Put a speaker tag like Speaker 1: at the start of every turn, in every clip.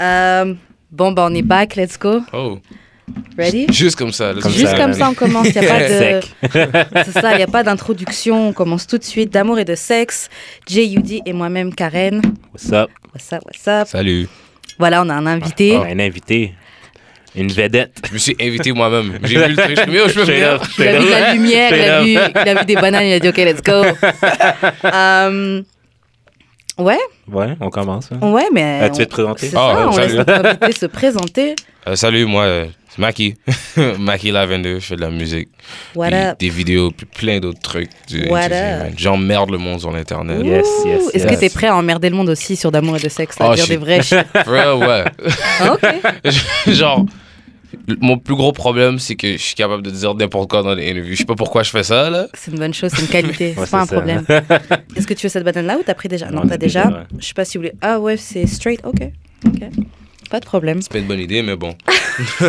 Speaker 1: Um, bon, ben, on est back. Let's go.
Speaker 2: Oh.
Speaker 1: Ready?
Speaker 2: Juste comme ça. let's
Speaker 3: Comme
Speaker 2: go.
Speaker 1: Juste comme
Speaker 3: allez.
Speaker 1: ça, on commence. Il n'y a pas de...
Speaker 3: Sec.
Speaker 1: C'est ça, il n'y a pas d'introduction. On commence tout de suite d'amour et de sexe. J.U.D. et moi-même, Karen.
Speaker 3: What's up?
Speaker 1: What's up, what's up?
Speaker 2: Salut.
Speaker 1: Voilà, on a un invité.
Speaker 3: On a un invité. Une vedette.
Speaker 2: Je me suis invité moi-même. J'ai vu le truc. Je me suis dit, oh, je peux
Speaker 3: Straight
Speaker 1: Il a
Speaker 2: venir.
Speaker 3: up, straight
Speaker 1: vu
Speaker 3: up.
Speaker 1: la lumière, il a
Speaker 3: Straight
Speaker 1: vu, il a vu des bananes, il a dit OK, let's go. Euh, ouais,
Speaker 3: Ouais, on commence. hein.
Speaker 1: ouais, mais.
Speaker 3: Ah, tu veux te
Speaker 1: on-
Speaker 3: présenter?
Speaker 1: C'est
Speaker 2: Ah,
Speaker 1: ça,
Speaker 2: euh,
Speaker 1: on laisse
Speaker 2: salut.
Speaker 1: notre invité se présenter.
Speaker 2: Euh, salut, moi, euh, c'est Maki. Maki Lavender. Je fais de la musique.
Speaker 1: What
Speaker 2: puis
Speaker 1: up?
Speaker 2: Des vidéos, puis plein d'autres trucs. du
Speaker 1: What
Speaker 2: entertainment.
Speaker 1: up?
Speaker 2: J'emmerde le monde sur Internet.
Speaker 3: Yes,
Speaker 1: Ouh,
Speaker 3: yes,
Speaker 1: Est-ce
Speaker 3: yes.
Speaker 1: que t'es prêt à emmerder le monde aussi sur d'amour et de sexe,
Speaker 2: Oh,
Speaker 1: c'est-à-dire
Speaker 2: je
Speaker 1: des
Speaker 2: suis-
Speaker 1: vrais shit?
Speaker 2: Frère, ouais.
Speaker 1: Ah, OK.
Speaker 2: Genre, mon plus gros problème, c'est que je suis capable de dire n'importe quoi dans les interviews. Je sais pas pourquoi je fais ça, là.
Speaker 1: C'est une bonne chose, c'est une qualité, c'est
Speaker 3: Ouais,
Speaker 1: pas un
Speaker 3: c'est ça.
Speaker 1: problème. Est-ce que tu veux cette banane-là ou t'as pris déjà? Non,
Speaker 3: Non,
Speaker 1: t'as
Speaker 3: j'ai déjà,
Speaker 1: déjà.
Speaker 3: ouais.
Speaker 1: Je sais pas si vous voulez. Ah ouais, c'est straight, OK. OK. Pas de problème.
Speaker 2: C'est pas une bonne idée, mais bon.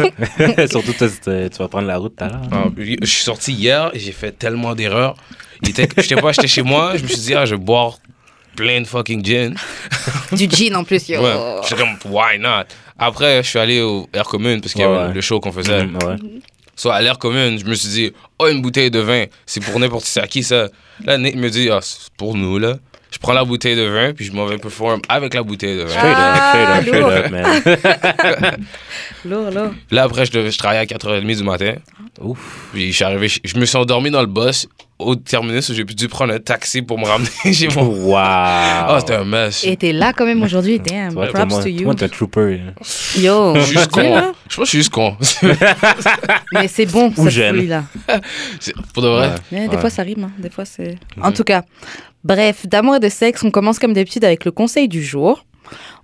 Speaker 3: Surtout, toi, c'est, euh, tu vas prendre la route tout à l'heure.
Speaker 2: Ah, Je suis sorti hier et j'ai fait tellement d'erreurs. Je n'étais pas acheté chez moi. Je me suis dit, ah, je vais boire plein de fucking gin.
Speaker 1: Du jean en plus, yo.
Speaker 2: Ouais. J'étais comme, why not? Après, je suis allé au Air Commune parce qu'il y
Speaker 3: Ouais,
Speaker 2: avait
Speaker 3: ouais.
Speaker 2: le show qu'on faisait.
Speaker 3: Mm, ouais.
Speaker 2: Soit à l'air commune, je me suis dit, oh, une bouteille de vin, c'est pour n'importe qui, c'est à qui ça? Là, Nick me dit, ah, c'est pour nous, là. Je prends la bouteille de vin, puis je m'en vais perform avec la bouteille de vin.
Speaker 3: Straight
Speaker 1: Ah,
Speaker 3: up, straight up, straight up, man.
Speaker 1: Lourd, lourd.
Speaker 2: Là, après, je, devais- je travaillais à 4h30 du matin.
Speaker 3: Ouf.
Speaker 2: Puis je suis arrivé, chez- je me suis endormi dans le bus au terminus où j'ai dû prendre un taxi pour me ramener chez moi.
Speaker 3: Wow.
Speaker 2: Ah, c'était un mess.
Speaker 1: Et t'es là quand même aujourd'hui, damn.
Speaker 3: Toi, t'es
Speaker 1: Props
Speaker 3: moi-
Speaker 1: to
Speaker 3: toi,
Speaker 1: you.
Speaker 3: t'es un trooper. hein.
Speaker 1: Yo,
Speaker 2: Je suis juste
Speaker 1: tu sais,
Speaker 2: con.
Speaker 1: là.
Speaker 2: Je pense que je suis juste con.
Speaker 1: mais c'est bon
Speaker 3: Ou
Speaker 1: cette
Speaker 3: jeune.
Speaker 1: folie là.
Speaker 2: C'est- Pour de vrai.
Speaker 1: Des fois ça rime, hein. des fois c'est. En tout cas, bref, d'amour et de sexe, on commence comme d'habitude avec le conseil du jour.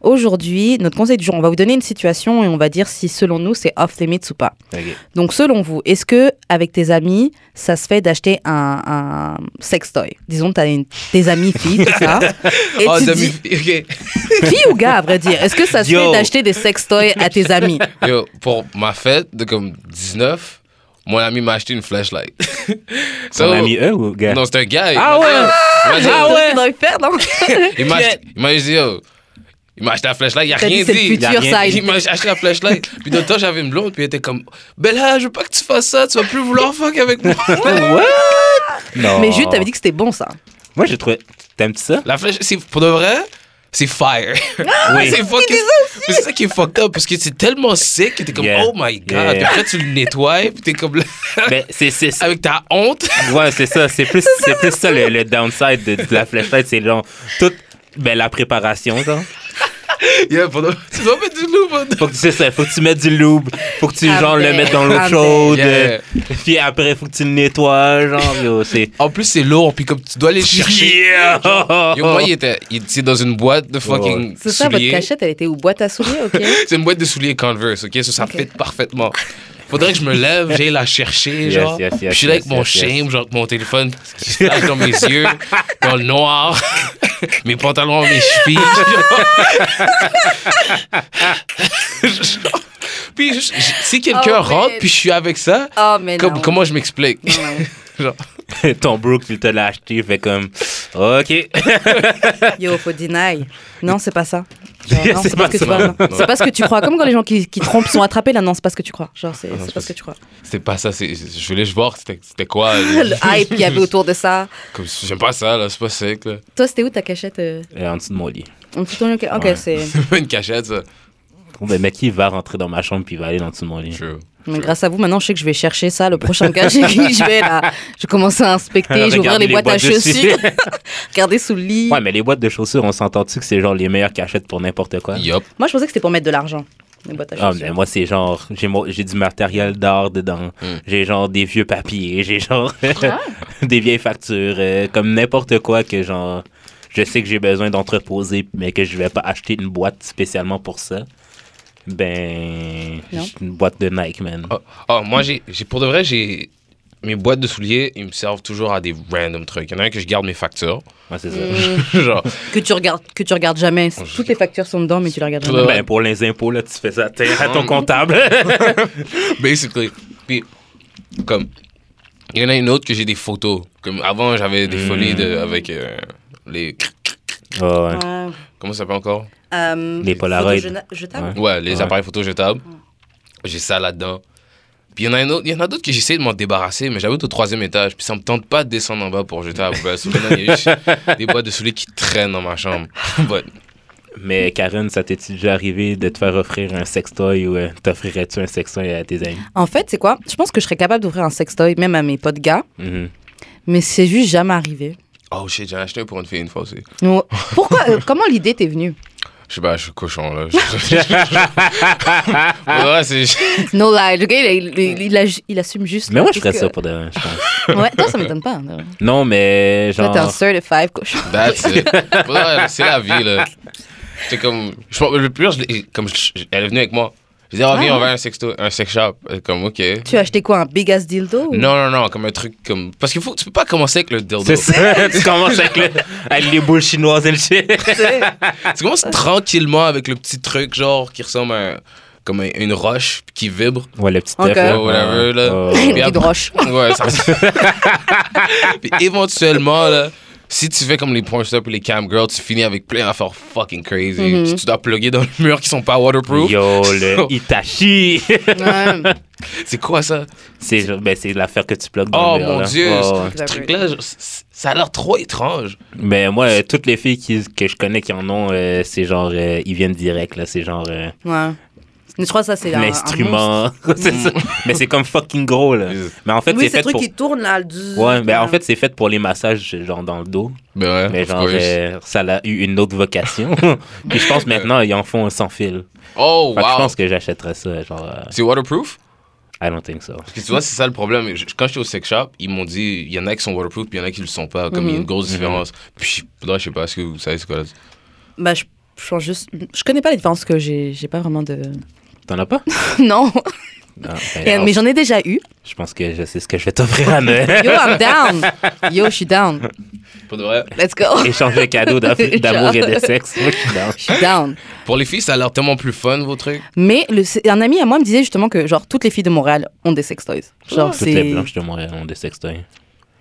Speaker 1: Aujourd'hui, notre conseil du jour, on va vous donner une situation et on va dire si selon nous c'est off limits ou pas.
Speaker 3: Ok.
Speaker 1: Donc selon vous, est-ce que avec tes amis, ça se fait d'acheter un, un sextoy Disons, t'as une, tes amis filles, tout ça. Et
Speaker 2: Oh,
Speaker 1: tu
Speaker 2: demi-
Speaker 1: dis,
Speaker 2: ok.
Speaker 1: fille ou gars, à vrai dire, est-ce que ça se
Speaker 3: Yo.
Speaker 1: fait d'acheter des sextoys à tes amis
Speaker 2: Yo, pour ma fête de comme 19, mon ami m'a acheté une flashlight.
Speaker 3: Ton
Speaker 2: So-
Speaker 3: ami, eux ou gars?
Speaker 2: Non, c'est un gars. il m'a
Speaker 3: Ah
Speaker 2: dit-
Speaker 3: ouais!
Speaker 2: il m'a dit-
Speaker 3: Ah ouais!
Speaker 1: Il doit le faire, non
Speaker 2: Il m'a acheté- il m'a dit, yo, il m'a acheté la flashlight, il a
Speaker 1: T'as
Speaker 2: rien
Speaker 1: dit, c'est le
Speaker 2: dit.
Speaker 3: y a
Speaker 1: futur,
Speaker 3: rien
Speaker 1: ça.
Speaker 2: Il m'a acheté la flashlight. Puis d'autres temps, j'avais une blonde, puis elle était comme, Bella, je veux pas que tu fasses ça, tu vas plus vouloir fuck avec moi.
Speaker 3: What? Non.
Speaker 1: Mais Jude, t'avais dit que c'était bon, ça.
Speaker 3: Moi, j'ai trouvé. T'aimes-tu ça?
Speaker 2: La flèche, c'est pour de vrai, c'est fire.
Speaker 3: Oui.
Speaker 2: c'est fucking- Mais c'est ça qui est fucked up parce que c'est tellement sick que t'es comme
Speaker 3: Yeah.
Speaker 2: oh my
Speaker 3: Yeah.
Speaker 2: god. Puis Après tu le nettoies puis t'es comme
Speaker 3: Mais Ben, c'est, c'est, c'est-
Speaker 2: avec ta honte.
Speaker 3: Ouais, c'est ça. C'est plus, c'est plus ça le, le downside de, de la flashlight. C'est genre toute ben, la préparation. Genre.
Speaker 2: Yeah, pour de- Tu dois mettre du loup. pour de-
Speaker 3: Faut que tu sais ça. Faut que tu mettes du lube. Faut que tu
Speaker 1: Ah
Speaker 3: genre le
Speaker 1: ben,
Speaker 3: mettes dans
Speaker 1: ah
Speaker 3: l'eau
Speaker 1: ben.
Speaker 3: chaude. euh,
Speaker 2: Yeah.
Speaker 3: Puis après, faut que tu le nettoies. Genre, yo, c'est.
Speaker 2: En plus c'est lourd puis comme tu dois aller chercher.
Speaker 3: Yeah!
Speaker 2: Yo, moi il était il était dans une boîte de fucking
Speaker 1: C'est ça, votre
Speaker 2: souliers.
Speaker 1: cachette, elle était où Boîte à souliers, ok
Speaker 2: C'est une boîte de souliers Converse, ok, ça, ça
Speaker 1: Ok.
Speaker 2: fit parfaitement. Faudrait que je me lève, j'aille la chercher,
Speaker 3: Yes,
Speaker 2: genre.
Speaker 3: yes, yes,
Speaker 2: Puis je suis là
Speaker 3: yes,
Speaker 2: avec mon
Speaker 3: yes, yes.
Speaker 2: shame, genre, avec mon téléphone qui se flash dans mes yeux, dans le noir, mes pantalons, mes chevilles. genre. Puis je- je- si quelqu'un
Speaker 1: Oh,
Speaker 2: rentre,
Speaker 1: man.
Speaker 2: puis je suis avec ça,
Speaker 1: Oh, mais
Speaker 2: comme,
Speaker 1: non.
Speaker 2: comment je m'explique? Genre,
Speaker 3: Ton brook, il te l'a acheté. Fait comme. OK.
Speaker 1: Yo, faut deny. Non, c'est pas ça. Genre, non,
Speaker 3: C'est
Speaker 1: c'est pas,
Speaker 3: pas
Speaker 1: ce que tu
Speaker 3: ça.
Speaker 1: vois. non. C'est pas ce que tu crois. Comme quand les gens qui, qui trompent sont attrapés, là, non, c'est pas ce que tu crois. Genre, c'est c'est pas ce que tu crois.
Speaker 2: c'était pas ça, c'est- je voulais voir c'était c'était quoi. euh,
Speaker 1: Le hype qu'il y avait autour de ça.
Speaker 2: Comme, J'aime pas ça, là, c'est pas sec, là.
Speaker 1: Toi, c'était où ta cachette euh,
Speaker 3: Euh, en dessous de mon lit.
Speaker 1: On te tourne le- Ok,
Speaker 3: Ouais.
Speaker 1: c'est.
Speaker 2: C'est pas une cachette, ça.
Speaker 3: Bon, ben, mais qui va rentrer dans ma chambre puis il va aller en dessous de mon lit?
Speaker 2: True.
Speaker 1: Mais grâce à vous, maintenant, je sais que je vais chercher ça. Le prochain cas, j'ai- je vais là. Je commence à inspecter, je vais ouvrir
Speaker 3: Regarder
Speaker 1: les boîtes à
Speaker 3: boîtes de
Speaker 1: chaussures, regarder sous le lit.
Speaker 3: Ouais, mais les boîtes de chaussures, on s'entend-tu que c'est genre les meilleures cachettes pour n'importe quoi?
Speaker 2: Yup.
Speaker 1: Moi, je pensais que c'était pour mettre de l'argent, les boîtes à
Speaker 3: Ah,
Speaker 1: chaussures.
Speaker 3: mais moi, c'est genre, j'ai, mon- j'ai du matériel d'art dedans. J'ai genre des vieux papiers, j'ai genre des vieilles factures, euh, comme n'importe quoi que genre, je sais que j'ai besoin d'entreposer, mais que je vais pas acheter une boîte spécialement pour ça. Ben,
Speaker 1: Non.
Speaker 3: j'ai une boîte de Nike, man.
Speaker 2: Ah, ah, moi, j'ai, j'ai- pour de vrai, j'ai mes boîtes de souliers, ils me servent toujours à des random trucs. Il y en a un que je garde mes factures.
Speaker 3: Ouais, c'est ça.
Speaker 2: Hmm. Genre,
Speaker 1: que, tu regardes, que tu regardes jamais. Toutes les factures sont dedans, mais tu les regardes jamais.
Speaker 2: Ouais.
Speaker 3: Ben, pour les impôts, là, tu fais ça à t- à ton comptable.
Speaker 2: basically. Puis, comme, il y en a une autre que j'ai des photos. Comme avant, j'avais des folies de, avec euh, les.
Speaker 3: Ouais, ouais.
Speaker 1: Ouais.
Speaker 2: Comment ça s'appelle encore
Speaker 1: euh,
Speaker 3: Les Polaroids.
Speaker 1: photo jeta- jetable.
Speaker 3: Ouais.
Speaker 2: Ouais, les
Speaker 3: Ouais.
Speaker 2: appareils photo jetables. J'ai ça là-dedans. Puis il y en a un autre- il y en a d'autres que j'essaie de m'en débarrasser, mais j'habite au troisième étage. Puis ça me tente pas de descendre en bas pour jeter à la poubelle. Souvent, il y a juste des boîtes de souliers qui traînent dans ma chambre. But-
Speaker 3: Mais Karen, ça t'est déjà arrivé de te faire offrir un sextoy ou euh, t'offrirais-tu un sextoy à tes amis?
Speaker 1: En fait, c'est quoi Je pense que je serais capable d'ouvrir un sextoy, même à mes potes gars,
Speaker 3: Mhm.
Speaker 1: mais c'est juste jamais arrivé.
Speaker 2: Oh shit, j'en ai acheté un pour une fille une fois aussi.
Speaker 1: Donc, Pourquoi euh, Comment l'idée t'est venue
Speaker 2: Je sais pas, je suis cochon là. ouais, c'est.
Speaker 1: No lie, le gars, il, il- il- il a- il assume juste.
Speaker 3: Mais moi, je
Speaker 1: Qu'est-ce
Speaker 3: ferais
Speaker 1: que-
Speaker 3: ça pour de vrai, je pense.
Speaker 1: Ouais, non, ça m'étonne pas. non.
Speaker 3: Non, mais
Speaker 1: Toi,
Speaker 3: genre.
Speaker 1: t'es un certified cochon.
Speaker 2: That's it. Ouais, c'est la vie, là. C'est comme. Je, pense- le plus, je l'ai- comme je- je- elle est venue avec moi. Je disais, oh, viens,
Speaker 1: Ah.
Speaker 2: on va à un sexto, un sex shop. Elle est Comme, ok.
Speaker 1: Tu as acheté quoi Un big ass dildo ou-
Speaker 2: Non, non, non, comme un truc comme. Parce qu'il faut. Tu peux pas commencer avec le dildo.
Speaker 3: C'est ça, tu commences avec, le- avec les boules chinoises et le shit.
Speaker 2: Tu commences tranquillement avec le petit truc, genre, qui ressemble à. un- Comme un- une roche qui vibre.
Speaker 3: Ouais, le petit
Speaker 1: Ok.
Speaker 3: œuf, là. Oh.
Speaker 2: Ouais, Oh, whatever, là.
Speaker 3: Ouais, ouais.
Speaker 1: Une de roche.
Speaker 2: Ouais, ça Puis éventuellement, là, si tu fais comme les porn stars et les cam girls, tu finis avec plein d'affaires fucking crazy.
Speaker 3: Mm-hmm.
Speaker 1: Mhm.
Speaker 2: Tu dois plugger dans le mur qui sont pas waterproof.
Speaker 3: Yo, le Itachi!
Speaker 1: Ouais.
Speaker 2: C'est quoi ça?
Speaker 3: c'est genre- ben, c'est l'affaire que tu plugues dans
Speaker 2: Oh
Speaker 3: le mur,
Speaker 2: mon
Speaker 3: là.
Speaker 2: dieu,
Speaker 3: Ouais,
Speaker 2: ce-
Speaker 3: ouais.
Speaker 2: ce truc-là, je- c- ça a l'air trop étrange.
Speaker 3: Mais moi, euh, toutes les filles qui- que je connais qui en ont, euh, c'est genre, euh, ils viennent direct, là. C'est genre euh,
Speaker 1: Ouais. Mais je crois que ça, c'est un- un monstre. Mm.
Speaker 3: l'instrument. C'est ça. Mais c'est comme fucking gros, là. Mais en fait,
Speaker 1: oui, c'est le
Speaker 3: c'est fait
Speaker 1: truc
Speaker 3: pour.
Speaker 1: qui tourne là. du-
Speaker 3: Ouais, ben en fait, c'est fait pour les massages, genre dans le dos.
Speaker 2: Ben ouais,
Speaker 3: Mais
Speaker 2: of
Speaker 3: genre,
Speaker 2: course.
Speaker 3: euh, ça a eu une autre vocation. Puis je pense maintenant, ils en font un sans fil.
Speaker 2: Oh
Speaker 3: Fait que Je
Speaker 2: wow.
Speaker 3: pense que j'achèterais ça, genre, euh,
Speaker 2: C'est waterproof?
Speaker 3: I don't think so.
Speaker 2: Parce que tu vois, c'est ça le problème. Je- quand j'étais au sex shop, ils m'ont dit, il y en a qui sont waterproof, puis il y en a qui le sont pas. Comme il y a une grosse différence. Puis là, je sais pas, est-ce que vous savez ce que là?
Speaker 1: Bah, je, je sens juste. Je connais pas les différences que j'ai. J'ai pas vraiment de.
Speaker 3: T'en as pas?
Speaker 1: non,
Speaker 3: Non, ben,
Speaker 1: mais j'en ai déjà eu.
Speaker 3: Je pense que je sais ce que je vais t'offrir à Noël.
Speaker 1: Yo, I'm down. Yo, je suis down.
Speaker 2: Pour de vrai.
Speaker 1: Let's go.
Speaker 3: Échanger de cadeaux d'aff- d'amour et de sexe. Moi, je suis down.
Speaker 1: Je suis down.
Speaker 2: Pour les filles, ça a l'air tellement plus fun, vos trucs.
Speaker 1: Mais le- c'est- un ami à moi me disait justement que genre toutes les filles de Montréal ont des sex toys. Genre
Speaker 3: Toutes les
Speaker 1: c'est.
Speaker 3: blanches de Montréal ont des sextoys.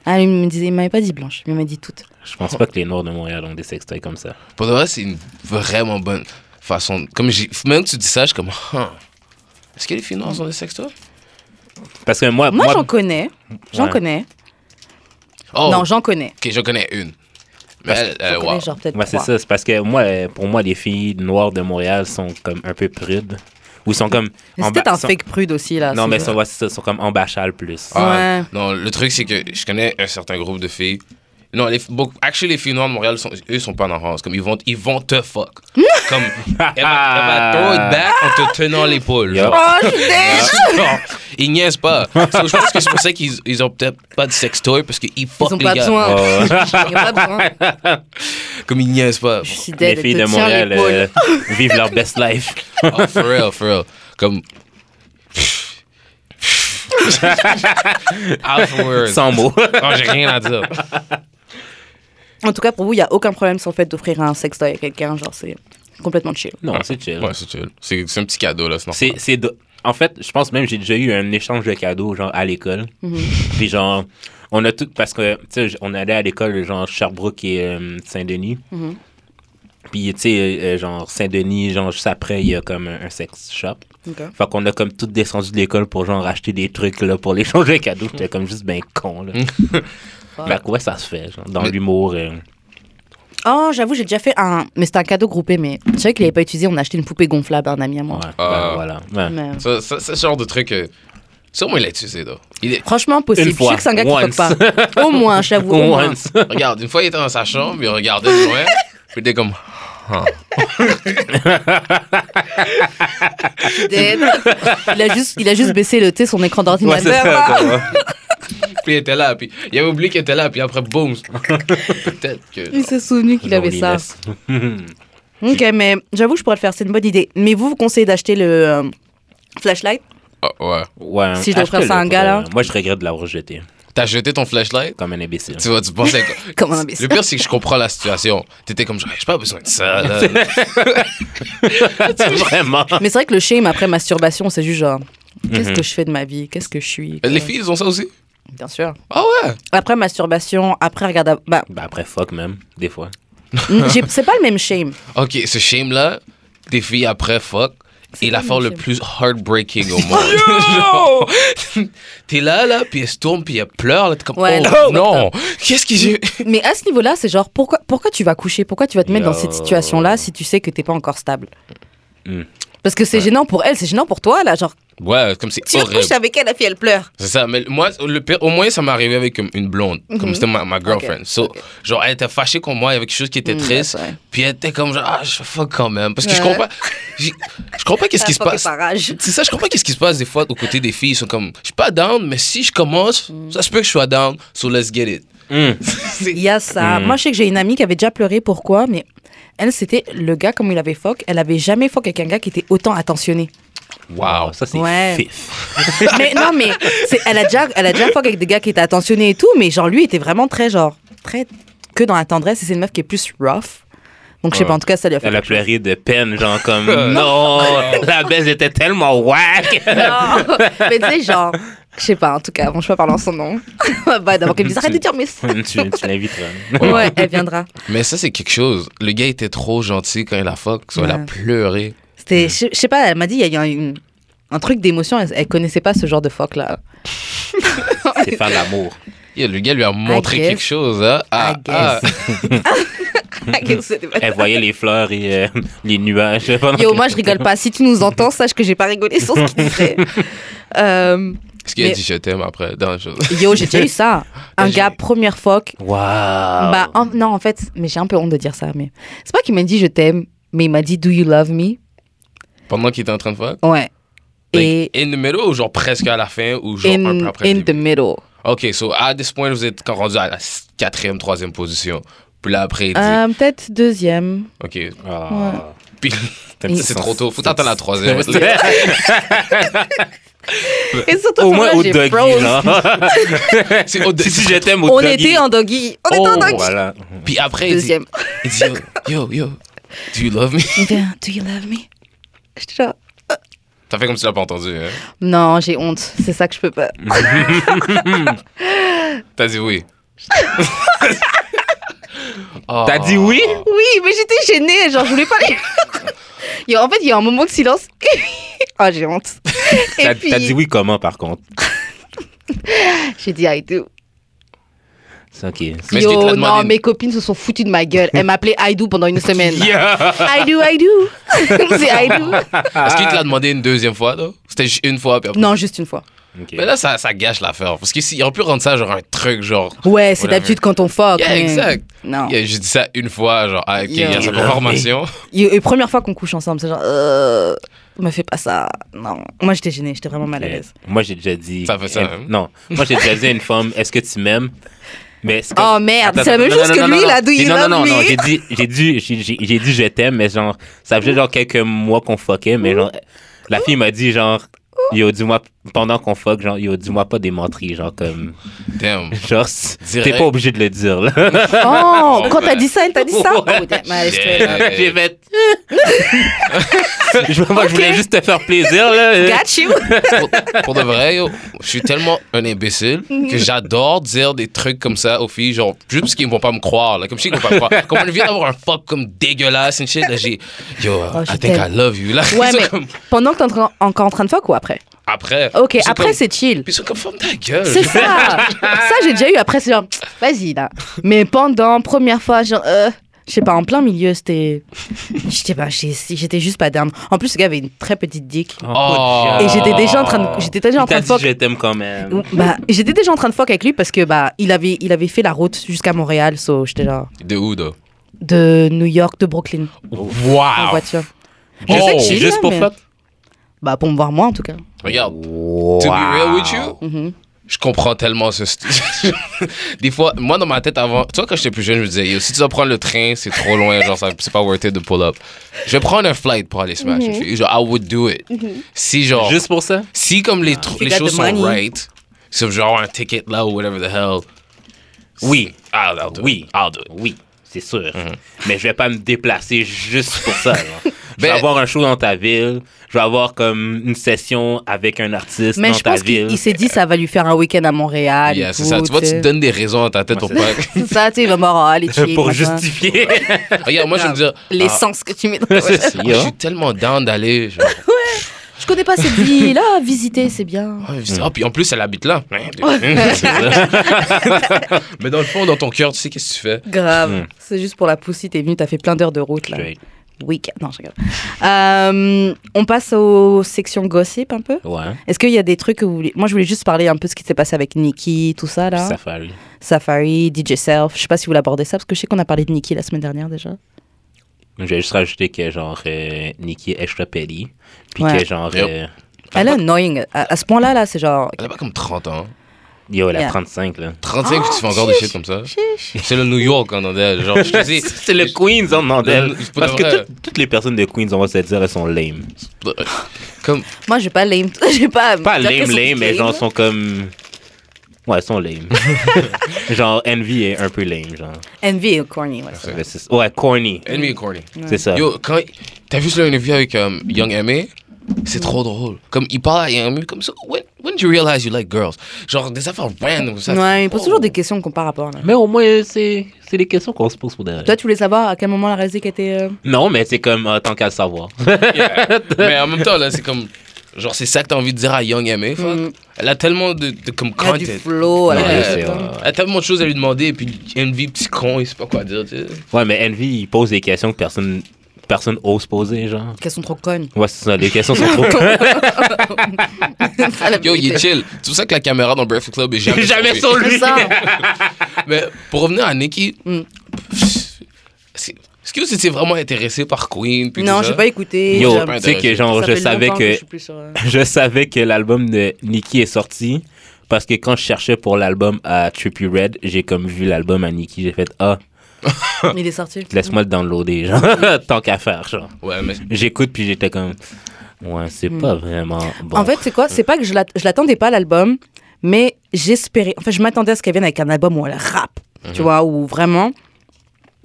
Speaker 1: Ah, il me disait, il m'avait pas dit blanche, mais il m'a dit toutes.
Speaker 3: Je pense pas que les noirs de Montréal ont des sextoys comme ça.
Speaker 2: Pour de vrai, c'est une vraiment bonne façon. de- Comme j'ai, même que tu dis ça, je suis comme, Huh. est-ce que les filles noires ont des sextoys?
Speaker 3: Parce que moi,
Speaker 1: Moi,
Speaker 3: moi,
Speaker 1: j'en connais. J'en
Speaker 3: Ouais. Eh,
Speaker 1: connais.
Speaker 2: Oh,
Speaker 1: Non, j'en connais.
Speaker 2: ok, j'en connais une. Mais elle,
Speaker 1: J'en
Speaker 2: elle,
Speaker 1: connais
Speaker 2: wow.
Speaker 1: genre peut-être
Speaker 3: Ouais, c'est
Speaker 1: trois.
Speaker 3: ça. C'est parce que moi, euh, pour moi, les filles noires de Montréal sont comme un peu prudes. Ou sont comme.
Speaker 1: Mais
Speaker 3: en
Speaker 1: C'est peut-être
Speaker 3: ba-
Speaker 1: un
Speaker 3: sont-
Speaker 1: fake prude aussi là.
Speaker 3: Non,
Speaker 1: c'est
Speaker 3: mais
Speaker 1: vrai.
Speaker 3: sont, ouais, c'est ça, sont comme en bachal plus.
Speaker 2: Ah,
Speaker 1: Ouais.
Speaker 2: Non, le truc, c'est que je connais un certain groupe de filles. Non, les, beaucoup, actually, les filles noires de Montréal, sont, eux, sont pas en France. Comme, ils vont, ils vont te fuck. Comme, elle va, elle va throw it back en te tenant l'épaule.
Speaker 3: Yup.
Speaker 2: genre.
Speaker 1: Oh, je suis déçue.
Speaker 2: Non, ils niaisent pas. So, je pense que c'est pour ça qu'ils ils ont peut-être pas de sextoy parce qu'ils fuck
Speaker 1: Ils ont
Speaker 2: les
Speaker 1: pas
Speaker 2: gars.
Speaker 1: besoin.
Speaker 3: Oh.
Speaker 1: Ils ont pas besoin.
Speaker 2: Comme ils niaisent pas.
Speaker 1: Je suis dead.
Speaker 3: les filles
Speaker 1: elle
Speaker 3: de
Speaker 1: te tient
Speaker 3: Montréal
Speaker 1: l'épaule.
Speaker 3: euh, vivent leur best life.
Speaker 2: Oh, for real, for real. Comme. Alpha word.
Speaker 3: Sans mots.
Speaker 2: Non, Ah, j'ai rien à dire.
Speaker 1: En tout cas, pour vous, il n'y a aucun problème sur le fait d'offrir un sextoy à quelqu'un. Genre, c'est complètement chill.
Speaker 3: Non, c'est chill.
Speaker 2: Ouais, c'est chill. C'est c'est un petit cadeau, là, sinon.
Speaker 3: C'est, c'est de- En fait, je pense même j'ai déjà eu un échange de cadeaux genre à l'école. Puis genre on a tout parce que tu sais j- on allait à l'école genre Sherbrooke et euh, Saint-Denis. Puis tu sais euh, genre Saint-Denis genre juste après il y a comme un, un sex shop.
Speaker 1: Ok.
Speaker 3: Fait qu'on a comme tout descendu de l'école pour genre acheter des trucs là pour l'échange de cadeaux. J'étais comme juste ben con là. Fait que ouais, ça se fait genre, dans
Speaker 2: Mais-
Speaker 3: l'humour. euh,
Speaker 1: Oh, j'avoue, j'ai déjà fait un. Mais c'était un cadeau groupé, mais je savais qu'il n'avait pas utilisé. On a acheté une poupée gonflable à un ami à moi.
Speaker 3: ouais,
Speaker 2: Ah.
Speaker 3: ben, voilà. Ouais.
Speaker 1: Mais, euh,
Speaker 2: Ça, ça, c'est ce genre de truc. euh, Sûrement, il a utilisé, là. Il est-
Speaker 1: Franchement, possible.
Speaker 3: Une
Speaker 1: Je sais
Speaker 3: fois.
Speaker 1: que c'est un gars qui ne
Speaker 3: Once.
Speaker 1: fuck pas. Au moins, j'avoue. Au moins.
Speaker 3: Once.
Speaker 2: Regarde, une fois, il était dans sa chambre, il regardait de loin, puis il était comme. Ah.
Speaker 1: Dead. Il a juste, il a juste baissé le, tu sais, son écran
Speaker 3: Ouais,
Speaker 1: d'ordinateur.
Speaker 3: c'est ça,
Speaker 1: là.
Speaker 3: comme, ouais.
Speaker 2: Puis il était là, puis il avait oublié qu'il était là, puis après, boum. Peut-être que.
Speaker 1: Ah, il s'est souvenu qu'il avait ça.
Speaker 3: Loneliness.
Speaker 1: Ok, mais j'avoue, je pourrais le faire. C'est une bonne idée. Mais vous, vous conseillez d'acheter le euh, flashlight
Speaker 2: Ah, ouais.
Speaker 3: Ouais,
Speaker 1: Si je dois offrir
Speaker 3: achetez-le
Speaker 1: ça à un
Speaker 3: pour
Speaker 1: gars,
Speaker 3: vrai.
Speaker 1: là.
Speaker 3: Moi, je regrette de l'avoir jeté
Speaker 2: T'as jeté ton flashlight?
Speaker 3: comme un imbécile.
Speaker 2: Tu vois, tu pensais que.
Speaker 1: Comme un imbécile.
Speaker 2: Le pire, c'est que je comprends la situation. T'étais comme genre, j'ai pas besoin de ça, là.
Speaker 3: Vraiment.
Speaker 1: Mais c'est vrai que le shame après masturbation, c'est juste genre, qu'est-ce que je fais de ma vie Qu'est-ce que je suis
Speaker 2: Mhm. Bah, Les filles, ils ont ça aussi?
Speaker 1: Bien sûr.
Speaker 2: Ah ouais?
Speaker 1: Après masturbation, après regarder. Bah,
Speaker 3: Ben après, fuck même, des fois.
Speaker 1: Mm, j'ai- C'est pas le même shame.
Speaker 2: Ok, ce shame-là, des filles après, fuck.
Speaker 1: C'est
Speaker 2: Et
Speaker 1: pas
Speaker 2: l'affaire
Speaker 1: mon
Speaker 2: le
Speaker 1: shame.
Speaker 2: plus heartbreaking au monde. Genre, T'es là, là, puis elle se tourne, puis elle pleure. Là, t'es comme,
Speaker 1: Ouais,
Speaker 2: oh
Speaker 1: non.
Speaker 2: non, qu'est-ce que j'ai.
Speaker 1: Mais à ce niveau-là, c'est genre, pourquoi, pourquoi tu vas coucher Pourquoi tu vas te mettre dans
Speaker 2: Yo.
Speaker 1: cette situation-là si tu sais que t'es pas encore stable
Speaker 3: Mm.
Speaker 1: Parce que c'est gênant pour elle, c'est gênant pour toi, là. Genre,
Speaker 2: Ouais, comme c'est
Speaker 1: tu vas te
Speaker 2: horrible.
Speaker 1: coucher avec elle, la fille, elle pleure.
Speaker 2: C'est ça, mais moi, le pire- au moins, ça m'est arrivé avec une- une blonde, comme c'était ma, ma girlfriend. So,
Speaker 1: Mhm. ok.
Speaker 2: genre, elle était fâchée contre moi, il y avait quelque chose qui était
Speaker 1: Mm,
Speaker 2: triste,
Speaker 1: that's right.
Speaker 2: puis elle était comme, genre, ah, je fuck quand même. Parce que je
Speaker 1: Ouais.
Speaker 2: comprends, j'ai- je comprends qu'est-ce qui se
Speaker 1: Ah, fuck,
Speaker 2: passe.
Speaker 1: par rage.
Speaker 2: C'est ça, je comprends qu'est-ce qui se passe des fois aux côtés des filles. Ils sont comme, je suis pas down, mais si je commence,
Speaker 1: Mhm.
Speaker 2: ça se peut que je sois down, so let's get it.
Speaker 3: Hum.
Speaker 1: Il y a ça. Moi, je sais que j'ai une amie qui avait déjà pleuré. Pourquoi Mais elle, c'était le gars comme il avait fuck. Elle avait jamais fuck avec un gars qui était autant attentionné.
Speaker 2: Wow.
Speaker 3: Ça, c'est
Speaker 1: Ah, Ouais.
Speaker 3: fif.
Speaker 1: mais non, mais c'est- elle a déjà, elle a déjà fuck avec des gars qui étaient attentionnés et tout. Mais genre lui était vraiment très genre très que dans la tendresse. Et c'est une meuf qui est plus rough. Donc je sais pas. En tout cas, ça lui a fait.
Speaker 3: Elle a pleuré de peine, genre comme non, la baisse était tellement whack.
Speaker 1: Non. mais tu sais genre, je sais pas. En tout cas, bon, je vais pas parler en son nom. bah d'abord qu'elle me dise arrête de dire mais ça.
Speaker 3: tu tu l'inviteras.
Speaker 1: Ouais, elle viendra.
Speaker 2: Mais ça, c'est quelque chose. Le gars était trop gentil quand il a fuck, so elle a
Speaker 1: Ouais.
Speaker 2: pleuré.
Speaker 1: C'était, je je sais pas, elle m'a dit, il y a eu une- un truc d'émotion, elle, elle connaissait pas ce genre de phoque là.
Speaker 3: C'est faire l'amour.
Speaker 2: Yeah, le gars lui a montré
Speaker 1: guess.
Speaker 2: quelque chose, hein. Ah,
Speaker 1: I guess.
Speaker 2: ah.
Speaker 1: C'était pas-
Speaker 3: Elle voyait les fleurs et euh, les nuages. pendant
Speaker 1: Yo,
Speaker 3: que-
Speaker 1: moi je rigole pas. Si tu nous entends, sache que j'ai pas rigolé sur ce qu'il disait. Euh,
Speaker 2: Est-ce qu'il a
Speaker 1: Mais-
Speaker 2: dit je t'aime après, dans la chose?
Speaker 1: yo, j'ai déjà eu ça. Un
Speaker 2: J'ai-
Speaker 1: gars, première phoque.
Speaker 3: Wow. Ah
Speaker 1: Bah, en- non, en fait, mais j'ai un peu honte de dire ça, mais c'est pas qu'il m'a dit je t'aime, mais il m'a dit do you love me
Speaker 2: Pendant qu'il était en train de fuck?
Speaker 1: Ouais. Et
Speaker 2: Like, in the middle ou genre presque à la fin ou genre un peu
Speaker 1: in,
Speaker 2: après? le
Speaker 1: in the
Speaker 2: début?
Speaker 1: middle.
Speaker 2: Ok, so à this point, vous êtes quand rendu à la s- quatrième, troisième position. Puis là, après, il dit,
Speaker 1: Euh, Peut-être deuxième.
Speaker 2: ok.
Speaker 3: Ah.
Speaker 2: Puis
Speaker 3: T'as un petit
Speaker 1: Et-
Speaker 2: c'est
Speaker 3: sens-
Speaker 2: trop tôt, faut t'attendre la troisième.
Speaker 1: Et surtout,
Speaker 3: Au moins
Speaker 1: moi,
Speaker 3: au
Speaker 1: j'ai
Speaker 3: doggy,
Speaker 1: froze.
Speaker 3: genre.
Speaker 2: C'est au de-
Speaker 3: si, si je t'aime au
Speaker 1: On
Speaker 3: doggy.
Speaker 1: était en doggy. On était en
Speaker 3: Oh,
Speaker 1: doggy.
Speaker 3: voilà.
Speaker 2: Puis après, il dit,
Speaker 1: Deuxième.
Speaker 2: il dit, yo, yo, yo, do you love me?
Speaker 1: Il fait un, Eh Do you love me? J'étais là.
Speaker 2: T'as fait comme si tu l'as pas entendu, hein?
Speaker 1: Non, j'ai honte. C'est ça que je peux pas.
Speaker 2: T'as dit oui. Ah.
Speaker 3: T'as dit
Speaker 1: Oh.
Speaker 3: oui?
Speaker 1: Oui, mais j'étais gênée. Genre, je voulais pas les. Il y a- en fait, il y a un moment de silence. Ah, j'ai honte. Et
Speaker 3: T'as
Speaker 1: puis,
Speaker 3: t'as dit oui comment, par contre?
Speaker 1: j'ai dit I do.
Speaker 3: C'est OK.
Speaker 2: Mais est-ce qu'il te l'a
Speaker 1: Yo,
Speaker 2: demandé
Speaker 1: non,
Speaker 2: une-
Speaker 1: mes copines se sont foutues de ma gueule. Elles m'appelaient I do pendant une semaine.
Speaker 3: Yeah.
Speaker 1: I do, I do. C'est I do.
Speaker 2: Est-ce qu'il te l'a demandé une deuxième fois, là? C'était juste une fois, puis après.
Speaker 1: Non, juste une fois.
Speaker 3: OK.
Speaker 2: Mais là, ça, ça gâche l'affaire. Parce qu'ils ont pu rendre ça genre un truc, genre.
Speaker 1: Ouais, c'est
Speaker 2: Whatever.
Speaker 1: d'habitude quand on fuck.
Speaker 2: Yeah,
Speaker 1: mais-
Speaker 2: exact.
Speaker 1: Non.
Speaker 2: Yeah, J'ai dit ça une fois, genre, ah, ok, il y
Speaker 1: Ah. Yo.
Speaker 2: a sa confirmation.
Speaker 1: Et- et première fois qu'on couche ensemble, c'est genre, euh, me fais pas ça. Non. Moi, j'étais gênée. J'étais vraiment mal à l'aise.
Speaker 3: Moi, j'ai déjà dit.
Speaker 2: Ça fait ça,
Speaker 3: Eh,
Speaker 2: hein?
Speaker 3: Non. Moi, j'ai déjà dit à une femme, est-ce que tu m'aimes? Mais c'est comme-
Speaker 1: Oh merde,
Speaker 3: Attends,
Speaker 1: c'est la même
Speaker 3: non,
Speaker 1: chose
Speaker 3: non,
Speaker 1: que
Speaker 3: non,
Speaker 1: lui,
Speaker 3: non,
Speaker 1: là,
Speaker 3: non.
Speaker 1: do you
Speaker 3: J'ai- non,
Speaker 1: love
Speaker 3: non, non, non,
Speaker 1: me?
Speaker 3: j'ai dit, j'ai dit, j'ai, j'ai- j'ai dit je t'aime, mais genre, ça faisait genre quelques mois qu'on fuckait, mais genre, la fille m'a dit genre, yo, dis-moi, pendant qu'on fuck, genre, yo, dis-moi pas des menteries, genre, comme,
Speaker 2: Damn.
Speaker 3: genre, c- t'es
Speaker 2: Direct.
Speaker 3: pas obligé de le dire, là.
Speaker 1: Oh,
Speaker 2: Oh,
Speaker 1: quand
Speaker 2: ouais.
Speaker 1: t'as dit ça, elle t'a dit ça?
Speaker 3: Ouais.
Speaker 1: Oh, damn, mal, straight up.
Speaker 2: Yeah.
Speaker 3: J'ai fait, je, moi, je voulais juste te faire plaisir, là.
Speaker 1: Got you.
Speaker 2: pour, pour de vrai, yo, je suis tellement un imbécile
Speaker 1: Mhm.
Speaker 2: que j'adore dire des trucs comme ça aux filles, genre, juste parce qu'ils vont pas me croire, là, comme si qu'ils vont pas me croire. Comme on vient d'avoir un fuck comme dégueulasse, une shit, là, j'ai, yo,
Speaker 1: Oh, je
Speaker 2: I think I
Speaker 1: t'aime.
Speaker 2: love you, là.
Speaker 1: Ouais,
Speaker 2: Ils sont
Speaker 1: mais
Speaker 2: comme-
Speaker 1: pendant que t'es en train- encore en train de fuck ou après?
Speaker 2: Après.
Speaker 1: Ok,
Speaker 2: ils sont
Speaker 1: après,
Speaker 2: comme-
Speaker 1: c'est chill.
Speaker 2: Puis ils sont comme, ferme ta gueule.
Speaker 1: C'est ça. ça, j'ai déjà eu. Après, c'est genre, vas-y, là. Mais pendant, première fois, genre, euh, je sais pas, en plein milieu, c'était. J'étais pas, j'ai- j'étais juste pas down. En plus, ce gars avait une très petite dick.
Speaker 2: Oh.
Speaker 1: Et j'étais déjà en train de, j'étais déjà en train
Speaker 3: T'as
Speaker 1: de
Speaker 3: dit
Speaker 1: fuck.
Speaker 3: je t'aime quand même.
Speaker 1: Bah, j'étais déjà en train de fuck avec lui parce que bah il avait il avait fait la route jusqu'à Montréal, so j'étais là
Speaker 2: De où, là?
Speaker 1: de New York, de Brooklyn en
Speaker 2: Wow.
Speaker 1: voiture.
Speaker 2: Je sais
Speaker 1: chill,
Speaker 2: que
Speaker 3: c'est Ah. Oh, juste
Speaker 1: là,
Speaker 3: pour
Speaker 1: mais-
Speaker 3: fuck.
Speaker 1: Bah pour me voir moi en tout cas.
Speaker 2: Regarde, to be real with you,
Speaker 1: Mhm.
Speaker 2: je comprends tellement ce style. Des fois, moi, dans ma tête avant, tu vois, quand j'étais plus jeune, je me disais, Yo, si tu dois prendre le train, c'est trop loin, genre, ça- c'est pas worth it de pull up. Je vais prendre un flight pour aller smash.
Speaker 1: Mm-hmm.
Speaker 2: une fille. Genre, I would do it. Si, genre,
Speaker 3: Juste pour ça?
Speaker 2: si comme les, tr-
Speaker 1: You
Speaker 2: les
Speaker 1: got Mm-hmm.
Speaker 2: choses
Speaker 1: the
Speaker 2: sont
Speaker 1: money.
Speaker 2: right, c'est genre un ticket là ou whatever the hell.
Speaker 3: Oui.
Speaker 2: I'll, I'll do
Speaker 3: Oui.
Speaker 2: it. I'll do it.
Speaker 3: Mm-hmm. Oui, c'est sûr. Mais je vais pas me déplacer juste pour ça. là. Je vais
Speaker 2: Ben-
Speaker 3: avoir un show dans ta ville. Je vais avoir comme une session avec un artiste
Speaker 1: Mais
Speaker 3: dans
Speaker 1: je
Speaker 3: ta
Speaker 1: pense qu'il
Speaker 3: ville.
Speaker 1: il s'est dit, ça va lui faire un week-end à Montréal.
Speaker 2: Yeah,
Speaker 1: et
Speaker 2: c'est
Speaker 1: tout,
Speaker 2: ça. Tu vois, tu
Speaker 1: sais.
Speaker 2: te donnes des raisons dans ta tête ou pas.
Speaker 1: C'est ça, tu sais, le moral et chill,
Speaker 3: pour
Speaker 1: machin.
Speaker 3: justifier.
Speaker 2: Regarde, Ah, moi, je veux dire.
Speaker 1: L'essence que tu mets dans ta voiture.
Speaker 2: ah, je suis tellement down d'aller. genre.
Speaker 1: Je connais pas cette ville-là, visiter, c'est bien.
Speaker 2: Ah, ah, puis en plus, elle habite là. Mais dans le fond, dans ton cœur, tu sais qu'est-ce que tu fais.
Speaker 1: Grave.
Speaker 3: Hmm.
Speaker 1: C'est juste pour la poussie, t'es venu, t'as fait plein d'heures de route là.
Speaker 3: Straight.
Speaker 1: Week. Non, je rigole. Euh, on passe aux sections gossip un peu.
Speaker 3: Ouais,
Speaker 1: Est-ce qu'il y a des trucs que vous voulez. Moi, je voulais juste parler un peu de ce qui s'est passé avec Nikki, tout ça là.
Speaker 3: Safari.
Speaker 1: Safari, DJ Self. Je sais pas si vous l'abordez ça parce que je sais qu'on a parlé de Nikki la semaine dernière déjà.
Speaker 3: Je vais juste rajouter que genre euh, Nikki est extra petty. Puis
Speaker 1: Ouais.
Speaker 3: que genre
Speaker 2: Yep.
Speaker 3: euh,
Speaker 1: Elle est annoying. À, à ce point-là, là, c'est genre.
Speaker 2: Elle a pas comme 30 ans.
Speaker 3: yo elle a
Speaker 1: Yeah.
Speaker 3: 35 là.
Speaker 2: 35 que tu fais
Speaker 1: Oh,
Speaker 2: encore des shit comme ça. C'est le New York en Andel. Genre, je te dis.
Speaker 3: C'est le Queens on demande
Speaker 2: Le- pour
Speaker 3: Parce
Speaker 2: de vrai.
Speaker 3: que toutes- toutes les personnes de Queens on va se le dire elles sont lame.
Speaker 2: Comme,
Speaker 1: Moi, j'ai pas lame. j'ai pas.
Speaker 3: Pas
Speaker 1: dire qu'elles
Speaker 3: lame
Speaker 1: sont
Speaker 3: lame hein. mais genre sont comme ouais elles sont lame. genre Envy est un peu lame genre.
Speaker 1: Envy et corny, ouais.
Speaker 2: Ouais.
Speaker 3: Mais c'est- Ouais corny.
Speaker 2: Enemy est corny.
Speaker 3: C'est ça.
Speaker 2: Yo, quand. T'as vu sur l'interview avec euh, Young M.A.? C'est trop drôle. Comme il parle à Young M.A. comme ça. When, when did you realize you like girls? Genre des affaires random comme ça.
Speaker 1: Ouais, il pose toujours
Speaker 2: Oh.
Speaker 1: des questions qu'on par rapport là.
Speaker 3: Mais au moins c'est c'est des questions qu'on se pose pour derrière.
Speaker 1: Toi, tu voulais savoir à quel moment la réalisée qui était. euh,
Speaker 3: Non mais c'est comme euh, tant qu'à le savoir.
Speaker 2: Mais en même temps, là, c'est comme. Genre, c'est ça que t'as envie de dire à Young M.A. fuck.
Speaker 1: Mm.
Speaker 2: Elle a tellement de, de comme
Speaker 1: elle a
Speaker 2: content.
Speaker 1: du flow, elle a euh,
Speaker 2: Ouais,
Speaker 1: du
Speaker 2: je sais,
Speaker 1: temps.
Speaker 3: ouais.
Speaker 2: Elle a tellement de choses à lui demander. Et puis, Envy, petit con, il sait pas quoi dire, tu sais.
Speaker 3: Ouais, mais Envy, il pose des questions que personne, personne ose poser, genre.
Speaker 1: Qu'elles sont trop connes.
Speaker 3: Ouais, c'est ça, les questions sont trop.
Speaker 1: Ça, la
Speaker 2: Yo, il
Speaker 1: vérité.
Speaker 2: est chill. C'est pour ça que la caméra dans Breakfast Club est jamais.
Speaker 3: Jamais
Speaker 1: C'est
Speaker 2: sauvée.
Speaker 3: sur lui!
Speaker 1: ça.
Speaker 2: Mais pour revenir à Nikki,
Speaker 1: Mm.
Speaker 2: c'est- est-ce que vous étiez vraiment intéressé par Queen puis
Speaker 1: Non,
Speaker 2: tout ça?
Speaker 1: j'ai pas écouté.
Speaker 3: Yo,
Speaker 1: j'avoue.
Speaker 3: tu sais que genre,
Speaker 1: Ça
Speaker 3: je
Speaker 1: fait
Speaker 3: savais
Speaker 1: longtemps je
Speaker 3: que,
Speaker 1: suis plus sur, euh,
Speaker 3: je savais que l'album de Nicki est sorti. Parce que quand je cherchais pour l'album à Trippy Red, j'ai comme vu l'album à Nicki, j'ai fait Ah,
Speaker 1: Il est sorti.
Speaker 3: laisse-moi le downloader, genre, tant qu'à faire, genre.
Speaker 2: Ouais, mais
Speaker 3: J'écoute, puis j'étais comme Ouais, c'est pas vraiment bon.
Speaker 1: Hmm. En fait, c'est quoi C'est pas que je l'att- je l'attendais pas l'album, mais j'espérais. En fait, je m'attendais à ce qu'elle vienne avec un album où elle rappe, tu
Speaker 3: Mhm.
Speaker 1: vois, où vraiment.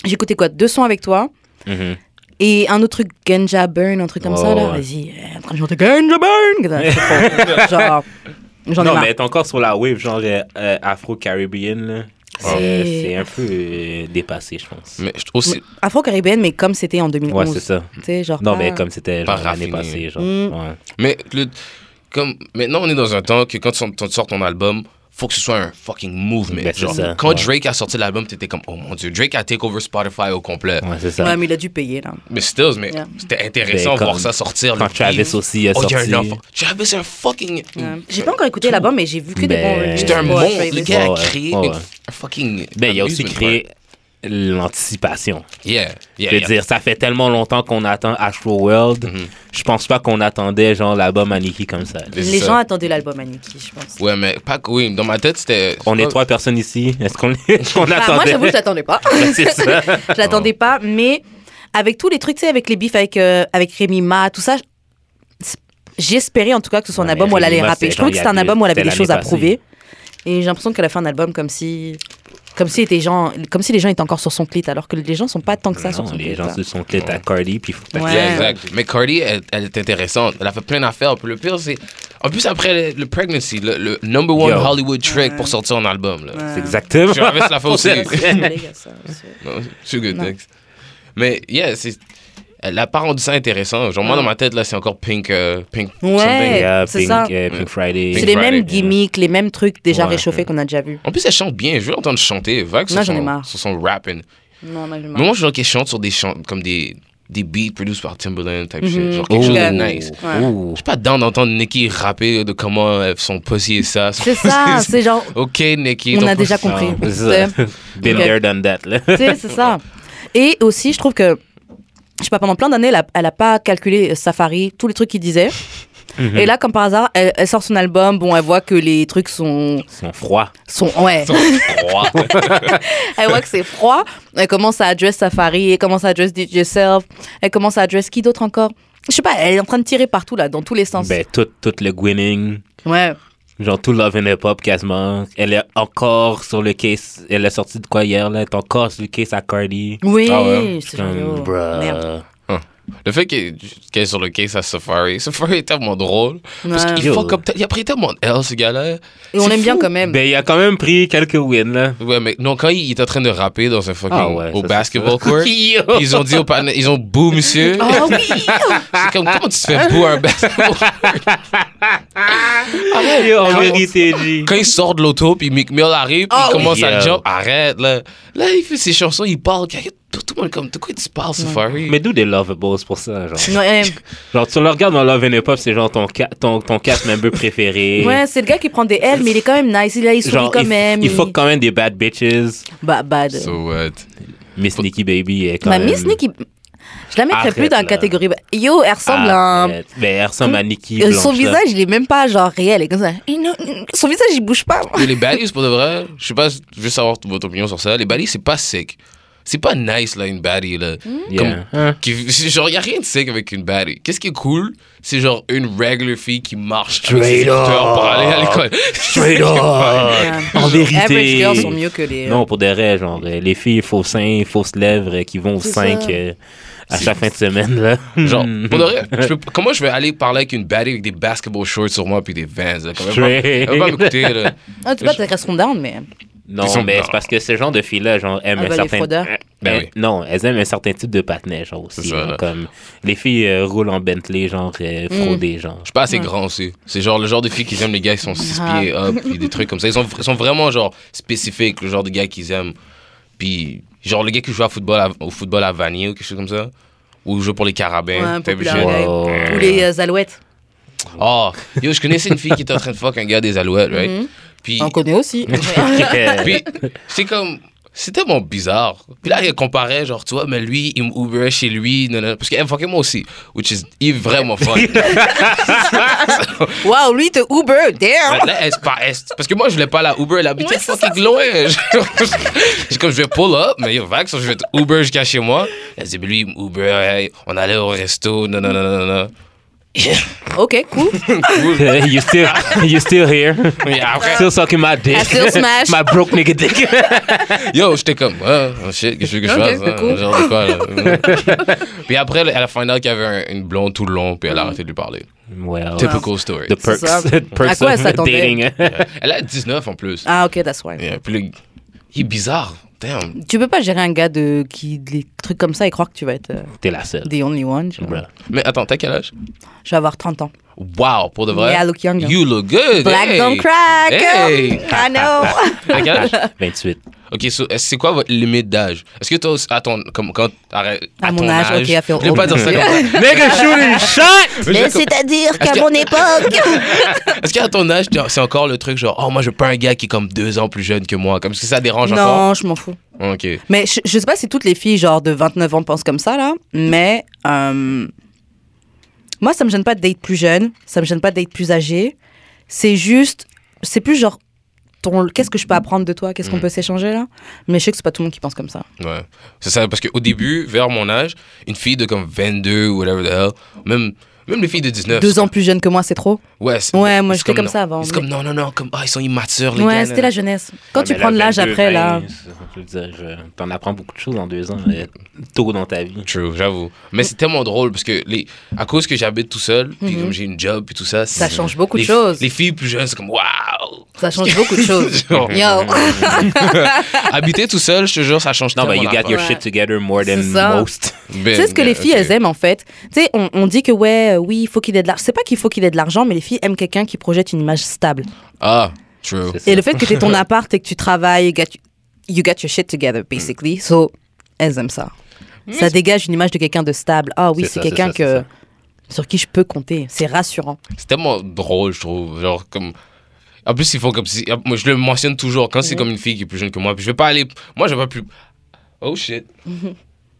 Speaker 1: J'écoutais quoi Deux sons avec toi
Speaker 3: Mhm.
Speaker 1: et un autre truc, Ganja Burn, un truc comme ça.
Speaker 3: Oh,
Speaker 1: Là,
Speaker 3: ouais.
Speaker 1: vas-y, elle est en train de chanter Ganja Burn. genre, j'en ai
Speaker 3: non,
Speaker 1: marre.
Speaker 3: mais elle est encore sur la wave, genre euh, euh, Afro-Caribbean, là. Euh,
Speaker 1: C'est-
Speaker 3: C'est un peu euh, dépassé, je pense.
Speaker 2: mais je- aussi
Speaker 1: Afro-caribéenne, mais comme c'était en
Speaker 3: Ouais,
Speaker 1: 2011.
Speaker 3: c'est ça.
Speaker 1: Tu sais, genre.
Speaker 3: Non,
Speaker 1: pas-
Speaker 3: mais comme c'était
Speaker 2: Pas
Speaker 3: genre l'année
Speaker 2: raffiné.
Speaker 3: passée, genre.
Speaker 1: Mm.
Speaker 3: ouais.
Speaker 2: mais le- comme maintenant on est dans un temps que quand tu sors- tu sors ton album faut que ce soit un fucking movement.
Speaker 3: Ben, c'est
Speaker 2: Genre,
Speaker 3: ça,
Speaker 2: quand
Speaker 3: ouais.
Speaker 2: Drake a sorti l'album, t'étais comme, oh mon dieu, Drake a take over Spotify au complet.
Speaker 3: Ouais, c'est ça.
Speaker 1: ah. Ouais, mais il a dû payer, là.
Speaker 2: Mais still, mais
Speaker 1: Yeah.
Speaker 2: c'était intéressant
Speaker 3: Ben,
Speaker 2: de voir
Speaker 3: comme
Speaker 2: ça sortir. le
Speaker 3: Quand Travis
Speaker 2: beat.
Speaker 3: aussi a
Speaker 2: Oh, il
Speaker 3: sorti.
Speaker 2: y a un enfant. Travis, c'est un fucking.
Speaker 3: Mm.
Speaker 1: Ouais. J'ai pas encore écouté
Speaker 2: Tout.
Speaker 1: l'album, mais j'ai vu que des
Speaker 3: Ben,
Speaker 1: bons reviews.
Speaker 2: C'était un
Speaker 1: Ouais,
Speaker 2: monstre.
Speaker 1: Travis.
Speaker 2: Le gars a
Speaker 3: Ouais, ouais.
Speaker 2: créé
Speaker 3: Ouais,
Speaker 2: une-
Speaker 3: ouais.
Speaker 2: un fucking.
Speaker 3: Ben, il a aussi
Speaker 2: amusement
Speaker 3: créé l'anticipation.
Speaker 2: park. Yeah. yeah,
Speaker 3: Je veux
Speaker 2: yeah.
Speaker 3: dire, ça fait tellement longtemps qu'on attend Astro World. Je pense pas qu'on attendait genre l'album à Nicki comme ça.
Speaker 2: C'est
Speaker 1: Les
Speaker 2: ça.
Speaker 1: gens attendaient l'album à Nicki, je pense.
Speaker 2: Ouais, mais pas que- oui. Dans ma tête, c'était.
Speaker 3: On est trois personnes ici. Est-ce qu'on est-ce qu'on
Speaker 1: Bah, moi,
Speaker 3: attendait
Speaker 1: j'avoue, je l'attendais pas.
Speaker 3: C'est ça.
Speaker 1: je l'attendais
Speaker 3: Oh.
Speaker 1: pas, mais avec tous les trucs, tu sais, avec les bifs, avec, euh, avec Rémi Ma, tout ça, je- j'espérais en tout cas que ce soit un
Speaker 3: Ouais,
Speaker 1: album
Speaker 3: mais
Speaker 1: où elle allait
Speaker 3: Rémi Ma,
Speaker 1: rapper.
Speaker 3: c'est
Speaker 1: Je trouvais
Speaker 3: genre
Speaker 1: que
Speaker 3: il y
Speaker 1: c'était
Speaker 3: a
Speaker 1: un
Speaker 3: deux-
Speaker 1: album où elle avait
Speaker 3: c'était
Speaker 1: des choses à
Speaker 3: l'année
Speaker 1: prouver. Et j'ai l'impression qu'elle a fait un album comme si. Comme si, les gens, comme si les gens étaient encore sur son clit, alors que les gens sont pas tant que ça
Speaker 3: Non,
Speaker 1: sur son
Speaker 3: les
Speaker 1: clit.
Speaker 3: gens
Speaker 1: là.
Speaker 3: se sont clés à Cardi, puis faut que
Speaker 1: Ouais.
Speaker 2: Yeah, exact. Mais Cardi, elle, elle est intéressante. Elle a fait plein d'affaires. Puis le pire, c'est. En plus, après le, le pregnancy, le, le number one
Speaker 3: Yo.
Speaker 2: Hollywood trick pour sortir un album. Là.
Speaker 3: C'est exactement.
Speaker 2: Travis l'a fait aussi.
Speaker 1: Ouais, les gars, ça, c'est-
Speaker 2: Non, c'est good,
Speaker 1: Non.
Speaker 2: next. Mais, yeah, c'est. Elle a pas rendu ça intéressant. Genre, moi, dans ma tête, là, c'est encore Pink. euh, pink something.
Speaker 1: Ouais,
Speaker 3: Yeah,
Speaker 1: c'est
Speaker 3: Pink,
Speaker 1: ça.
Speaker 3: euh, Pink Friday.
Speaker 1: C'est
Speaker 2: Pink
Speaker 1: les
Speaker 2: Friday,
Speaker 1: mêmes
Speaker 2: ouais.
Speaker 1: gimmicks, les mêmes trucs déjà
Speaker 3: Ouais.
Speaker 1: réchauffés qu'on a déjà vus.
Speaker 2: En plus, elle chante bien. Je veux l'entendre chanter. Vague sur,
Speaker 1: Non, j'en ai
Speaker 2: son-
Speaker 1: marre.
Speaker 2: sur son rapping.
Speaker 1: Non, moi, je m'en-
Speaker 2: Mais moi, je veux genre qu'elle chante sur des chants comme des, des beats produced par Timberland type shit.
Speaker 1: Mhm.
Speaker 2: Genre quelque chose de
Speaker 1: Ouais.
Speaker 2: nice.
Speaker 1: Ouais.
Speaker 3: Ouh.
Speaker 2: Je suis pas dedans d'entendre Nicki rapper de comment euh, son pussy et ça.
Speaker 1: C'est ça, c'est genre,
Speaker 2: Ok, Nicki.
Speaker 1: on
Speaker 2: ton
Speaker 1: a
Speaker 2: pussy-
Speaker 1: déjà compris.
Speaker 3: Ah, c'est ça.
Speaker 1: C'est-
Speaker 3: Been
Speaker 1: Ok.
Speaker 3: there, done that. là.
Speaker 1: Tu sais, c'est ça. Et aussi, je trouve que, je sais pas, pendant plein d'années, elle a- elle a pas calculé euh, Safari, tous les trucs qu'il disait.
Speaker 3: Mhm.
Speaker 1: Et là, comme par hasard, elle, elle sort son album. Bon, elle voit que les trucs sont.
Speaker 3: Ils sont froids.
Speaker 1: sont ouais.
Speaker 2: Croix.
Speaker 1: elle voit que c'est froid. Elle commence à address Safari, elle commence à address DJ Self, elle commence à address qui d'autre encore Je sais pas, elle est en train de tirer partout, là, dans tous les sens.
Speaker 3: Ben, tout, tout le Gwinning.
Speaker 1: Ouais.
Speaker 3: Genre tout Love and Hip Hop quasiment. Elle est encore sur le case. Elle est sortie de quoi hier là? Elle est encore sur le case à Cardi.
Speaker 1: Oui,
Speaker 2: Ah ouais.
Speaker 1: c'est
Speaker 3: Comme,
Speaker 1: genre, yo,
Speaker 3: bruh.
Speaker 1: merde.
Speaker 2: Hein. Le fait qu'elle qu'elle est sur le case à Safari, Safari est tellement drôle. Parce
Speaker 1: Ouais.
Speaker 2: qu'il
Speaker 3: Yo.
Speaker 2: fuck up tel- Il a pris tellement de L, ce gars-là.
Speaker 1: Et on
Speaker 2: c'est
Speaker 1: aime bien
Speaker 2: fou.
Speaker 1: quand même.
Speaker 3: Ben, il a quand même pris quelques wins, là.
Speaker 2: Ouais, mais non, quand il, il est en train de rapper dans un fucking.
Speaker 3: Ah ouais,
Speaker 2: au
Speaker 3: ça, c'est
Speaker 2: basketball
Speaker 3: ça.
Speaker 2: court. puis
Speaker 3: Yo!
Speaker 2: Ils ont dit au panel, ils ont boo, monsieur.
Speaker 1: Oh oui
Speaker 2: C'est comme, comment tu te fais boo à un basketball
Speaker 3: Yo, Ah
Speaker 2: Ah
Speaker 3: en vérité, G.
Speaker 2: Quand il sort de l'auto, puis Mick Mill arrive, puis
Speaker 1: Ah
Speaker 2: il
Speaker 1: oui.
Speaker 2: commence à
Speaker 3: Yo.
Speaker 2: jump, arrête, là. Là, il fait ses chansons, il parle. Tout, tout le monde est comme, de quoi tu parles, Safari?
Speaker 3: Mais d'où des lovables pour ça, genre?
Speaker 1: Non, euh,
Speaker 3: Genre, tu le regardes dans Love and Hip Hop, c'est genre ton, ca ton, ton cast member préféré.
Speaker 1: Ouais, c'est le gars qui prend des L, mais il est quand même nice. Il, il sourit
Speaker 3: genre,
Speaker 1: quand
Speaker 3: il,
Speaker 1: même.
Speaker 3: il faut quand même des bad bitches.
Speaker 1: Bah, bad.
Speaker 2: So what?
Speaker 3: Miss Nikki Baby est quand
Speaker 1: Ma
Speaker 3: même.
Speaker 1: Miss Nikki, je la mettrais
Speaker 3: Arrête,
Speaker 1: plus dans la
Speaker 3: là.
Speaker 1: catégorie. Yo, elle ressemble à un.
Speaker 3: Arrête. Ben, elle ressemble à Nikki.
Speaker 1: Euh,
Speaker 3: Blanche,
Speaker 1: Son
Speaker 3: là.
Speaker 1: visage, il est même pas genre réel. elle est comme ça. Et non, Son visage, il bouge pas.
Speaker 2: Mais les balises, pour de vrai, je sais pas, je veux savoir votre opinion sur ça. Les balises, c'est pas sick. C'est pas nice, là, une baddie, là.
Speaker 3: Yeah. Hein?
Speaker 2: Qui- c'est genre, y a rien de sick avec une baddie. Qu'est-ce qui est cool? C'est genre une regular fille qui marche avec ses
Speaker 3: Straight
Speaker 2: écouteurs
Speaker 3: up.
Speaker 2: pour aller à l'école.
Speaker 3: Straight up. En
Speaker 1: Average
Speaker 3: vérité.
Speaker 1: girls sont mieux que les.
Speaker 3: Non, pour des raies, genre, euh, les filles faux seins, fausses lèvres euh, qui vont au
Speaker 1: C'est
Speaker 3: 5
Speaker 1: ça.
Speaker 3: à chaque fin de semaine, là.
Speaker 2: Genre, pour de vrai,
Speaker 3: Hmm.
Speaker 2: je peux- comment je vais aller parler avec une baddie avec des basketball shorts sur moi puis des vans, là? Quand même,
Speaker 3: Straight.
Speaker 2: elle va pas m'écouter, là.
Speaker 1: Ah, tu vois, t'as resté down, mais.
Speaker 3: Non,
Speaker 2: Ils sont-
Speaker 3: mais
Speaker 2: non.
Speaker 3: c'est parce que ce genre de filles-là, genre, aiment
Speaker 1: Ah,
Speaker 3: un
Speaker 1: ben, les
Speaker 3: certain...
Speaker 1: fraudeurs.
Speaker 3: Euh,
Speaker 2: Ben
Speaker 3: euh,
Speaker 2: oui.
Speaker 3: Non, elles aiment un certain type de patinet, genre, aussi.
Speaker 2: C'est ça,
Speaker 3: genre,
Speaker 2: là.
Speaker 3: comme, les filles euh, roulent en Bentley, genre, euh,
Speaker 1: Mm.
Speaker 3: fraudées, genre.
Speaker 2: Je suis pas assez grand aussi. C'est genre le genre de filles qui aiment les gars qui sont six
Speaker 1: Ah.
Speaker 2: pieds up, puis des trucs comme ça. Ils sont, ils sont vraiment genre spécifiques, le genre de gars qu'ils aiment. Puis genre le gars qui joue à football à- au football à Vanier ou quelque chose comme ça. Ou joue pour les carabins.
Speaker 1: Ouais,
Speaker 2: Eh, t'as vu
Speaker 1: populaire,
Speaker 2: shit?
Speaker 1: ouais.
Speaker 3: Wow.
Speaker 1: Ou les euh, alouettes.
Speaker 2: Oh, yo, je connaissais une fille qui était en train de fuck un gars des Alouettes, right?
Speaker 1: Mm-hmm.
Speaker 2: Puis,
Speaker 1: On connaît aussi.
Speaker 3: Euh,
Speaker 2: puis c'est comme. C'est tellement bizarre. Puis là, il comparait, genre, tu vois, mais lui, il m'ouberait chez lui. non, non, parce qu'elle fuckait moi aussi. Which is il est vraiment fun.
Speaker 1: Waouh, lui, il te Uber, damn!
Speaker 2: Là, elle se par- elle se- Parce que moi, je voulais pas la Uber, elle habitait
Speaker 1: Oui, c'est
Speaker 2: fucking loin. J'ai comme, je vais pull up, mais yo, vague, je vais te Uber jusqu'à chez moi. Elle dit, mais lui, il me Uber, hey, on allait au resto, non, non, non, non, non, non.
Speaker 1: Ok, cool.
Speaker 3: Euh, you still, you still here.
Speaker 2: Mais après,
Speaker 3: Still sucking my dick.
Speaker 1: I still smash.
Speaker 3: my broke nigga dick.
Speaker 2: yo, j'étais comme, ah, oh, shit, qu'est-ce que je
Speaker 1: Ok,
Speaker 2: fasse,
Speaker 1: c'est
Speaker 2: hein,
Speaker 1: cool.
Speaker 2: genre de quoi, là. puis après, elle a find out qu'il y avait un- une blonde tout le long, puis elle
Speaker 1: Mm.
Speaker 2: a arrêté de lui parler.
Speaker 3: well, uh,
Speaker 2: Typical story.
Speaker 3: the perks,
Speaker 1: ça.
Speaker 3: the perks
Speaker 1: À quoi elle
Speaker 3: of
Speaker 1: s'attendait?
Speaker 3: dating. hein.
Speaker 2: Elle a 19 en plus.
Speaker 1: Ah, ok, that's why.
Speaker 2: Yeah, puis le- il est bizarre, damn.
Speaker 1: Tu peux pas gérer un gars de qui des trucs comme ça et croire que tu vas être euh,
Speaker 3: T'es la seule.
Speaker 1: the only one. tu vois.
Speaker 3: Bruh.
Speaker 2: Mais attends, t'as quel âge?
Speaker 1: Je vais avoir 30 ans.
Speaker 2: Wow, pour de vrai.
Speaker 1: Yeah, I look young.
Speaker 2: You look good.
Speaker 1: Black
Speaker 2: hey.
Speaker 1: don't crack.
Speaker 2: Hey.
Speaker 1: I know.
Speaker 2: À quel âge?
Speaker 3: 28.
Speaker 2: Ok, so, est-ce- c'est quoi votre limite d'âge? Est-ce que toi, aussi, à ton, comme, quand, à, à
Speaker 1: À mon
Speaker 2: ton
Speaker 1: âge, ok, à faire
Speaker 2: Je vais pas
Speaker 1: autre
Speaker 2: dire ça comme ça.
Speaker 3: Nigga shooting shot!
Speaker 2: Mais je-
Speaker 1: c'est-à-dire qu'à
Speaker 2: que-
Speaker 1: mon époque.
Speaker 2: Est-ce qu'à ton âge, t'es- c'est encore le truc genre, oh, moi, je veux pas un gars qui est comme deux ans plus jeune que moi. Comme, est-ce que ça dérange encore?
Speaker 1: non, je m'en fous.
Speaker 2: Ok.
Speaker 1: Mais je, je sais pas si toutes les filles, genre de 29 ans, pensent comme ça, là. Mais euh, moi, ça me gêne pas de date plus jeune. Ça me gêne pas de date plus âgé. C'est juste. C'est plus genre. ton- Qu'est-ce que je peux apprendre de toi Qu'est-ce qu'on peut s'échanger là Mais je sais que c'est pas tout le monde qui pense comme ça.
Speaker 2: Ouais. C'est ça, parce qu'au début, vers mon âge, une fille de comme 22, whatever the hell, même, même les filles de 19.
Speaker 1: Deux ans plus jeune que moi, c'est trop.
Speaker 2: Ouais, c'est-
Speaker 1: Ouais, moi,
Speaker 2: c'est
Speaker 1: j'étais comme ça avant,
Speaker 2: C'est
Speaker 1: mais-
Speaker 2: comme, non, non, non, comme, ah, ils sont immatures, les gars.
Speaker 1: Ouais, c'était
Speaker 2: là.
Speaker 1: la jeunesse. Quand
Speaker 3: Ouais,
Speaker 1: tu
Speaker 3: mais ben,
Speaker 1: prends de
Speaker 3: là,
Speaker 1: l'âge
Speaker 3: 22,
Speaker 1: après, là.
Speaker 3: 20, Je veux dire, je- t'en apprends beaucoup de choses en deux ans, euh, tôt dans ta vie.
Speaker 2: True, j'avoue. Mais c'est tellement drôle parce que les, à cause que j'habite tout seul, puis comme j'ai une job, puis tout ça,
Speaker 1: Mhm. Ça
Speaker 2: c'est-
Speaker 1: change beaucoup de
Speaker 2: les-
Speaker 1: choses.
Speaker 2: Les filles plus jeunes, c'est comme waouh.
Speaker 1: Ça change beaucoup de choses.
Speaker 2: Genre,
Speaker 1: Yo.
Speaker 2: Habiter tout seul, je te jure, ça change
Speaker 3: Non, mais
Speaker 2: tellement
Speaker 3: you
Speaker 2: la
Speaker 3: got your
Speaker 1: Ouais.
Speaker 3: shit together more
Speaker 1: C'est
Speaker 3: than
Speaker 1: ça.
Speaker 3: most.
Speaker 1: Tu
Speaker 2: Ben,
Speaker 1: sais ce que les
Speaker 2: ben,
Speaker 1: filles,
Speaker 2: ok.
Speaker 1: elles aiment en fait. Tu sais, on, on dit que ouais, euh, oui, il faut qu'il ait de l'argent. C'est pas qu'il faut qu'il ait de l'argent, mais les filles aiment quelqu'un qui projette une image stable.
Speaker 2: Ah, true.
Speaker 3: C'est ça.
Speaker 1: Et le fait que t'aies ton appart et que tu travailles, you got, you got your shit
Speaker 3: Mm.
Speaker 1: together, basically. So, elles aiment ça. Ça dégage une image de quelqu'un de stable. Ah oui, c'est
Speaker 3: C'est ça, c'est
Speaker 1: quelqu'un
Speaker 3: ça, c'est
Speaker 1: que
Speaker 3: ça.
Speaker 1: sur qui je peux compter. C'est rassurant.
Speaker 2: C'est tellement drôle, je trouve. Genre, comme. En plus, ils font comme si. Moi, je le mentionne toujours quand c'est
Speaker 1: Mhm.
Speaker 2: comme une fille qui est plus jeune que moi. Puis je vais pas aller. Moi, je vais pas plus. Oh shit.
Speaker 1: Mhm.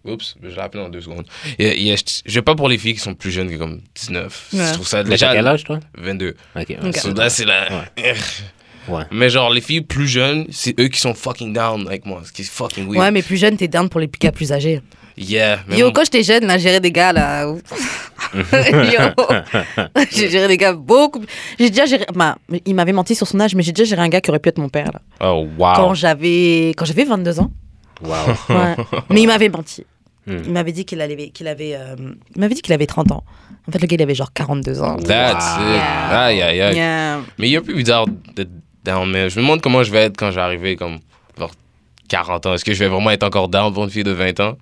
Speaker 2: Oups, je l'ai appelé en deux secondes. Et- et je- je vais pas pour les filles qui sont plus jeunes que comme 19.
Speaker 1: Ouais.
Speaker 2: Je trouve ça
Speaker 3: Mais
Speaker 2: déjà.
Speaker 3: t'as quel âge, toi?
Speaker 2: 22.
Speaker 3: Ok. ouais,
Speaker 1: Ok.
Speaker 2: So,
Speaker 3: c'est-
Speaker 2: là, c'est la.
Speaker 3: Ouais.
Speaker 2: Mais genre, les filles plus jeunes, c'est eux qui sont fucking down avec moi. Ce qui est fucking weird.
Speaker 1: Ouais, mais plus jeune, t'es down pour les gars plus âgés.
Speaker 2: Yeah. mais
Speaker 1: Yo,
Speaker 2: mon-
Speaker 1: quand j'étais jeune, là, gérer des gars, là. ouf. Yo, j'ai géré des gars beaucoup. J'ai déjà géré. bah, il m'avait menti sur son âge, mais j'ai déjà géré un gars qui aurait pu être mon père, là.
Speaker 2: Oh,
Speaker 1: Quand
Speaker 2: wow.
Speaker 1: j'avais. Quand j'avais 22 ans.
Speaker 3: Wow.
Speaker 1: Ouais. mais il m'avait menti.
Speaker 2: Hmm.
Speaker 1: Il m'avait dit qu'il allait- qu'il avait, euh, il m'avait dit qu'il avait 30 ans. En fait, le gars, il avait genre 42 ans.
Speaker 2: That's
Speaker 3: Wow.
Speaker 2: it.
Speaker 1: Yeah.
Speaker 2: Aïe, aïe, aïe.
Speaker 1: Yeah.
Speaker 2: Mais il est un peu bizarre d'être down, mais je me demande comment je vais être quand j'arriverai comme vers 40 ans. Est-ce que je vais vraiment être encore down pour une fille de 20 ans?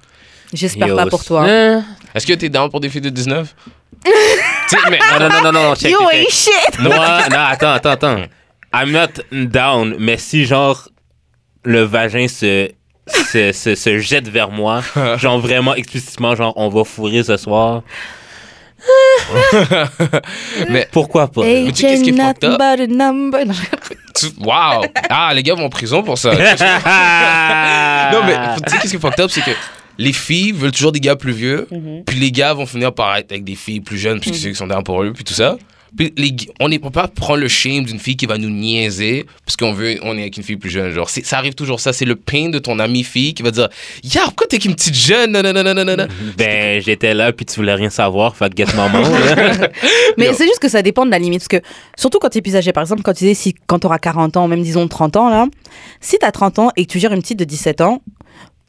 Speaker 1: J'espère
Speaker 3: Yo,
Speaker 1: pas pour toi.
Speaker 3: euh,
Speaker 2: Est-ce que t'es down pour des filles de 19? tu sais, mais
Speaker 3: Non, non, non, non, non, check,
Speaker 1: Yo,
Speaker 3: check,
Speaker 1: ain't
Speaker 3: check.
Speaker 1: shit!
Speaker 3: Moi, non, attends, attends, attends. I'm not down, mais si genre le vagin se, se, se, se jette vers moi, genre vraiment explicitement, genre on va fourrer ce soir,
Speaker 2: mais
Speaker 3: pourquoi pas?
Speaker 2: Mais tu sais qu'est-ce qui est
Speaker 1: Ain't
Speaker 2: fucked up?
Speaker 1: nothing but a number. Non,
Speaker 2: tu- Wow! Ah, les gars vont en prison pour ça. non,
Speaker 3: non,
Speaker 2: mais tu sais, qu'est-ce qui est fucked up? C'est que les filles veulent toujours des gars plus vieux, puis les gars vont finir par être avec des filles plus jeunes, puisque ceux qui sont down pour eux, puis tout ça. Puis les, gu- on n'est pas pas prendre le shame d'une fille qui va nous niaiser parce qu'on veut on est avec une fille plus jeune genre c'est- ça arrive toujours ça c'est le pain de ton amie fille qui va dire ya pourquoi t'es avec une petite jeune non non non non non non
Speaker 3: Ben, j'étais là, puis tu voulais rien savoir, fait que get maman.
Speaker 2: Yo.
Speaker 1: Mais c'est juste que ça dépend de la limite. Parce que, surtout quand t'es plus âgé, par exemple, quand tu dis si, quand t'auras 40 ans, même disons 30 ans, là, si t'as 30 ans et que tu gères une petite de 17 ans,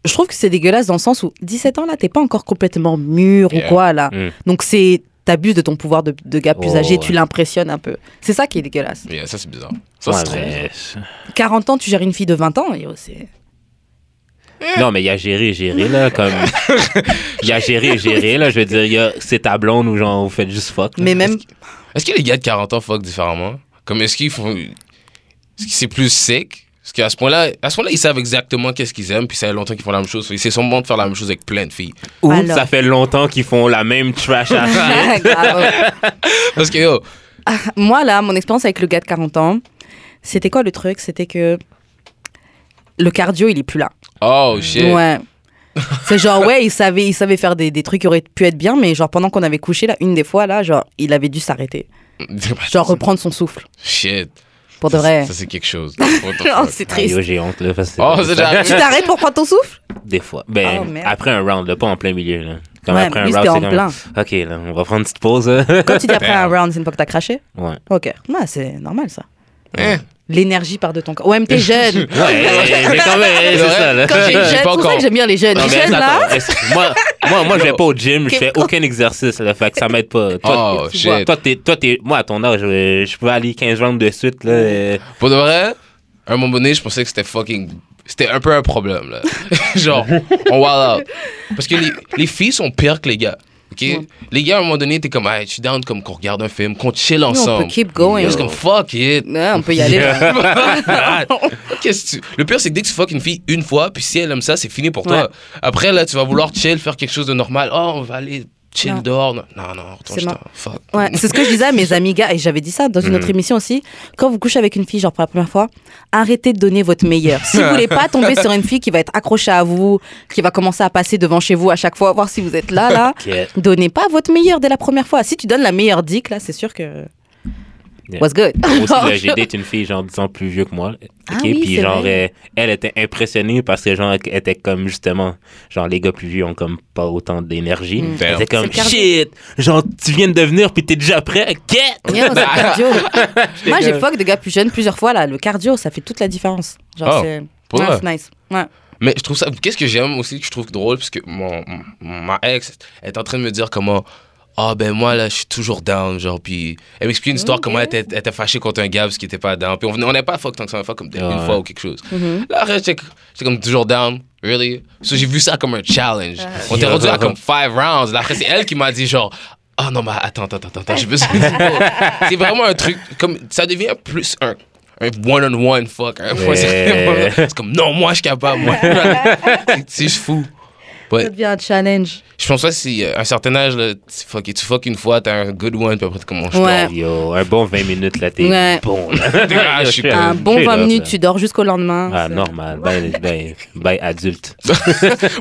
Speaker 1: je trouve que c'est dégueulasse dans le sens où 17 ans, là, t'es pas encore complètement mûr
Speaker 2: Yeah.
Speaker 1: ou quoi, là.
Speaker 3: Mm.
Speaker 1: Donc c'est. T'abuses de ton pouvoir de, de gars plus
Speaker 3: Oh,
Speaker 1: âgé,
Speaker 3: ouais.
Speaker 1: tu l'impressionnes un peu. C'est ça qui est dégueulasse.
Speaker 2: Yeah, euh, ça c'est bizarre ça c'est
Speaker 3: Ouais, ben,
Speaker 2: trop bizarre.
Speaker 3: mais-
Speaker 1: 40 ans, tu gères une fille de 20 ans, et oh, c'est.
Speaker 3: Non, mais il y a géré, géré, là, comme. Il y a géré, géré, là, je veux dire, il y a- c'est ta blonde ou genre, vous faites juste fuck. là.
Speaker 1: Mais même.
Speaker 2: Est-ce que les gars de 40 ans fuck différemment? Comme est-ce qu'ils font. Est-ce que c'est plus sec? Parce qu'à ce point-là, à ce point-là, ils savent exactement qu'est-ce qu'ils aiment, puis ça fait longtemps qu'ils font la même chose. Fait que C'est sûrement de faire la même chose avec plein de filles.
Speaker 3: Ou
Speaker 1: Alors.
Speaker 3: ça fait longtemps qu'ils font la même trash à Ah,
Speaker 1: Grave.
Speaker 2: Parce que yo,
Speaker 1: Moi, là, mon expérience avec le gars de 40 ans, c'était quoi le truc C'était que le cardio, il est plus là.
Speaker 2: oh shit.
Speaker 1: Ouais. C'est genre, ouais, il savait, il savait faire des, des trucs qui auraient pu être bien, mais genre, pendant qu'on avait couché, là, une des fois, là, genre, il avait dû s'arrêter. Genre, reprendre son souffle.
Speaker 2: Shit.
Speaker 1: Pour de vrai.
Speaker 2: Ça, c'est quelque chose. What the
Speaker 1: Oh,
Speaker 2: fuck?
Speaker 1: c'est
Speaker 3: Ah, yo,
Speaker 1: triste.
Speaker 3: j'ai honte, là, parce que
Speaker 2: Oh, c'est déjà
Speaker 1: Tu
Speaker 2: arrivé.
Speaker 1: t'arrêtes pour prendre ton souffle
Speaker 3: des fois. Ben,
Speaker 1: Oh, merde.
Speaker 3: après un round, là, pas en plein milieu, là. Comme
Speaker 1: Ouais,
Speaker 3: après un
Speaker 1: lui,
Speaker 3: round,
Speaker 1: c'était en
Speaker 3: c'est
Speaker 1: plein.
Speaker 3: comme... OK, là, on va prendre une petite pause, là.
Speaker 1: Quand tu dis après un round, c'est une fois que t'as craché
Speaker 3: Ouais.
Speaker 1: Ok. Non, c'est normal, ça.
Speaker 2: Hein?
Speaker 1: L'énergie part de ton corps. Ouais, mais t'es jeune.
Speaker 3: Ouais, mais quand même, c'est ça, là.
Speaker 1: Quand t'es
Speaker 2: J'ai- j'ai
Speaker 1: jeune, c'est pour
Speaker 2: pas
Speaker 1: ça
Speaker 2: encore.
Speaker 1: que j'aime bien les jeunes.
Speaker 3: Non,
Speaker 1: Les
Speaker 3: mais
Speaker 1: jeunes,
Speaker 3: attends,
Speaker 1: là.
Speaker 3: est-ce- moi, moi, moi je vais pas au gym, je fais
Speaker 1: Qu'est-ce
Speaker 3: aucun exercice, là, fait que ça m'aide pas. Toi,
Speaker 2: Oh,
Speaker 3: tu vois,
Speaker 2: shit.
Speaker 3: toi, t'es, toi, t'es, moi, à ton âge, euh, je peux aller 15 rounds de suite, là. euh,
Speaker 2: Pour de vrai, à un moment donné, je pensais que c'était fucking. C'était un peu un problème, là. Genre, on wild out. Parce que les, les filles sont pires que les gars. OK? Les gars, à un moment donné, t'es comme, hey, je suis down comme qu'on regarde un film, qu'on chill
Speaker 1: on peut
Speaker 2: ensemble.
Speaker 1: keep going.
Speaker 2: Juste comme, fuck it.
Speaker 1: Ouais, on peut y aller. là.
Speaker 2: Qu'est-ce que tu- Le pire, c'est que dès que tu fuck une fille une fois, puis si elle aime ça, c'est fini pour toi. Après, là, tu vas vouloir chill, faire quelque chose de normal. Oh, on va aller chill
Speaker 1: Non.
Speaker 2: dehors. Non, non, non retourne
Speaker 1: C'est
Speaker 2: chez
Speaker 1: mort.
Speaker 2: toi. Fuck.
Speaker 1: Ouais, c'est ce que je disais à mes amis gars, et j'avais dit ça
Speaker 3: Mm.
Speaker 1: dans une autre émission aussi. Quand vous couchez avec une fille, genre pour la première fois, arrêtez de donner votre meilleur. Si vous voulez pas tomber sur une fille qui va être accrochée à vous, qui va commencer à passer devant chez vous à chaque fois, voir si vous êtes là, là,
Speaker 3: Ok.
Speaker 1: donnez pas votre meilleur dès la première fois. Si tu donnes la meilleure dick, là, c'est sûr que.
Speaker 3: Yeah.
Speaker 1: What's good?
Speaker 3: Moi aussi, là, j'ai date une fille, genre, 10 ans plus vieux que moi. là.
Speaker 1: Ah
Speaker 3: OK?
Speaker 1: oui,
Speaker 3: Puis,
Speaker 1: c'est
Speaker 3: genre,
Speaker 1: vrai.
Speaker 3: euh, elle était impressionnée parce que, genre, elle était comme, justement, genre, les gars plus vieux ont comme pas autant d'énergie. Elle était
Speaker 1: Hmm. C'est
Speaker 3: comme,
Speaker 1: le cardio.
Speaker 3: shit, genre, tu viens de venir puis t'es déjà prêt. Get!
Speaker 1: Yo, c'est le cardio. Moi, j'ai fuck des gars plus jeunes plusieurs fois, là. Le cardio, ça fait toute la différence. Genre,
Speaker 2: Oh,
Speaker 1: c'est.
Speaker 2: pour
Speaker 1: Ouais,
Speaker 2: vrai.
Speaker 1: c'est nice. Ouais.
Speaker 2: Mais je trouve ça. Qu'est-ce que j'aime aussi, que je trouve drôle, parce que mon, mon- ma ex est en train de me dire comment. Ah, ben moi, là, je suis toujours down. Genre, puis elle m'explique une histoire, comment elle était, elle était fâchée contre un gars parce qu'il était pas down. Puis on venait- on n'est pas fuck tant que ça, on est fuck comme
Speaker 3: Ouais. Mm-hmm.
Speaker 2: une fois ou quelque chose. Là, après, j'étais j'étais comme toujours down. Really? So, j'ai vu ça comme un challenge. On était
Speaker 3: Yeah.
Speaker 2: rendu à comme five rounds. Là, après, c'est elle qui m'a dit, genre, ah non, mais attends, attends, attends, attends, j'ai besoin de C'est vraiment un truc, comme, ça devient plus un. Un one-on-one fuck. un fois, c'est-
Speaker 3: Ouais.
Speaker 2: c'est comme, non, moi, je suis capable, moi. C'est- c'est juste fou. Ouais.
Speaker 1: Ça devient un challenge.
Speaker 2: Je pense pas si euh, à un certain âge, là, tu fuck, tu fuck une fois, t'as un good one, puis après, t'es comme, oh, je
Speaker 1: Ouais.
Speaker 2: dors.
Speaker 3: Yo, un bon 20 minutes, là, t'es
Speaker 1: Ouais.
Speaker 3: bon. là.
Speaker 2: Ah, je suis
Speaker 3: Yo,
Speaker 1: Un
Speaker 3: je
Speaker 1: bon
Speaker 3: suis
Speaker 1: 20
Speaker 3: là,
Speaker 1: minutes,
Speaker 3: Eh, hein, ça.
Speaker 1: tu dors jusqu'au lendemain.
Speaker 3: Ah,
Speaker 1: C'est-
Speaker 3: normal. Ben, ben, ben, adulte.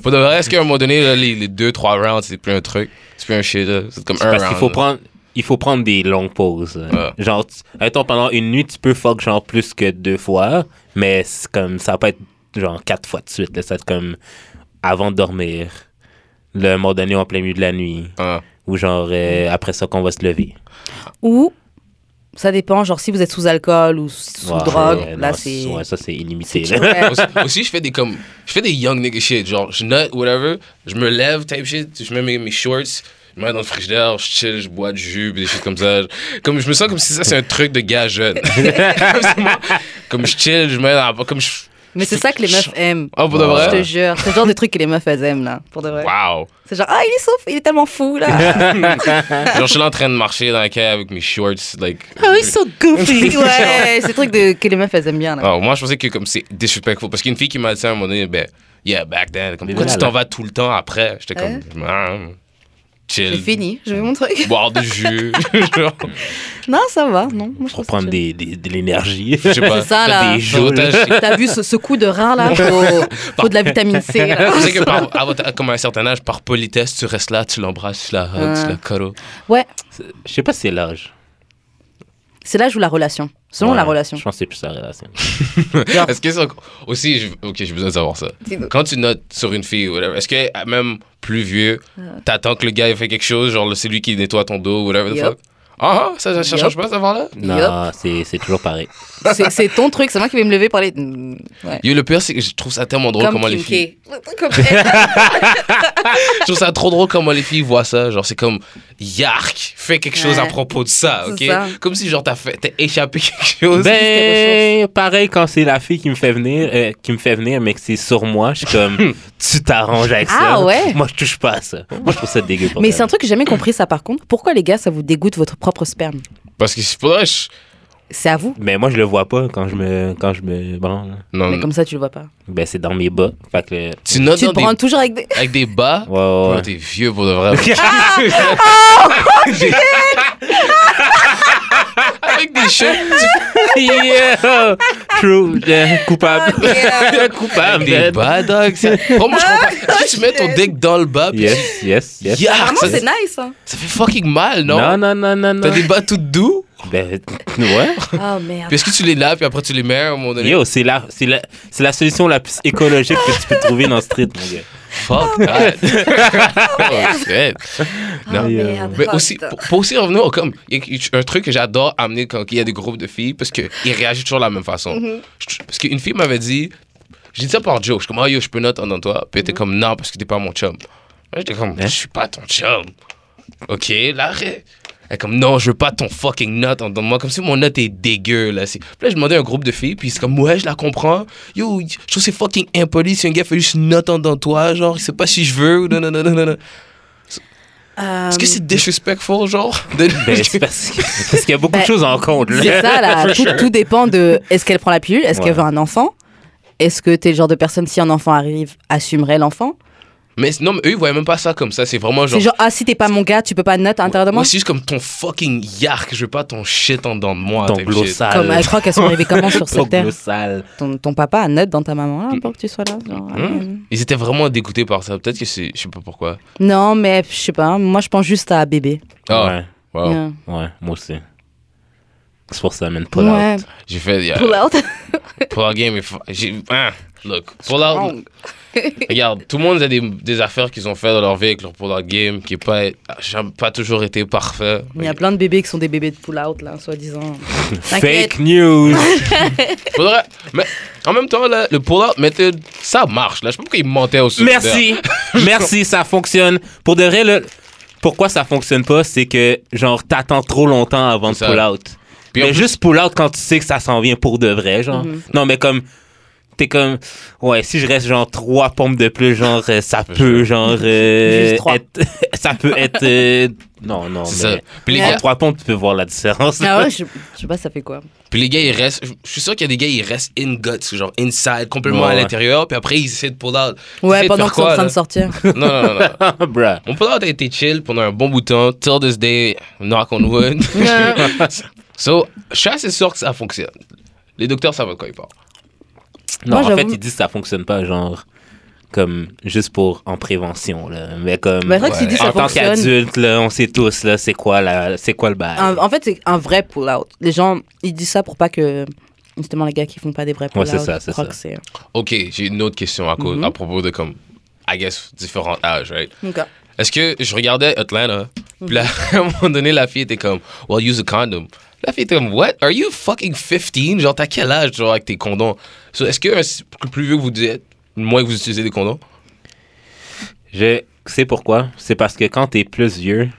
Speaker 2: Pour de vrai, est-ce qu'à un moment donné, là, les, les deux, trois rounds, c'est plus un truc? C'est plus un shit, là. C'est comme un
Speaker 3: Parce
Speaker 2: round.
Speaker 3: qu'il faut
Speaker 2: là.
Speaker 3: prendre, il faut prendre des longues pauses.
Speaker 2: Ouais.
Speaker 3: Genre, tu- mettons, pendant une nuit, tu peux fuck genre plus que deux fois, mais c'est comme ça va pas être genre quatre fois de suite. Là, ça va être comme avant de dormir, le moment donné en plein milieu de la nuit,
Speaker 2: Ah.
Speaker 1: Mm.
Speaker 3: ou genre euh, après ça qu'on va se lever.
Speaker 1: Ou Ça dépend, genre si vous êtes sous alcool ou sous
Speaker 3: Ouais,
Speaker 1: drogue,
Speaker 3: ouais,
Speaker 1: là
Speaker 3: non,
Speaker 1: c'est.
Speaker 3: Ouais, ça, c'est illimité.
Speaker 1: c'est
Speaker 3: là.
Speaker 1: chill.
Speaker 2: aussi, aussi, je fais des comme. Je fais des young nigga shit. Genre, je nut, whatever. Je me lève, type shit. Je mets mes, mes shorts. Je me mets dans le frigidaire. Je chill, je bois du jus, puis des choses comme ça. Comme, je me sens comme si ça, c'est un truc de gars jeune. comme, c'est moi. Comme je chill, je me mets dans la- Comme je.
Speaker 1: Mais c'est ça que les meufs aiment.
Speaker 2: Oh, pour de
Speaker 3: Ouais.
Speaker 1: Je te
Speaker 2: vrai?
Speaker 1: jure, c'est le genre de truc que les meufs elles aiment là, pour de vrai.
Speaker 2: Wow.
Speaker 1: C'est genre ah il est sauf, il est tellement fou là.
Speaker 2: Genre, je suis là en train de marcher dans la calle avec mes shorts. Like, euh,
Speaker 1: oh ils sont goofy. ouais, c'est le truc de, que les meufs elles aiment bien là.
Speaker 2: Oh, moi, je pensais que comme c'est disrespectful. Parce qu'une fille qui m'a dit ça à un moment donné, ben, yeah, back then. Comme,
Speaker 3: Mais
Speaker 2: pourquoi tu
Speaker 3: voilà.
Speaker 2: t'en vas tout le temps après? J'étais
Speaker 1: Ouais.
Speaker 2: comme, ah, chill.
Speaker 1: J'ai fini, je vais mon truc.
Speaker 2: Boire du jus. Genre,
Speaker 1: Non ça va, non. Moi, je
Speaker 3: Pour
Speaker 1: trouve
Speaker 3: prendre
Speaker 1: ça
Speaker 3: des, des- de l'énergie.
Speaker 2: je sais pas.
Speaker 1: C'est ça,
Speaker 2: T'as
Speaker 1: là.
Speaker 2: des jours, t'as-
Speaker 1: chill. T'as vu ce, ce coup de rein là Faut, faut de la vitamine C. là.
Speaker 2: Je sais que par, à votre- comme à un certain âge, par politesse, tu restes là, tu l'embrasses, tu la hugs,
Speaker 1: Ouais.
Speaker 2: tu la cuddles.
Speaker 1: Ouais,
Speaker 3: Je sais pas si c'est l'âge.
Speaker 1: c'est là où la relation. Selon
Speaker 3: Ouais,
Speaker 1: la relation.
Speaker 3: Je pense que c'est plus la relation.
Speaker 1: Genre,
Speaker 2: Est-ce que c'est encore- aussi, je- ok, j'ai besoin de savoir ça.
Speaker 1: Dis-nous.
Speaker 2: Quand tu notes sur une fille, whatever, est-ce que même plus vieux, t'attends que le gars ait fait quelque chose, genre c'est lui qui nettoie ton dos, whatever the
Speaker 1: Yup.
Speaker 2: fuck? Ah, ah, ça, ça, ça
Speaker 1: Yup.
Speaker 2: change pas, ça, là
Speaker 3: Non, c'est c'est toujours pareil.
Speaker 1: c'est- c'est ton truc, c'est moi qui vais me lever parler. Mm, Ouais.
Speaker 2: Yo, le pire, c'est que je trouve ça tellement drôle comment les
Speaker 1: Kim K.
Speaker 2: filles.
Speaker 1: Comme elle.
Speaker 2: Je trouve ça trop drôle comment les filles voient ça. Genre, c'est comme, yark, fais quelque chose à
Speaker 1: Ouais.
Speaker 2: propos de ça,
Speaker 1: C'est
Speaker 2: ok?
Speaker 1: ça.
Speaker 2: Comme si, genre, t'as fait- t'as échappé quelque chose.
Speaker 1: des
Speaker 3: Ben, pareil quand c'est la fille qui me fait venir, euh, qui me fait venir, mais que c'est sur moi, je suis comme, tu t'arranges avec ça.
Speaker 1: Hmm. Ah ouais?
Speaker 3: Moi, je touche pas à ça. Moi, je trouve ça dégueu. pour
Speaker 1: Mais
Speaker 3: vrai.
Speaker 1: c'est un truc que j'ai jamais compris ça par contre. Pourquoi les gars ça vous dégoûte votre propre sperme
Speaker 2: Parce que c'est pas je-
Speaker 1: C'est à vous.
Speaker 3: Mais moi, je le vois pas quand je me, quand je me branle.
Speaker 2: Non,
Speaker 1: Mais comme ça tu le vois pas.
Speaker 2: euh,
Speaker 3: Ben, c'est dans mes bas. Fait que. le-
Speaker 2: tu notes
Speaker 1: Tu te
Speaker 2: dans des-
Speaker 1: prends toujours avec des.
Speaker 2: avec des bas.
Speaker 3: Ouais, ouais,
Speaker 2: Bro,
Speaker 3: ouais.
Speaker 2: t'es vieux pour de vrai. avec des cheveux,
Speaker 3: Yeah! True. Euh, Coupable.
Speaker 1: Ah,
Speaker 2: avec
Speaker 3: Coupable.
Speaker 2: des
Speaker 3: man.
Speaker 2: bas, dog. ça- Bro, moi, je comprends
Speaker 1: Oh,
Speaker 2: pas. Si tu mets ton dick dans le bas, puis
Speaker 3: Yes, yes, yes.
Speaker 2: yark,
Speaker 1: Vraiment
Speaker 2: ça,
Speaker 1: c'est nice. Hein.
Speaker 2: ça fait fucking mal, non?
Speaker 3: Non, non, non, non, non.
Speaker 2: T'as des bas tout doux.
Speaker 3: Ben, ouais.
Speaker 2: hein.
Speaker 1: Oh merde.
Speaker 2: Puis est-ce que tu les laves, puis après tu les mets à un moment donné?
Speaker 3: Yo, c'est la, c'est la, c'est la solution la plus écologique que tu peux trouver dans le street, mon gars.
Speaker 2: Fuck that. oh, shit.
Speaker 1: Oh,
Speaker 2: Non.
Speaker 1: merde.
Speaker 2: Mais
Speaker 1: Oh,
Speaker 2: aussi,
Speaker 1: putain.
Speaker 2: pour, pour aussi revenir au comme, il y a un truc que j'adore amener quand il y a des groupes de filles, parce qu'ils réagissent toujours de la même façon. Je- Parce qu'une fille m'avait dit, j'ai dit ça par joke, je suis comme, Ah, yo, je peux noter dans toi. Puis elle était comme, non, parce que t'es pas mon chum. Moi, J'étais comme, je suis pas ton chum. Ok, là, ré- elle est comme, non, je veux pas ton fucking note en dedans de moi. Comme si mon note est dégueu, là. C'est- Puis là, je demandais à un groupe de filles, puis c'est comme, ouais, je la comprends. Yo, je trouve que c'est fucking impoli si un gars fait juste une note en dedans de toi. Genre, il sait pas si je veux. ou Non, non, non, non, non, non.
Speaker 1: Euh,
Speaker 2: Est-ce que c'est disrespectful, genre? de-
Speaker 3: Ben, c'est parce, que- parce qu'il y a beaucoup
Speaker 1: Ben,
Speaker 3: de choses en compte, là.
Speaker 1: C'est ça, là. Tout, tout dépend de est-ce qu'elle prend la pilule, est-ce
Speaker 3: Ouais.
Speaker 1: qu'elle veut un enfant, est-ce que t'es le genre de personne, si un enfant arrive, assumerait l'enfant.
Speaker 2: Mais non, mais eux, ils voyaient même pas ça comme ça. C'est vraiment genre.
Speaker 1: C'est genre, ah, si t'es pas mon gars, tu peux pas note à l'intérieur de moi.
Speaker 2: Moi, c'est juste comme ton fucking yark. Je veux pas ton shit en dedans de moi.
Speaker 3: Ton
Speaker 2: type
Speaker 3: glow
Speaker 2: shit.
Speaker 3: sale.
Speaker 1: Comme, euh, je crois qu'elles sont arrivées comment sur
Speaker 3: Ton
Speaker 1: cette terre
Speaker 3: glow sale.
Speaker 1: ton, ton papa a note dans ta maman, là, pour que tu sois là.
Speaker 2: Mm.
Speaker 1: genre, euh,
Speaker 2: Ils étaient vraiment dégoûtés par ça. Peut-être que c'est. Je sais pas pourquoi.
Speaker 1: Non, mais je sais pas, moi je pense juste à bébé.
Speaker 2: Ah,
Speaker 3: Ouais,
Speaker 2: wow.
Speaker 1: Yeah.
Speaker 3: ouais, moi aussi. C'est pour ça, man. Pull
Speaker 1: Ouais.
Speaker 3: out.
Speaker 2: J'ai fait. Yeah,
Speaker 1: Pull out.
Speaker 2: pour la game, il faut- j'ai. Hein, look. Pour la.
Speaker 3: Oh.
Speaker 2: Regarde, tout le monde a des, des affaires qu'ils ont fait dans leur vie avec leur pour la game qui est pas, j'ai pas toujours été parfait.
Speaker 1: Il y a plein de bébés qui sont des bébés de pull out, là, soi-disant. T'inquiète.
Speaker 3: Fake news.
Speaker 2: Faudrait- Mais en même temps, là, le pull-out method, ça marche. Là. Je sais pas pourquoi ils mentaient au secondaire.
Speaker 3: Merci. Merci, ça fonctionne. Pour de vrai, là, pourquoi ça fonctionne pas, c'est que, genre, t'attends trop longtemps avant de
Speaker 2: C'est ça.
Speaker 3: pull out.
Speaker 2: Puis en
Speaker 3: mais
Speaker 2: plus-
Speaker 3: juste pull out quand tu sais que ça s'en vient pour de vrai, genre.
Speaker 1: Mm-hmm.
Speaker 3: Non, mais comme, t'es comme, ouais, si je reste, genre, trois pompes de plus, genre, euh, ça peut, genre, euh,
Speaker 1: Juste trois.
Speaker 3: être, ça peut être, euh, non, non,
Speaker 2: C'est
Speaker 3: mais
Speaker 2: ça. Puis les
Speaker 3: en
Speaker 2: gars-
Speaker 3: trois pompes, tu peux voir la différence.
Speaker 1: euh, Ah ouais, je, je sais pas, ça fait quoi.
Speaker 2: Puis les gars, ils restent. je- Je suis sûr qu'il y a des gars, ils restent in guts, genre inside, complètement
Speaker 3: Ouais,
Speaker 2: à
Speaker 3: ouais.
Speaker 2: l'intérieur. Puis après, ils essaient de pull out. Ils essaient
Speaker 1: Ouais,
Speaker 2: de
Speaker 1: pendant
Speaker 2: faire
Speaker 1: que sont en
Speaker 2: quoi,
Speaker 1: train
Speaker 2: là?
Speaker 1: de sortir.
Speaker 2: Non, non, non. non.
Speaker 3: Bruh.
Speaker 2: Mon pull out a été chill pendant un bon bout de temps. Till this day, knock on wood. so, je suis assez sûr que ça fonctionne. Les docteurs savent de quoi ils parlent.
Speaker 3: Non,
Speaker 1: Moi,
Speaker 3: en
Speaker 1: j'avoue-
Speaker 3: fait, ils disent que ça fonctionne pas, genre, comme, juste pour, en prévention, là. Mais comme,
Speaker 1: Mais c'est vrai Bah, que tu
Speaker 2: Ouais.
Speaker 1: dis ça
Speaker 3: en tant
Speaker 1: fonctionne.
Speaker 3: qu'adulte, là, on sait tous, là, c'est quoi, la, c'est quoi le bail.
Speaker 1: Un- en fait, c'est un vrai pull-out. Les gens, ils disent ça pour pas que, justement, les gars qui font pas des vrais
Speaker 3: Ouais,
Speaker 1: pull-out.
Speaker 3: c'est ça, c'est
Speaker 1: croient
Speaker 3: ça.
Speaker 1: que c'est- hein.
Speaker 2: Ok, j'ai une autre question à, cause,
Speaker 3: Mm-hmm.
Speaker 2: à propos de comme, I guess, différents âges, right?
Speaker 1: Ok.
Speaker 2: Est-ce que je regardais Atlanta, puis là, à un moment donné, la fille était comme, well, use a condom. Là, La fille était comme, What? Are you fucking 15? Genre, t'as quel âge, genre, avec tes condoms? So, Est-ce que un- plus vieux que vous êtes, moins que vous utilisez des condoms?
Speaker 3: Je sais pourquoi. C'est parce que quand t'es plus vieux,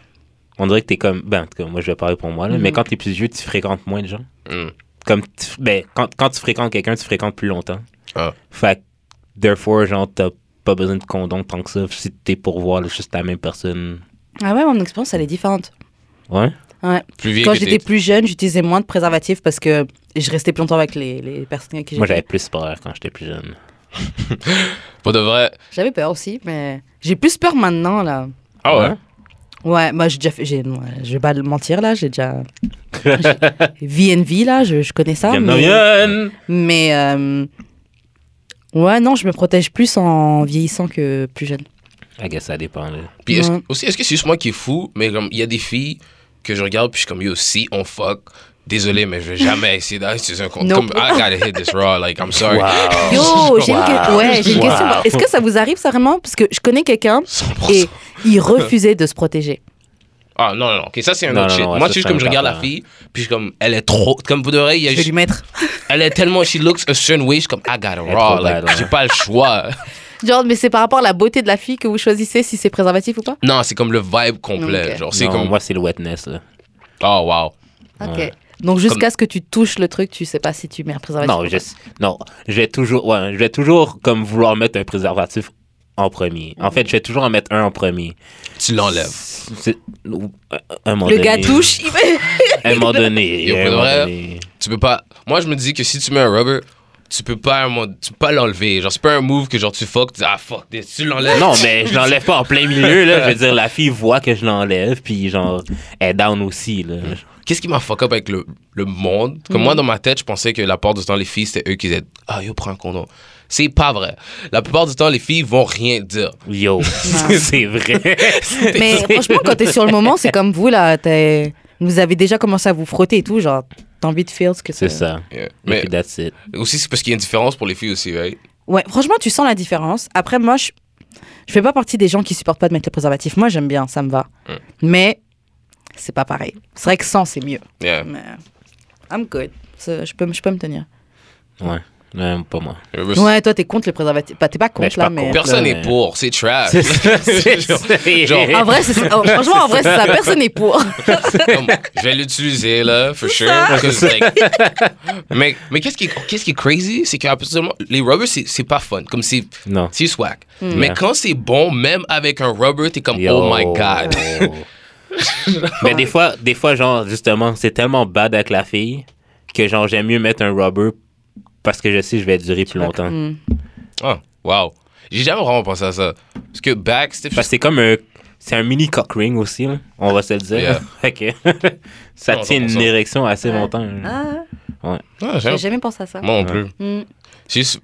Speaker 3: on dirait que t'es comme. Ben, en tout cas, moi, je vais parler pour moi, là,
Speaker 1: Mm.
Speaker 3: mais quand t'es plus vieux, tu fréquentes moins de gens.
Speaker 2: Hmm.
Speaker 3: Comme, tu- ben, quand, quand tu fréquentes quelqu'un, tu fréquentes plus longtemps.
Speaker 2: Ah.
Speaker 3: Fait que, therefore, genre, t'as pas besoin de condom tant que ça si t'es pour voir là, juste la même personne.
Speaker 1: Ah ouais, mon expérience, elle est différente.
Speaker 3: Ouais.
Speaker 1: Ouais.
Speaker 2: Plus vieux
Speaker 1: Quand
Speaker 2: que t'es-
Speaker 1: j'étais plus jeune, j'utilisais moins de préservatifs parce que je restais plus longtemps avec les, les personnes avec qui
Speaker 3: Moi, j'avais
Speaker 1: j'étais.
Speaker 3: plus peur quand j'étais plus jeune.
Speaker 2: Pour de vrai.
Speaker 1: J'avais peur aussi, mais j'ai plus peur maintenant, là.
Speaker 2: Ah ouais?
Speaker 1: Ouais, moi, j'ai déjà fait. j'ai- ouais, je vais pas le mentir, là, j'ai déjà. j'ai- VNV, là, je, je connais ça.
Speaker 3: J'aime
Speaker 1: Ah, mais-
Speaker 3: Dorian!
Speaker 1: Mais euh, ouais, non, je me protège plus en vieillissant que plus jeune.
Speaker 3: I guess ça dépend. là.
Speaker 2: Puis est-ce-
Speaker 1: Ouais.
Speaker 2: aussi, est-ce que c'est juste moi qui est fou, mais comme il y a des filles que je regarde, puis je suis comme, yo, si on fuck, désolé, mais je vais jamais essayer d'utiliser un compte.
Speaker 1: Nope.
Speaker 2: Comme, I gotta hit this raw, like, I'm sorry.
Speaker 3: Wow.
Speaker 1: Yo, j'ai une, que-
Speaker 3: Wow.
Speaker 1: ouais, j'ai une
Speaker 3: Wow.
Speaker 1: question. Est-ce que ça vous arrive ça vraiment Parce que je connais quelqu'un
Speaker 2: 100%.
Speaker 1: et il refusait de se protéger.
Speaker 2: Ah non, non, non, ok, ça c'est un
Speaker 3: Non,
Speaker 2: autre
Speaker 3: non,
Speaker 2: shit.
Speaker 3: non, ouais,
Speaker 2: Moi,
Speaker 3: ça,
Speaker 2: c'est juste
Speaker 3: c'est
Speaker 2: comme je
Speaker 3: un hein.
Speaker 2: regarde la
Speaker 3: autre
Speaker 2: fille, puis je suis comme, elle est trop, comme vous devrez, il y a
Speaker 1: Je vais lui
Speaker 2: juste-
Speaker 1: mettre.
Speaker 2: elle est tellement, she looks a certain way, je suis comme, I gotta
Speaker 3: Elle est
Speaker 2: raw,
Speaker 3: trop
Speaker 2: like,
Speaker 3: belle, ouais.
Speaker 2: j'ai pas le choix.
Speaker 1: Genre, mais c'est par rapport à la beauté de la fille que vous choisissez si c'est préservatif ou pas
Speaker 2: Non, c'est comme le vibe complet,
Speaker 1: Ok.
Speaker 2: genre, c'est
Speaker 3: Non,
Speaker 2: comme,
Speaker 3: Moi, c'est le wetness. Là.
Speaker 2: oh wow.
Speaker 1: Ok.
Speaker 3: Ouais.
Speaker 1: Donc jusqu'à ce que tu touches le truc, tu sais pas si tu mets un préservatif.
Speaker 3: Non,
Speaker 1: ou
Speaker 3: je,
Speaker 1: pas.
Speaker 3: non, je vais toujours, ouais, je vais toujours comme vouloir mettre un préservatif en premier. En fait, je vais toujours en mettre un en premier.
Speaker 2: Tu l'enlèves.
Speaker 3: C'est- un- un moment
Speaker 1: Le
Speaker 3: donné-
Speaker 1: gars touche. il-
Speaker 3: Un moment donné.
Speaker 2: Yo,
Speaker 3: un
Speaker 2: pour de
Speaker 3: moment
Speaker 2: vrai,
Speaker 3: donné.
Speaker 2: Tu peux pas. Moi, je me dis que si tu mets un rubber, tu peux pas, un mo- tu peux pas l'enlever. Genre, c'est pas un move que genre tu fuck, tu dis ah fuck, this, tu l'enlèves.
Speaker 3: Non, mais je l'enlève pas en plein milieu, là. Je veux dire, la fille voit que je l'enlève, puis genre, elle est down aussi, là.
Speaker 2: Qu'est-ce qui m'a fuck up avec le, le monde Comme moi, dans ma tête, je pensais que la plupart du temps, les filles, c'était eux qui disaient ah yo, prends un condom. C'est pas vrai. La plupart du temps, les filles vont rien dire.
Speaker 3: Yo, c'est vrai.
Speaker 1: Mais franchement, quand t'es sur le moment, c'est comme vous là. t'es- Vous avez déjà commencé à vous frotter et tout, genre t'as envie de feel ce que
Speaker 3: C'est ça.
Speaker 2: Yeah.
Speaker 3: Mais
Speaker 2: Mais
Speaker 3: puis that's it.
Speaker 2: aussi, c'est parce qu'il y a une différence pour les filles aussi, right
Speaker 1: Ouais, franchement, tu sens la différence. Après, moi, je, je fais pas partie des gens qui supportent pas de mettre le préservatif. Moi, j'aime bien, ça me va.
Speaker 2: Mm.
Speaker 1: Mais c'est pas pareil. C'est vrai que sans, c'est mieux.
Speaker 2: Yeah.
Speaker 1: Mais I'm good. Ça, Je peux, me- je peux me tenir.
Speaker 3: Ouais. Non, pas moi.
Speaker 2: Rubber, c'est-
Speaker 1: Ouais, toi, t'es contre le préservatif. Bah, t'es pas contre
Speaker 3: Mais je suis
Speaker 1: là,
Speaker 3: pas
Speaker 1: mais.
Speaker 3: contre.
Speaker 2: Personne
Speaker 3: Ouais,
Speaker 2: n'est
Speaker 3: mais-
Speaker 2: pour, c'est trash.
Speaker 3: C'est ça. c'est
Speaker 2: Genre,
Speaker 3: ça.
Speaker 2: genre,
Speaker 1: En vrai, c'est ça. Oh, franchement, en vrai, c'est ça. Personne n'est pour.
Speaker 2: Comme, je vais l'utiliser là, for sure. because, like, mais mais qu'est-ce qui, qu'est-ce qui est crazy, c'est qu'absolument, les rubbers, c'est, c'est pas fun. Comme c'est,
Speaker 3: Non.
Speaker 2: c'est swag. Mais
Speaker 3: Yeah.
Speaker 2: quand c'est bon, même avec un rubber, t'es comme,
Speaker 3: Yo.
Speaker 2: oh my god.
Speaker 3: Mais des fois, des fois, genre, justement, c'est tellement bad avec la fille que, genre, j'aime mieux mettre un rubber parce que je sais que je vais durer plus longtemps.
Speaker 1: Mm.
Speaker 2: Oh, wow. J'ai jamais vraiment pensé à ça. Parce que back, c'était
Speaker 3: Parce que c'est comme un. C'est un mini cock ring aussi, là, on va se le dire.
Speaker 2: Yeah.
Speaker 3: Fait que ça
Speaker 2: Non,
Speaker 3: tient une
Speaker 2: 100%.
Speaker 3: érection assez longtemps. là.
Speaker 1: Ah,
Speaker 2: Ah, j'aime-
Speaker 1: j'ai jamais pensé à ça.
Speaker 2: Moi non plus.
Speaker 1: Mm.
Speaker 2: C'est juste-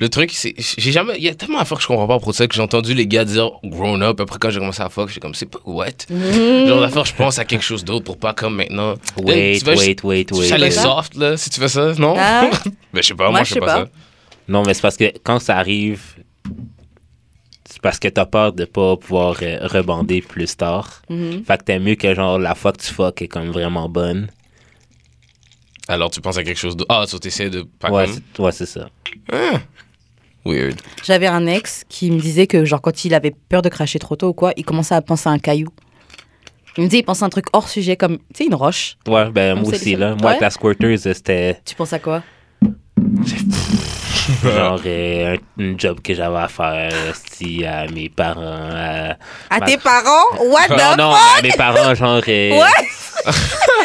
Speaker 2: Le truc, c'est. J'ai jamais. Il y a tellement à faire que je comprends pas pour ça que j'ai entendu les gars dire grown up. Après, quand j'ai commencé à fuck, j'ai comme, c'est pas what?
Speaker 1: Hmm.
Speaker 2: Genre, d'affaire, je pense à quelque chose d'autre pour pas comme maintenant. Eh,
Speaker 3: Wait,
Speaker 2: Tu vas-
Speaker 3: wait, wait,
Speaker 2: Tu fais
Speaker 3: wait.
Speaker 2: les soft, là, si tu fais ça, non?
Speaker 1: Ah.
Speaker 2: ben, je sais pas, moi, je sais pas, ça.
Speaker 3: Non, mais c'est parce que quand ça arrive, c'est parce que t'as peur de pas pouvoir euh, rebondir plus tard.
Speaker 1: Mhm.
Speaker 3: Fait que t'aimes mieux que genre la fois que tu fuck est comme vraiment bonne.
Speaker 2: Alors, tu penses à quelque chose d'autre. Ah, tu essaies de. Pas
Speaker 3: Ouais,
Speaker 2: comme-
Speaker 3: c'est ouais, c'est ça.
Speaker 2: Weird.
Speaker 1: J'avais un ex qui me disait que, genre, quand il avait peur de cracher trop tôt ou quoi, il commençait à penser à un caillou. Il me dit, il pensait à un truc hors sujet, comme, tu sais, une roche.
Speaker 3: Ouais, ben moi
Speaker 1: c'est
Speaker 3: aussi,
Speaker 1: les
Speaker 3: là.
Speaker 1: seuls-
Speaker 3: Moi, avec
Speaker 1: Ouais.
Speaker 3: la squirteuse, c'était
Speaker 1: Tu penses à quoi
Speaker 3: genre euh, un, une job que j'avais à faire si à mes parents. à-
Speaker 1: À
Speaker 3: Ma-
Speaker 1: tes parents What the
Speaker 3: Bah, Non,
Speaker 1: fuck
Speaker 3: non, à mes parents, genre. euh,
Speaker 1: Ouais.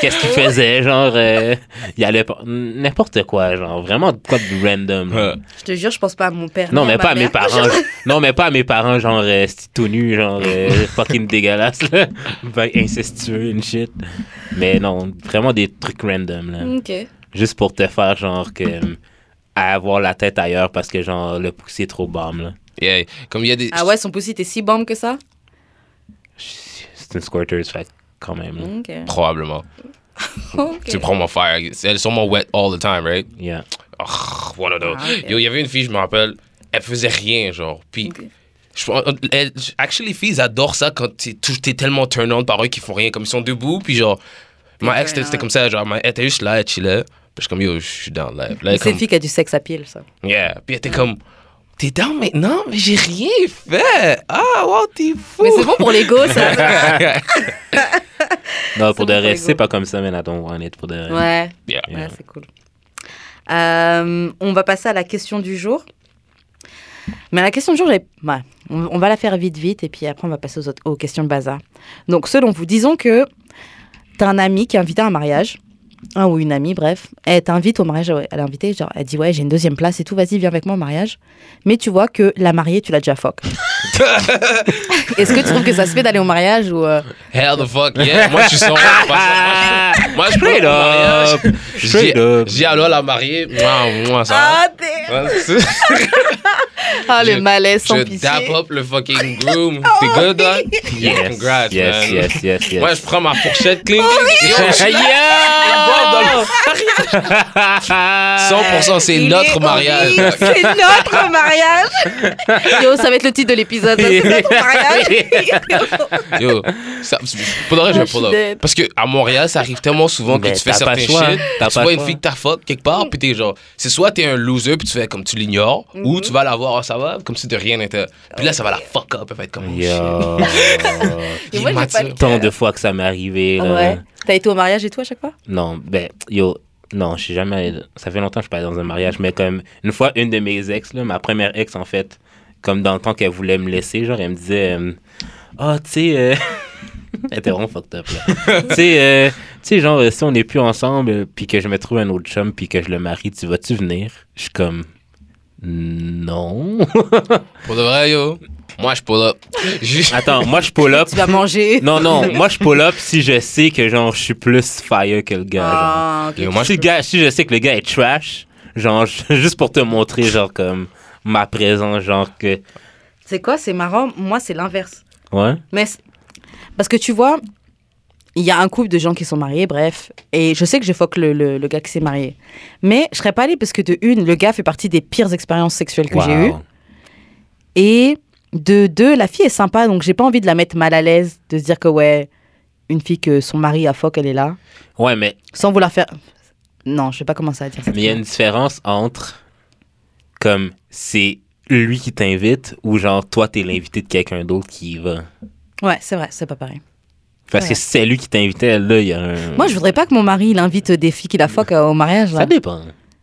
Speaker 3: Qu'est-ce qu'ils faisaient? Genre, euh, ils allaient pas- n'importe quoi, genre, vraiment de quoi de random. là.
Speaker 2: Euh,
Speaker 1: Je te jure, je pense pas à mon père.
Speaker 3: Non,
Speaker 1: ni
Speaker 3: mais
Speaker 1: ma
Speaker 3: pas à mes
Speaker 1: mère.
Speaker 3: parents. non, mais pas à mes parents, genre, euh, sti- tout nu, genre, euh, fucking dégueulasse, là. Ben, incestueux, une shit. Mais non, vraiment des trucs random, là.
Speaker 1: Ok.
Speaker 3: Juste pour te faire, genre, que. euh, avoir la tête ailleurs parce que, genre, le poussé est trop bombe, là.
Speaker 2: yeah. Comme il y a des.
Speaker 1: Ah ouais, son pussy, t'es si bombe que ça
Speaker 3: C'est une squirter, fait que, quand même, là.
Speaker 1: Ok.
Speaker 2: Probablement. Tu prends mon fire. Elles sont mon wet all the time, right?
Speaker 3: Yeah.
Speaker 2: Oh, one of those.
Speaker 1: Ah, ok.
Speaker 2: Yo, il y avait une fille, je me rappelle, elle faisait rien, genre. Puis,
Speaker 1: Ok.
Speaker 2: je euh, pense- elle- actually, les filles, elles adorent ça quand t'es tout- t'es tellement turn on par eux qu'ils font rien. Comme ils sont debout, puis genre, Ma ex, c'était c'était comme ça, genre, ma- elle était juste là, elle chillait. Puis je suis comme, yo, je suis down live. Là, elle est
Speaker 1: C'est
Speaker 2: comme,
Speaker 1: une fille qui a du sexe à pile, ça.
Speaker 2: yeah. Puis elle était comme, t'es down maintenant? Mais j'ai rien fait. Ah, wow, t'es fou.
Speaker 1: Mais c'est bon pour l'ego, ça.
Speaker 3: Non, pour de
Speaker 1: bon pour
Speaker 3: vrai,
Speaker 1: les
Speaker 3: c'est
Speaker 1: gars.
Speaker 3: pas comme ça, mais attends, on est pour de vrai.
Speaker 1: Ouais.
Speaker 2: Yeah.
Speaker 1: Ouais, c'est cool. Euh, on va passer à la question du jour. Mais la question du jour, j'ai- ouais, on, on va la faire vite, vite, et puis après, on va passer aux, autres, aux questions de bazar. Donc, selon vous, disons que t'as un ami qui est invité à un mariage, un ou une amie, bref, elle t'invite au mariage, ouais, elle est invitée, genre, elle dit, ouais, j'ai une deuxième place et tout, vas-y, viens avec moi au mariage. Mais tu vois que la mariée, tu l'as déjà foc. Est-ce que tu trouves que ça se fait d'aller au mariage ou... euh,
Speaker 2: Hell the fuck, yeah. Moi, je suis son. Moi, je- moi, je prends
Speaker 3: Straight
Speaker 2: le mariage.
Speaker 3: up! Straight
Speaker 2: J'ai-
Speaker 3: up!
Speaker 2: J'ai alors la mariée. Moi, moi, ça.
Speaker 1: Ah, t'es-
Speaker 2: va.
Speaker 1: Ah,
Speaker 2: Je-
Speaker 1: le malaise sans
Speaker 2: Je
Speaker 1: pitié.
Speaker 2: dap up le fucking groom. T'es good, dog? Yeah, congrats,
Speaker 3: yes,
Speaker 2: man.
Speaker 3: yes, yes, yes.
Speaker 2: Moi, je prends ma fourchette clean.
Speaker 1: Oh
Speaker 2: clean. Yo, je suis là.
Speaker 3: Sans
Speaker 2: 100% c'est
Speaker 1: Il est
Speaker 2: notre
Speaker 1: horrible,
Speaker 2: mariage. dog.
Speaker 1: C'est notre mariage. Yo, ça va être le titre de l'épisode. ça, C'est notre mariage.
Speaker 2: Yo, ça, pour de vrai, je
Speaker 1: Ah,
Speaker 2: vais
Speaker 1: je suis
Speaker 2: pull up.
Speaker 1: dead.
Speaker 2: Parce que à Montréal, ça arrive tellement souvent que
Speaker 3: Mais
Speaker 2: tu fais
Speaker 3: t'as pas
Speaker 2: certains
Speaker 3: le choix,
Speaker 2: shit.
Speaker 3: t'as
Speaker 2: Tu
Speaker 3: pas
Speaker 2: vois
Speaker 3: le
Speaker 2: une
Speaker 3: choix.
Speaker 2: fille que t'as faute quelque part, puis t'es genre, c'est soit t'es un loser, puis tu fais comme tu l'ignores, ou
Speaker 1: Mm-hmm.
Speaker 2: tu vas la voir, ah, ça va, comme si de rien n'était. Puis là, ça va la fuck up, elle va être comme. oh, shit.
Speaker 1: Et
Speaker 3: Yo.
Speaker 1: moi, j'ai pas
Speaker 2: Immature.
Speaker 1: le
Speaker 3: Tant de fois que ça m'est arrivé. Là.
Speaker 1: Ah ouais. T'as été au mariage et tout à chaque fois
Speaker 3: Non, ben, yo, non, je suis jamais. allé- Ça fait longtemps que je suis pas allé dans un mariage, mais comme une fois, une de mes ex, là, ma première ex, en fait, comme dans le temps qu'elle voulait me laisser, genre, elle me disait, euh, ah, tu sais, euh, elle était vraiment fucked up, là. tu sais, euh, tu sais, genre, euh, si on n'est plus ensemble, euh, puis que je me trouve un autre chum, puis que je le marie, tu vas-tu venir? Je suis comme, non.
Speaker 2: Pour de vrai, yo, moi, je pull up.
Speaker 1: Ah.
Speaker 2: Je-
Speaker 3: Attends, moi, je pull up.
Speaker 1: Tu vas manger
Speaker 3: Non, non, moi, je pull up si je sais que, genre, je suis plus fire que le gars, genre.
Speaker 1: Ah, ok.
Speaker 2: Yo, moi,
Speaker 3: si,
Speaker 2: je
Speaker 3: le gars, si je sais que le gars est trash, genre, juste pour te montrer, genre, comme ma présence, genre que.
Speaker 1: C'est quoi C'est marrant. Moi, c'est l'inverse.
Speaker 3: Ouais.
Speaker 1: Mais c'est- parce que tu vois, il y a un couple de gens qui sont mariés, bref, et je sais que je foque le, le- le gars qui s'est marié. Mais je serais pas allée parce que de une, le gars fait partie des pires expériences sexuelles que j'ai eues. Et de deux, la fille est sympa, donc j'ai pas envie de la mettre mal à l'aise, de se dire que ouais, une fille que son mari a foc, elle est là,
Speaker 3: Ouais, mais
Speaker 1: sans vouloir faire. Non, je vais pas commencer à dire ça.
Speaker 3: mais il y a une différence entre comme c'est lui qui t'invite ou genre toi t'es l'invité de quelqu'un d'autre qui y va.
Speaker 1: Ouais, c'est vrai, c'est pas pareil.
Speaker 3: Parce
Speaker 1: Ouais.
Speaker 3: que si c'est lui qui t'invitait, là, il y a un.
Speaker 1: Moi, je voudrais pas que mon mari il invite des filles qu'il a foc euh, au mariage.
Speaker 3: Ça
Speaker 1: Là.
Speaker 3: dépend.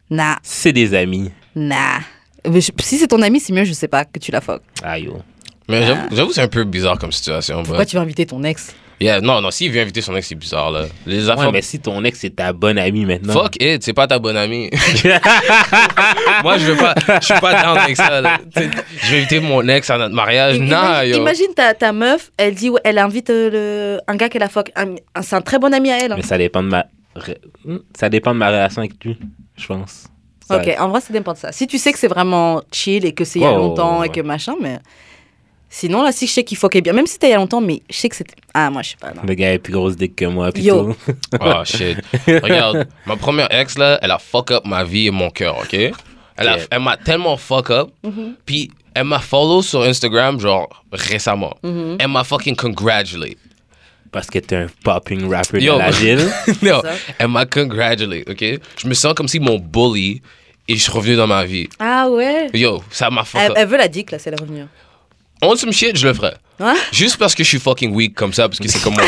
Speaker 1: Nah,
Speaker 3: Si c'est des amis,
Speaker 1: nah. Mais je- Si c'est ton ami, c'est mieux, je sais pas, que tu la foques.
Speaker 3: aïe. oh. yo.
Speaker 2: Mais j'avoue, j'avoue, c'est un peu bizarre comme situation.
Speaker 1: Pourquoi
Speaker 2: But...
Speaker 1: tu vas inviter ton ex
Speaker 2: Yeah, non, non, s'il veut inviter son ex, c'est bizarre, là. Les affaires.
Speaker 3: Ouais, mais si ton ex est ta bonne amie maintenant.
Speaker 2: Fuck it, c'est pas ta bonne amie. Moi, je veux pas, je suis pas down avec ça. là. Tu sais, Je vais inviter mon ex à notre mariage.
Speaker 1: Im-
Speaker 2: Euh, Nah,
Speaker 1: imagine
Speaker 2: yo.
Speaker 1: imagine ta, ta meuf, elle dit, ouais, elle invite euh, le- un gars qu'elle a foc. Un- un- C'est un très bon ami à elle. hein.
Speaker 3: Mais ça dépend de ma. hmm, Ça dépend de ma relation avec lui, je pense. Ça-
Speaker 1: Ok, en vrai, ça dépend de ça. Si tu sais que c'est vraiment chill et que c'est il y a
Speaker 3: Ouais, ouais,
Speaker 1: longtemps
Speaker 3: ouais,
Speaker 1: et
Speaker 3: Oh, ouais.
Speaker 1: que machin, mais. Sinon, là, si je sais qu'il faut qu'il y ait bien, même si t'es il y a longtemps, mais je sais que c'est. Ah, moi, je sais pas. non.
Speaker 3: Le gars est plus grosse dick que moi, pis
Speaker 1: Yo.
Speaker 3: tout.
Speaker 2: Oh shit. Regarde, ma première ex, là, elle a fuck up ma vie et mon cœur, ok? Elle a-
Speaker 3: Yeah.
Speaker 2: elle m'a tellement fuck up.
Speaker 1: Mm-hmm.
Speaker 2: Puis elle m'a follow sur Instagram, genre récemment.
Speaker 1: Mm-hmm.
Speaker 2: Elle m'a fucking congratulate.
Speaker 3: Parce que t'es un popping rapper
Speaker 2: Yo.
Speaker 3: de la ville.
Speaker 2: non,
Speaker 1: ça.
Speaker 2: elle m'a congratulate, ok? Je me sens comme si mon bully et je suis revenu dans ma vie.
Speaker 1: Ah ouais
Speaker 2: Yo, ça m'a fuck
Speaker 1: elle,
Speaker 2: up.
Speaker 1: elle veut la dick, là, c'est la revenue. Hein?
Speaker 2: On some shit, je le ferais.
Speaker 1: Ouais.
Speaker 2: Juste parce que je suis fucking weak comme ça, parce que c'est comme mon.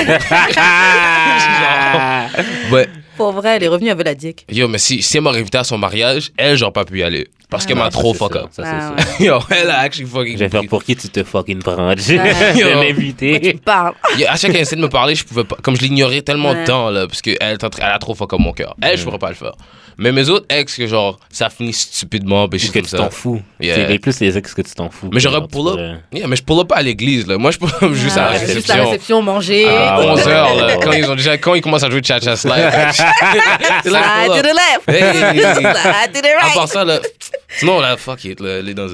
Speaker 3: Ah!
Speaker 2: Ouais.
Speaker 1: Pour vrai, les revenus, elle veut la dick.
Speaker 2: Yo, mais si, si elle m'aurait invité à son mariage, elle, j'aurais pas pu y aller. Parce qu'elle
Speaker 3: Non,
Speaker 2: m'a
Speaker 3: ça,
Speaker 2: trop
Speaker 3: c'est
Speaker 2: fuck
Speaker 3: sûr,
Speaker 2: up.
Speaker 3: ça,
Speaker 1: Ah,
Speaker 3: c'est
Speaker 1: ouais.
Speaker 3: sûr.
Speaker 2: Yo, elle a actually fucking.
Speaker 3: Je vais faire pour qui tu te fucking prends. Je
Speaker 1: Ouais.
Speaker 3: vais
Speaker 2: Yo.
Speaker 3: m'inviter.
Speaker 1: Parle.
Speaker 2: Yo, à chaque fois qu'elle essayait de me parler, je pouvais pas. Comme je l'ignorais tellement
Speaker 1: Ouais.
Speaker 2: de temps, là, parce qu'elle elle a trop fuck up mon cœur. Elle,
Speaker 3: Mm.
Speaker 2: je pourrais pas le faire. Mais mes autres ex, que genre, ça finit stupidement, ben, je suis
Speaker 3: Parce que
Speaker 2: comme
Speaker 3: tu
Speaker 2: ça.
Speaker 3: t'en fous.
Speaker 2: Yeah.
Speaker 3: C'est les plus les ex que tu t'en fous.
Speaker 2: Mais
Speaker 3: que
Speaker 2: j'aurais
Speaker 3: genre, tu
Speaker 2: pull
Speaker 3: pourrais-
Speaker 2: up. Yeah, mais je pull up pas à l'église, là. Moi, je pull up juste à la
Speaker 1: Ah,
Speaker 2: réception.
Speaker 1: Juste à la réception, manger.
Speaker 3: Ah, ouais.
Speaker 2: 11h, là,
Speaker 3: Ouais.
Speaker 2: quand ils ont déjà, quand ils commencent à jouer Cha-Cha Slide. C'est là que je
Speaker 1: Slide
Speaker 2: pull
Speaker 1: to
Speaker 2: up.
Speaker 1: the left.
Speaker 2: Hey.
Speaker 1: Slide to the
Speaker 2: À part
Speaker 1: right.
Speaker 2: ça, là, sinon, là, fuck it, là, les dans.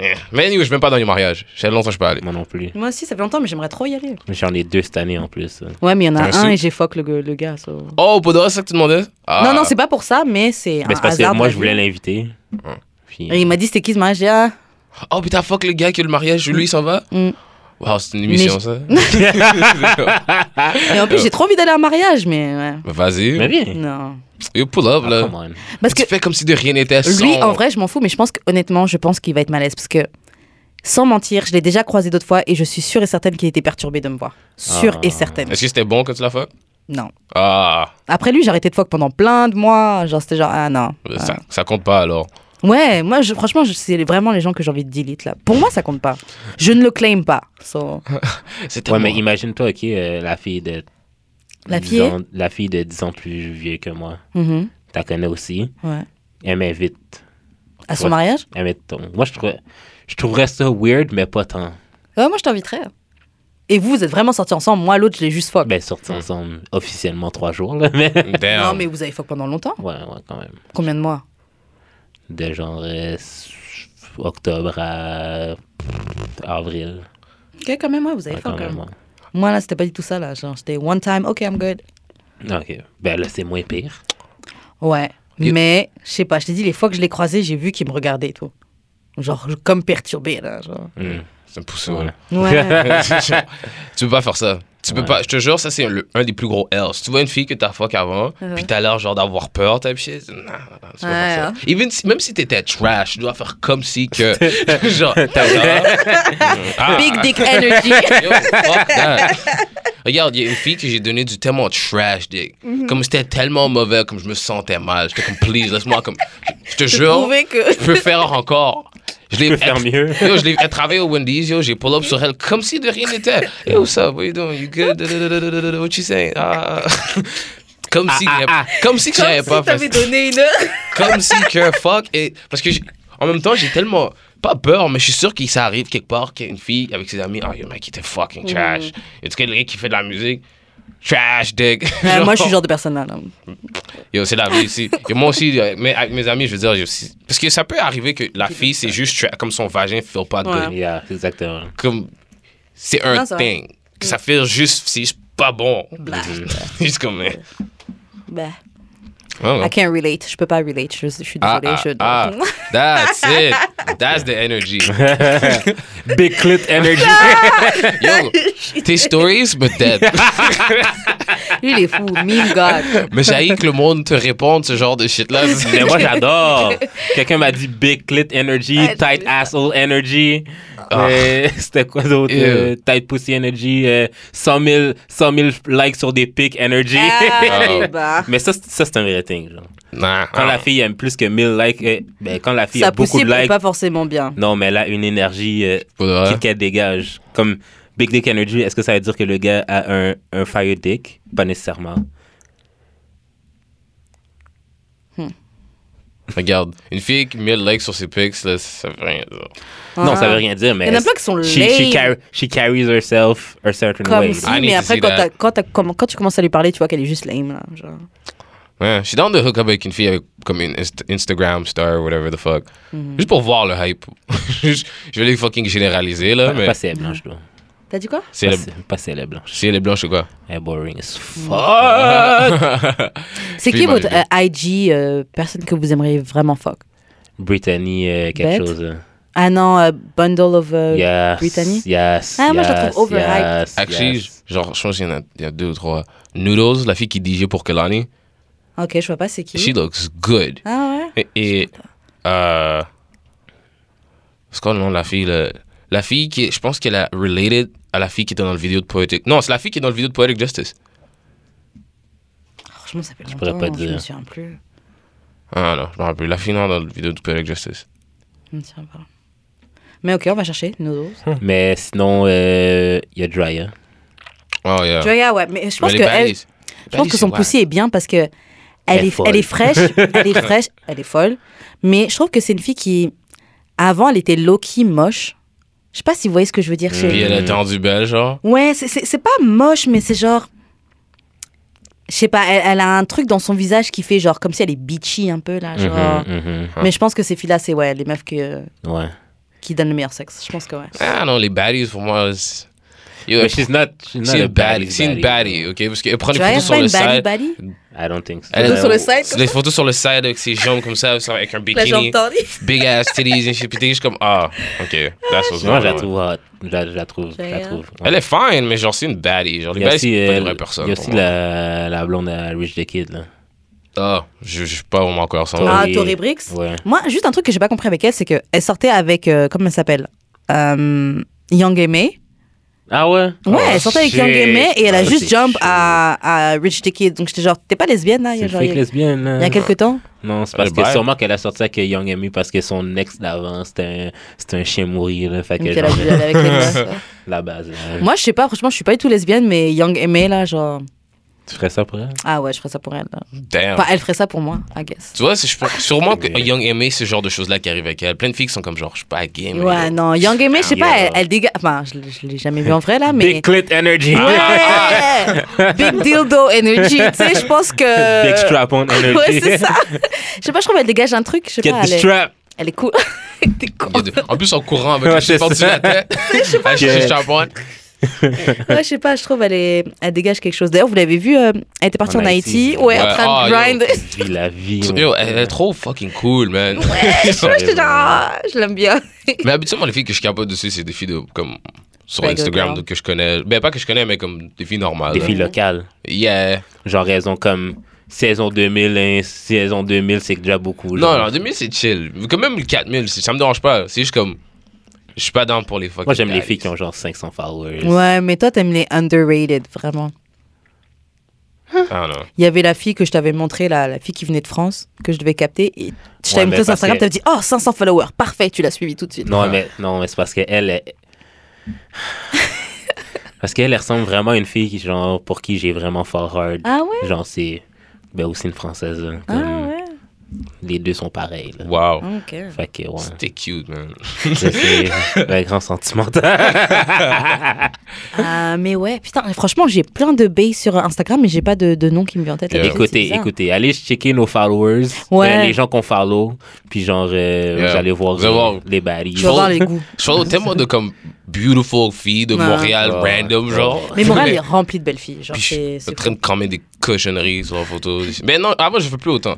Speaker 2: Eh. Mais anyway, je vais même pas dans les mariages. Ça fait longtemps que je peux aller.
Speaker 3: Moi non plus.
Speaker 1: Moi aussi, ça fait longtemps, mais j'aimerais trop y aller.
Speaker 3: Mais J'en ai deux cette année en plus. hein.
Speaker 1: Ouais, mais il y en a
Speaker 2: T'as un
Speaker 1: un,
Speaker 2: sou-
Speaker 1: et j'ai foc le, gue- le gars. so.
Speaker 2: Oh, pour de vrai, c'est ça que tu demandais Ah.
Speaker 1: Non, non, c'est pas pour ça, mais c'est.
Speaker 3: Mais
Speaker 1: un
Speaker 3: c'est parce
Speaker 1: hasard
Speaker 3: que
Speaker 1: de
Speaker 3: moi,
Speaker 1: la
Speaker 3: je voulais
Speaker 1: vie.
Speaker 3: l'inviter. Puis...
Speaker 1: Et il m'a dit, c'était qui ce mariage J'ai dit, ah,
Speaker 2: Oh, putain, fuck le gars qui a le mariage, lui, il s'en va
Speaker 1: Mm.
Speaker 2: Wow, c'est une émission,
Speaker 1: Mais-
Speaker 2: ça.
Speaker 1: Et en plus, j'ai trop envie d'aller à un mariage, mais
Speaker 3: Ah
Speaker 1: ouais.
Speaker 2: Bah, Vas-y.
Speaker 3: Mais bien.
Speaker 1: Non.
Speaker 2: Yo, pull up,
Speaker 3: Ah,
Speaker 2: là.
Speaker 3: come on.
Speaker 1: Parce que
Speaker 2: Tu fais comme si de rien n'était.
Speaker 1: lui,
Speaker 2: sans-
Speaker 1: en vrai, je m'en fous, mais je pense que, honnêtement, je pense qu'il va être malaise. Parce que, sans mentir, je l'ai déjà croisé d'autres fois et je suis sûre et certaine qu'il était perturbé de me voir. Sûre
Speaker 3: Ah.
Speaker 1: et certaine.
Speaker 2: Est-ce que c'était bon quand tu l'as fait?
Speaker 1: Non.
Speaker 2: Ah,
Speaker 1: Après lui, j'ai arrêté de fuck pendant plein de mois. Genre, c'était genre, ah non. Ah.
Speaker 2: euh, ça, ça compte pas alors.
Speaker 1: Ouais, moi, je, franchement, je- c'est vraiment les gens que j'ai envie de delete là. Pour moi, ça compte pas. Je ne le claim pas. So,
Speaker 2: C'était
Speaker 3: Ouais,
Speaker 2: bon.
Speaker 3: mais imagine-toi, OK, euh, la fille de...
Speaker 1: La
Speaker 3: 10
Speaker 1: fille est-
Speaker 3: ans- La fille de 10 ans plus vieux que moi.
Speaker 1: mhm,
Speaker 3: T'as connais aussi.
Speaker 1: ouais.
Speaker 3: Elle m'invite.
Speaker 1: À son
Speaker 3: Ouais.
Speaker 1: mariage
Speaker 3: Elle m'invite. Donc, Moi, je trouverais, je trouverais ça weird, mais pas tant.
Speaker 1: Ouais, Euh, moi, je t'inviterais. Et vous, vous êtes vraiment sortis ensemble. Moi, l'autre, je l'ai juste fuck.
Speaker 3: Ben, sortis ensemble officiellement trois jours, là, mais...
Speaker 2: Damn.
Speaker 1: Non, mais vous avez fuck pendant longtemps
Speaker 3: Ouais, ouais, quand même.
Speaker 1: Combien de mois
Speaker 3: De genre euh, s- octobre à avril.
Speaker 1: Ok, quand même, ouais, vous avez
Speaker 3: Ouais,
Speaker 1: fuck
Speaker 3: Ah, quand
Speaker 1: quand
Speaker 3: même,
Speaker 1: même. Moi, là, c'était pas du tout ça, là. Genre, j'étais one time, ok, I'm good.
Speaker 3: ouais. OK. Ben là, c'est moins pire.
Speaker 1: Ouais.
Speaker 2: You-
Speaker 1: Mais, je sais pas, je t'ai dit, les fois que je l'ai croisé, j'ai vu qu'il me regardait et tout. Genre, comme perturbé, là. Genre.
Speaker 3: Mm.
Speaker 2: C'est poussé.
Speaker 3: Ouais.
Speaker 1: Ouais.
Speaker 2: tu peux pas faire ça. Tu peux
Speaker 3: Ouais.
Speaker 2: pas. Je te jure, ça, c'est le- un des plus gros L. Si tu vois une fille que t'as fuck avant,
Speaker 1: Ouais.
Speaker 2: puis t'as l'air genre d'avoir peur, type shit, non, non, non, tu peux pas
Speaker 1: Ouais,
Speaker 2: faire ça.
Speaker 1: hein.
Speaker 2: Even si- même si t'étais trash, tu dois faire comme si que. genre. Ah.
Speaker 1: Big dick energy.
Speaker 2: Yo, fuck that. Regarde, il y a une fille que j'ai donné du tellement trash dick.
Speaker 1: Mm-hmm.
Speaker 2: Comme c'était tellement mauvais, comme je me sentais mal. J'étais comme, please, laisse-moi comme. Je te
Speaker 1: Je
Speaker 2: jure,
Speaker 1: trouvais que.
Speaker 2: je peux faire encore. Je l'ai
Speaker 3: peux faire mieux.
Speaker 2: Yo, je l'ai elle travaille au Wendy's, yo, j'ai pull up sur elle comme si de rien n'était. Yo, what's up? What you doing? You good? Da, da, da, da, da, da, da, What you saying? Ah. Comme si,
Speaker 3: Ah, ah, ah.
Speaker 2: comme si que j'avais pas fait ça
Speaker 1: donné une.
Speaker 2: comme si que fuck et parce que j'ai- en même temps j'ai tellement pas peur mais je suis sûr qu'il ça arrive quelque part qu'il y a une fille avec ses amis oh yo mec il était fucking trash et tu quelqu'un qui fait de la musique trash dick
Speaker 1: Ouais, moi, je suis le genre de personne là. là.
Speaker 2: yo c'est la vie ici et moi aussi euh, mais avec mes amis je veux dire je- si- parce que ça peut arriver que la fille c'est juste tra- comme son vagin feel pas
Speaker 1: Ouais.
Speaker 2: good
Speaker 3: Yeah, exactement.
Speaker 2: comme c'est un
Speaker 1: Non, ça va.
Speaker 2: thing que
Speaker 3: Mm.
Speaker 2: ça fait juste c'est juste pas bon juste comme euh,
Speaker 1: Bah,
Speaker 2: ouais,
Speaker 1: I
Speaker 2: ouais.
Speaker 1: can't relate. Je peux pas relate. Je, je suis
Speaker 2: ah,
Speaker 1: désolée. je...
Speaker 2: ah, ah, that's it. That's the energy.
Speaker 3: Big clit energy.
Speaker 2: Yo, tes stories me dead.
Speaker 1: Lui, il est fou. Meme God.
Speaker 2: Mais j'ai que le monde te réponde ce genre de shit là.
Speaker 3: mais moi, j'adore. Quelqu'un m'a dit big clit energy,
Speaker 1: Ah,
Speaker 3: tight
Speaker 1: j'aime
Speaker 3: asshole energy.
Speaker 1: Ah.
Speaker 3: Euh, C'était quoi d'autre?
Speaker 2: Ew.
Speaker 3: Euh, tight pussy energy, euh, 100, 000, 100 000 likes sur des pics energy.
Speaker 1: Ah, bah.
Speaker 3: Mais ça, c'est- ça c'est un vrai thing. Genre.
Speaker 2: Nah,
Speaker 3: Quand
Speaker 2: ah.
Speaker 3: la fille aime plus que 1000 likes, euh, ben, quand la fille a
Speaker 1: Sa
Speaker 3: beaucoup
Speaker 1: poussée
Speaker 3: de
Speaker 1: est
Speaker 3: likes,
Speaker 1: pas forcément bien.
Speaker 3: non, mais elle a une énergie euh,
Speaker 2: Pour de vrai?
Speaker 3: qui- qu'elle dégage. Comme Big Dick Energy, est-ce que ça veut dire que le gars a un, un fire dick? Pas nécessairement.
Speaker 2: Regarde, une fille qui met le like sur ses pics, là, ça fait rien. dire.
Speaker 3: Non,
Speaker 1: Ah.
Speaker 3: ça veut rien dire, mais.
Speaker 1: Il y en a plein qui sont
Speaker 3: she, she,
Speaker 1: lame.
Speaker 3: carry- she carries herself a certain way.
Speaker 1: Comme si,
Speaker 2: I need
Speaker 1: mais
Speaker 2: to
Speaker 1: après,
Speaker 2: see
Speaker 1: quand,
Speaker 2: that.
Speaker 1: t'as- quand, t'as- comme- quand tu commences à lui parler, tu vois qu'elle est juste lame. Là, genre.
Speaker 2: Ouais, je suis down de hook up avec une fille avec comme une Inst- Instagram star, whatever the fuck.
Speaker 1: Mhm.
Speaker 2: Juste pour voir le hype. je je vais les fucking généraliser là,
Speaker 3: Pas,
Speaker 2: Ah, mais.
Speaker 3: pas si elle est blanche, là.
Speaker 1: T'as dit quoi
Speaker 2: C'est
Speaker 3: Pas
Speaker 2: le-
Speaker 3: si- Pas si elle est blanche.
Speaker 2: si elle est blanche ou quoi?
Speaker 3: Elle est boring as fuck.
Speaker 1: C'est
Speaker 2: Lui,
Speaker 1: qui
Speaker 2: il m'a
Speaker 1: votre
Speaker 2: aidé.
Speaker 1: euh, IG, euh, personne que vous aimeriez vraiment fuck
Speaker 3: Brittany, euh, quelque
Speaker 1: Bête.
Speaker 3: chose. là.
Speaker 1: Ah non, euh, Bundle of euh,
Speaker 3: Yes.
Speaker 1: Brittany
Speaker 3: Yes.
Speaker 1: Ah, moi, je la
Speaker 3: yes,
Speaker 1: trouve overhyped.
Speaker 3: yes,
Speaker 2: Actually,
Speaker 3: yes.
Speaker 2: j- genre, je pense qu'il y en a, il y a deux ou trois. Noodles, la fille qui DJ pour Kalani,
Speaker 1: Ok, je vois pas c'est qui.
Speaker 2: she looks good.
Speaker 1: Ah ouais
Speaker 2: Et- Et. Euh, c'est quoi le nom de la fille là? La fille qui. est- Je pense qu'elle a related à la fille qui était dans le vidéo de Poetic. Non, c'est la fille qui est dans le vidéo de Poetic Justice.
Speaker 1: Franchement, ça fait longtemps.
Speaker 3: pourrais pas
Speaker 1: Oh, je
Speaker 3: dire.
Speaker 1: me souviens plus.
Speaker 2: Ah non, je me rappelle. plus. La fille non, dans le vidéo de Poetic Justice.
Speaker 1: Je me souviens pas. Mais ok, on va chercher nos autres.
Speaker 2: Ah. Hmm.
Speaker 3: Mais sinon, euh, il y a Drya.
Speaker 2: Oh yeah.
Speaker 1: Tu vois, ouais, mais je pense
Speaker 2: Mais
Speaker 1: que
Speaker 2: les
Speaker 1: elle-
Speaker 2: Baileys-
Speaker 1: Je pense
Speaker 2: Baileys,
Speaker 1: que son
Speaker 2: c'est
Speaker 1: poussé est bien parce que elle,
Speaker 3: Elle est
Speaker 1: est, elle est fraîche, elle est fraîche, elle est folle. Mais je trouve que c'est une fille qui, avant, elle était low-key moche. Je sais pas si vous voyez ce que je veux dire.
Speaker 2: wack. Puis elle
Speaker 1: c'est
Speaker 2: est tendue belle, genre.
Speaker 1: Ouais, c'est- c'est c'est pas moche, mais c'est genre. Je sais pas, elle, elle a un truc dans son visage qui fait genre comme si elle est bitchy un peu là. Genre.
Speaker 3: Mhm,
Speaker 1: Mais je pense que ces filles-là, c'est ouais, les meufs que,
Speaker 3: mhm. Ouais.
Speaker 1: qui donnent le meilleur sexe. Je pense que ouais.
Speaker 2: Ah non, les baddies pour moi. c'est- Yo,
Speaker 3: But she's not, she's not
Speaker 2: c'est
Speaker 3: a
Speaker 2: une baddie,
Speaker 3: baddie.
Speaker 2: c'est une baddie, ok? Parce qu'elle prend
Speaker 1: Tu
Speaker 2: des
Speaker 1: vas
Speaker 2: photos
Speaker 1: faire
Speaker 2: sur le
Speaker 1: une baddie
Speaker 2: side.
Speaker 1: baddie
Speaker 3: I don't think so.
Speaker 2: Elle
Speaker 1: Photos
Speaker 2: a-
Speaker 1: sur le side comme
Speaker 2: Des
Speaker 1: ça?
Speaker 2: photos sur le side avec ses jambes comme ça, ça, avec un
Speaker 1: La jambe
Speaker 2: bikini,
Speaker 1: tendue.
Speaker 2: big ass titties and shit. Puis t'es juste comme, ah, ok, that's what's
Speaker 3: Moi,
Speaker 2: going
Speaker 3: je la
Speaker 2: on.
Speaker 3: trouve hot. Je la, je la trouve. Je la
Speaker 1: J'aime.
Speaker 3: trouve.
Speaker 2: Elle est fine, mais genre, c'est une baddie. Genre,
Speaker 3: Il
Speaker 2: les
Speaker 3: y a
Speaker 2: baddies,
Speaker 3: aussi,
Speaker 2: c'est pas
Speaker 3: euh,
Speaker 2: une vraie personne.
Speaker 3: il y a
Speaker 2: pour
Speaker 3: aussi
Speaker 2: moi.
Speaker 3: la, la blonde à Rich the Kid. Là.
Speaker 2: Ah, je je suis pas vraiment encore ensemble.
Speaker 1: Ah,
Speaker 3: Tori-
Speaker 1: Tori Brix
Speaker 3: Ouais.
Speaker 1: Moi, juste un truc que j'ai pas compris avec elle, c'est qu'elle sortait avec, euh, comment elle s'appelle Euh, Young et May.
Speaker 3: Ah ouais?
Speaker 1: Ouais,
Speaker 3: Oh,
Speaker 1: elle sortait avec
Speaker 3: shit.
Speaker 1: Young et May et elle a
Speaker 3: Ah,
Speaker 1: juste
Speaker 3: c'est
Speaker 1: jump
Speaker 3: chaud.
Speaker 1: à, à Rich the Kid. Donc j'étais genre, t'es pas lesbienne là Il y
Speaker 3: C'est
Speaker 1: a
Speaker 3: une
Speaker 1: genre-
Speaker 3: fake
Speaker 1: il y a-
Speaker 3: lesbienne. là.
Speaker 1: il y a quelques temps
Speaker 3: Non, c'est
Speaker 2: Elle
Speaker 3: parce
Speaker 2: est
Speaker 3: que
Speaker 2: bi.
Speaker 3: sûrement qu'elle a sorti avec Young Amy parce que son ex d'avant, c'était un, c'était un chien mourir. Là, fait
Speaker 1: Donc,
Speaker 3: que
Speaker 1: elle a
Speaker 3: genre,
Speaker 1: voulu aller avec les gosses, ouais.
Speaker 3: la base. là.
Speaker 1: Moi, je sais pas, franchement, je suis pas du tout lesbienne, mais Young et May là, genre.
Speaker 3: Tu ferais ça pour elle?
Speaker 1: Ah ouais, je ferais ça pour elle. là.
Speaker 2: Damn.
Speaker 3: Ah.
Speaker 1: Enfin, elle ferait ça pour moi, I guess.
Speaker 2: Tu vois, c'est- je pense- sûrement que
Speaker 3: Ouais.
Speaker 2: Young Aimé, ce genre de choses-là qui arrivent avec elle. Plein de filles qui sont comme genre, je suis pas game.
Speaker 1: Ouais,
Speaker 2: yo.
Speaker 1: non, Young et May, je sais pas,
Speaker 3: Yeah.
Speaker 1: elle, elle dégage. Enfin, je, l'ai- je l'ai jamais vu en vrai là, mais.
Speaker 3: Big clit energy.
Speaker 1: Ouais! Big dildo energy, tu sais, je pense que.
Speaker 3: Big strap on energy.
Speaker 1: Ouais, c'est ça. Je sais pas, je trouve qu'elle dégage un truc, je sais
Speaker 3: Get
Speaker 1: pas,
Speaker 3: the
Speaker 1: elle est,
Speaker 3: strap.
Speaker 1: elle est cool. T'es con.
Speaker 2: Il y a des- En plus, en courant avec
Speaker 3: Ouais,
Speaker 2: le chien
Speaker 3: c'est
Speaker 2: par-dessus
Speaker 3: ça.
Speaker 2: la tête. Ah, Je
Speaker 3: Yeah.
Speaker 2: suis charbon.
Speaker 1: Ouais, je sais pas, je trouve elle est, elle dégage quelque chose. D'ailleurs, vous l'avez vu, euh, elle était partie en,
Speaker 3: En
Speaker 1: Haïti,
Speaker 3: Haïti.
Speaker 1: ouais, en
Speaker 2: Ouais,
Speaker 1: train de
Speaker 2: ah,
Speaker 1: grind.
Speaker 2: yo.
Speaker 3: Vis la vie. mon
Speaker 2: Yo, elle
Speaker 3: gars.
Speaker 2: est trop fucking cool, man.
Speaker 1: J'étais genre, ah, je l'aime bien.
Speaker 2: Mais habituellement, les filles que je capote dessus, c'est des filles de, comme, sur
Speaker 1: Regular
Speaker 2: Instagram
Speaker 1: girl.
Speaker 2: donc, que je connais. Ben, pas que je connais, mais comme des filles normales.
Speaker 3: Des
Speaker 2: là.
Speaker 3: filles locales.
Speaker 2: Yeah.
Speaker 3: Genre, elles ont comme saison 2000, hein, saison 2000, c'est déjà beaucoup.
Speaker 2: Non,
Speaker 3: genre.
Speaker 2: non, 2000, c'est chill. Quand même, le 4000, c'est- ça me dérange pas. C'est juste comme, je suis pas dans pour les fucking.
Speaker 3: Moi, j'aime les
Speaker 2: guys.
Speaker 3: filles qui ont genre 500 followers.
Speaker 1: Ouais, mais toi, t'aimes les underrated, vraiment.
Speaker 2: Ah non.
Speaker 1: Il y avait la fille que je t'avais montrée, la, la fille qui venait de France, que je devais capter. Et je t'avais
Speaker 3: Ouais,
Speaker 1: montré
Speaker 3: mais
Speaker 1: sur
Speaker 3: parce
Speaker 1: Instagram,
Speaker 3: que-
Speaker 1: t'avais dit, oh, 500 followers, parfait, tu l'as suivi tout de suite.
Speaker 3: Non, mais, non, mais c'est parce qu'elle est. parce qu'elle elle ressemble vraiment à une fille qui, genre, pour qui j'ai vraiment fort hard.
Speaker 1: Ah ouais?
Speaker 3: Genre, c'est. Ben, aussi une française. là.
Speaker 1: Ah
Speaker 3: Comme,
Speaker 1: ouais?
Speaker 3: Les deux sont pareils. là.
Speaker 2: Wow.
Speaker 1: Ok.
Speaker 3: Fait que, ouais.
Speaker 2: C'était cute, man.
Speaker 3: Ça, c'est un grand sentimental.
Speaker 1: Ah, mais ouais, putain, franchement, j'ai plein de bays sur Instagram, mais j'ai pas de, de nom qui me vient en tête.
Speaker 2: Yeah.
Speaker 1: C'est
Speaker 3: écoutez,
Speaker 1: bizarre.
Speaker 3: écoutez, allez checker nos followers,
Speaker 1: Ouais.
Speaker 3: euh, les gens qu'on follow, puis genre, euh,
Speaker 2: Yeah.
Speaker 3: vous allez voir,
Speaker 2: Vous allez
Speaker 3: euh,
Speaker 2: voir.
Speaker 3: les baddies.
Speaker 1: Je vais voir les goûts.
Speaker 2: Je parle tellement de comme beautiful filles de
Speaker 1: Ouais.
Speaker 2: Montréal
Speaker 3: Ouais.
Speaker 2: random,
Speaker 3: Ouais.
Speaker 2: genre.
Speaker 1: Mais Montréal est rempli de belles filles. Genre,
Speaker 2: Puis je
Speaker 1: c'est.
Speaker 2: suis
Speaker 1: c'est
Speaker 2: en train de cramer des cochonneries sur la photo. Mais non, avant, je fais plus autant.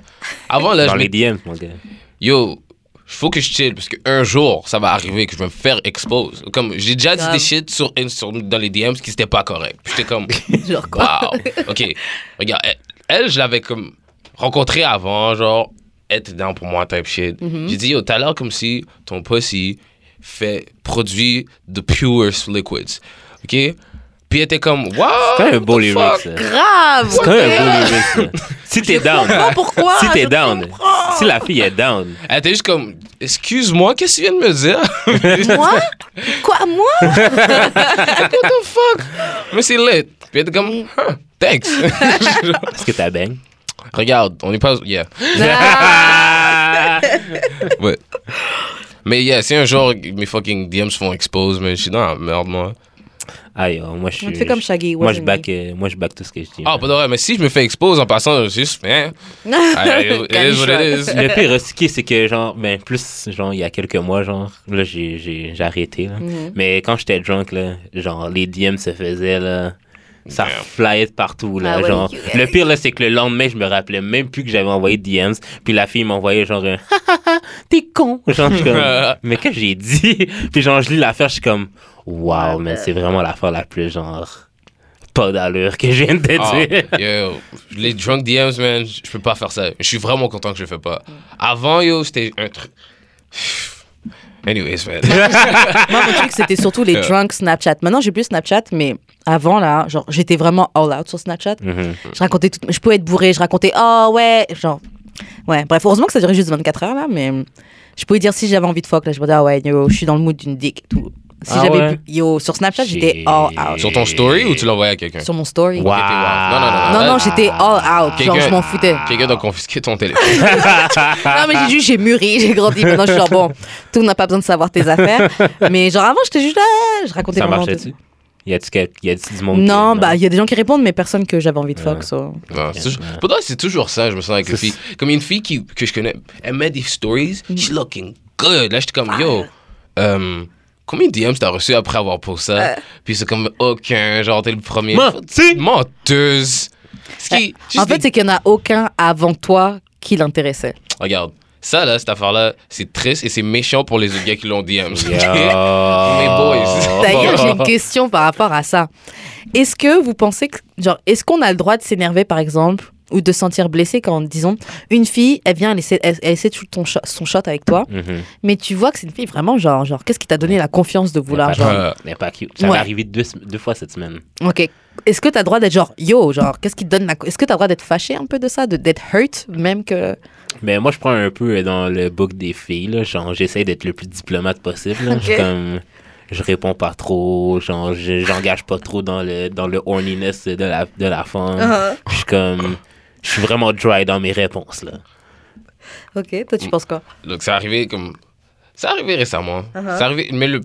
Speaker 2: Avant, là,
Speaker 3: Dans
Speaker 2: je
Speaker 3: les
Speaker 2: me dis,
Speaker 3: DMs, mon gars.
Speaker 2: yo, faut que je chill parce qu'un jour, ça va arriver que je vais me faire expose. Comme, j'ai déjà dit
Speaker 1: Grave.
Speaker 2: des shit sur, sur- dans les DMs qui c'était pas correct. Puis j'étais comme,
Speaker 1: fou. Genre quoi?
Speaker 2: wow, ok. Regarde, elle, elle, je l'avais comme rencontrée avant, genre, elle était down pour moi, type shit.
Speaker 3: Mhm.
Speaker 2: J'ai dit, yo, t'as l'air comme si ton pussy fait produit de purest liquids. Ok? Puis elle était comme, wow!
Speaker 3: C'est quand même un beau
Speaker 2: what the
Speaker 3: lyrics,
Speaker 2: fuck?
Speaker 3: ça.
Speaker 1: Grave!
Speaker 3: C'est quand même un beau lyrics, ça. Si t'es down.
Speaker 1: Pourquoi? Pourquoi?
Speaker 3: Si t'es
Speaker 1: Je
Speaker 3: down. Si la fille est down.
Speaker 2: Elle était juste comme, excuse-moi, qu'est-ce que tu viens de me dire?
Speaker 1: Moi Quoi Moi
Speaker 2: What the fuck? Mais c'est lit. Puis elle était comme, Huh, thanks.
Speaker 3: Est-ce que t'as bang?
Speaker 2: Regarde, on n'est pas. Yeah.
Speaker 3: Ah!
Speaker 2: Ouais. Mais yeah, si un jour mes fucking DMs se font expose, mais je suis dans la merde, moi.
Speaker 3: Aïe, oh, moi je
Speaker 1: On te
Speaker 3: suis.
Speaker 1: fait comme Shaggy,
Speaker 3: Moi
Speaker 1: wasn't
Speaker 3: je
Speaker 1: me.
Speaker 3: back, euh, moi je back tout ce que je dis.
Speaker 2: Ah, pas de vrai, mais si je me fais expose en passant, c'est juste. Hein, Ah, it is what it is.
Speaker 3: Le pire aussi, qui est, c'est que, genre, ben, plus, genre, il y a quelques mois, genre, là, j'ai- j'ai j'ai arrêté, là.
Speaker 1: Mm-hmm.
Speaker 3: Mais quand j'étais drunk, là, genre, les DM se faisaient, là. Ça
Speaker 2: Damn.
Speaker 3: flyait de partout, là.
Speaker 1: Ah ouais,
Speaker 3: genre,
Speaker 1: you-
Speaker 3: le pire, là, c'est que le lendemain, je me rappelais même plus que j'avais envoyé de DMs. Puis la fille m'envoyait, genre, un, Ha, ha, ha, t'es con. Genre, je suis comme, mais qu'est-ce que j'ai dit? Puis, genre, je lis l'affaire, je suis comme, waouh, mais c'est vraiment l'affaire la plus, genre, pas d'allure que je viens de
Speaker 2: Ah,
Speaker 3: dire.
Speaker 2: yo, les drunk DMs, man, je peux pas faire ça. Je suis vraiment content que je le fais pas. Avant, yo, c'était un truc. Anyways, man.
Speaker 1: Moi, mon truc, c'était surtout
Speaker 3: Euh.
Speaker 1: les drunk Snapchat. Maintenant, j'ai plus Snapchat, mais avant, là, genre, j'étais vraiment all out sur Snapchat.
Speaker 3: Mhm.
Speaker 1: Je racontais tout. Je pouvais être bourré, je racontais, oh ouais, genre. Ouais, bref, heureusement que ça durait juste 24 heures, là, mais je pouvais dire si j'avais envie de fuck, là. Je me disais, ah ouais, yo, je suis dans le mood d'une dick et tout. Si
Speaker 3: Ah
Speaker 1: j'avais
Speaker 3: ouais?
Speaker 1: bu- Yo, sur Snapchat, j'étais
Speaker 3: Shit.
Speaker 1: all out.
Speaker 2: Sur ton story ou tu l'envoyais à quelqu'un?
Speaker 1: Sur mon story.
Speaker 3: Wow.
Speaker 2: Non, non, non,
Speaker 1: Non, non, j'étais all out. Genre,
Speaker 2: Quelqu'un-
Speaker 1: je m'en foutais.
Speaker 2: Quelqu'un doit confisquer ton téléphone.
Speaker 1: Non, mais j'ai juste, j'ai mûri, j'ai grandi. Maintenant, je suis genre, bon, tout n'a pas besoin de savoir tes affaires. Mais genre, avant, j'étais juste là, je racontais
Speaker 3: Ça
Speaker 1: vraiment.
Speaker 3: marchait-tu? Y a-tu quel- y a-tu du monde? qui-
Speaker 1: Non, bah, il y a des gens qui répondent, mais personne que j'avais envie de fuck, so.
Speaker 2: Non, c'est toujours- Pour toi, c'est toujours ça, je me sens avec les filles. Comme une fille qui,
Speaker 1: Mm.
Speaker 2: que je connais, elle met des stories, she's looking good. Là, j'étais comme, yo, euh, Combien de DMs t'as reçu après avoir posté ça?
Speaker 1: Euh.
Speaker 2: Puis c'est comme aucun, genre t'es le premier.
Speaker 3: Menti!
Speaker 2: Menteuse! Ce qui-
Speaker 1: Euh, En fait,
Speaker 2: juste des-
Speaker 1: c'est qu'il n'y en a aucun avant toi qui l'intéressait.
Speaker 2: regarde, ça là, cette affaire-là, c'est triste et c'est méchant pour les autres gars qui l'ont DM. ok?
Speaker 3: Mes
Speaker 2: boys.
Speaker 1: D'ailleurs, j'ai une question par rapport à ça. Est-ce que vous pensez que, genre, est-ce qu'on a le droit de s'énerver, par exemple, ou de se sentir blessé quand, disons, une fille, elle vient, elle essaie, elle, elle essaie de shoot ton shot- son shot avec toi,
Speaker 3: Mm-hmm.
Speaker 1: mais tu vois que c'est une fille vraiment, genre, genre qu'est-ce qui t'a donné la confiance de vouloir, genre,
Speaker 2: Euh,
Speaker 3: N'est pas cute. Ça m'est
Speaker 1: Ouais.
Speaker 3: arrivé deux, sem- deux fois cette semaine.
Speaker 1: ok. Est-ce que t'as le droit d'être genre, yo, genre, qu'est-ce qui te donne la. co- Est-ce que t'as le droit d'être fâché un peu de ça, de- d'être hurt, même que.
Speaker 3: Mais moi, je prends un peu euh, dans le book des filles. Là. Genre, j'essaie d'être le plus diplomate possible. là. Je,
Speaker 1: Ok.
Speaker 3: suis comme, je réponds pas trop. Genre, je- j'engage pas trop dans le, dans le horniness de la, de la femme.
Speaker 1: Uh-huh.
Speaker 3: Je suis comme... Je suis vraiment dry dans mes réponses, là.
Speaker 1: Ok, toi, tu
Speaker 2: Mm.
Speaker 1: penses quoi
Speaker 2: Donc, c'est arrivé comme. C'est arrivé récemment.
Speaker 1: Uh-huh.
Speaker 2: C'est arrivé. Mais le.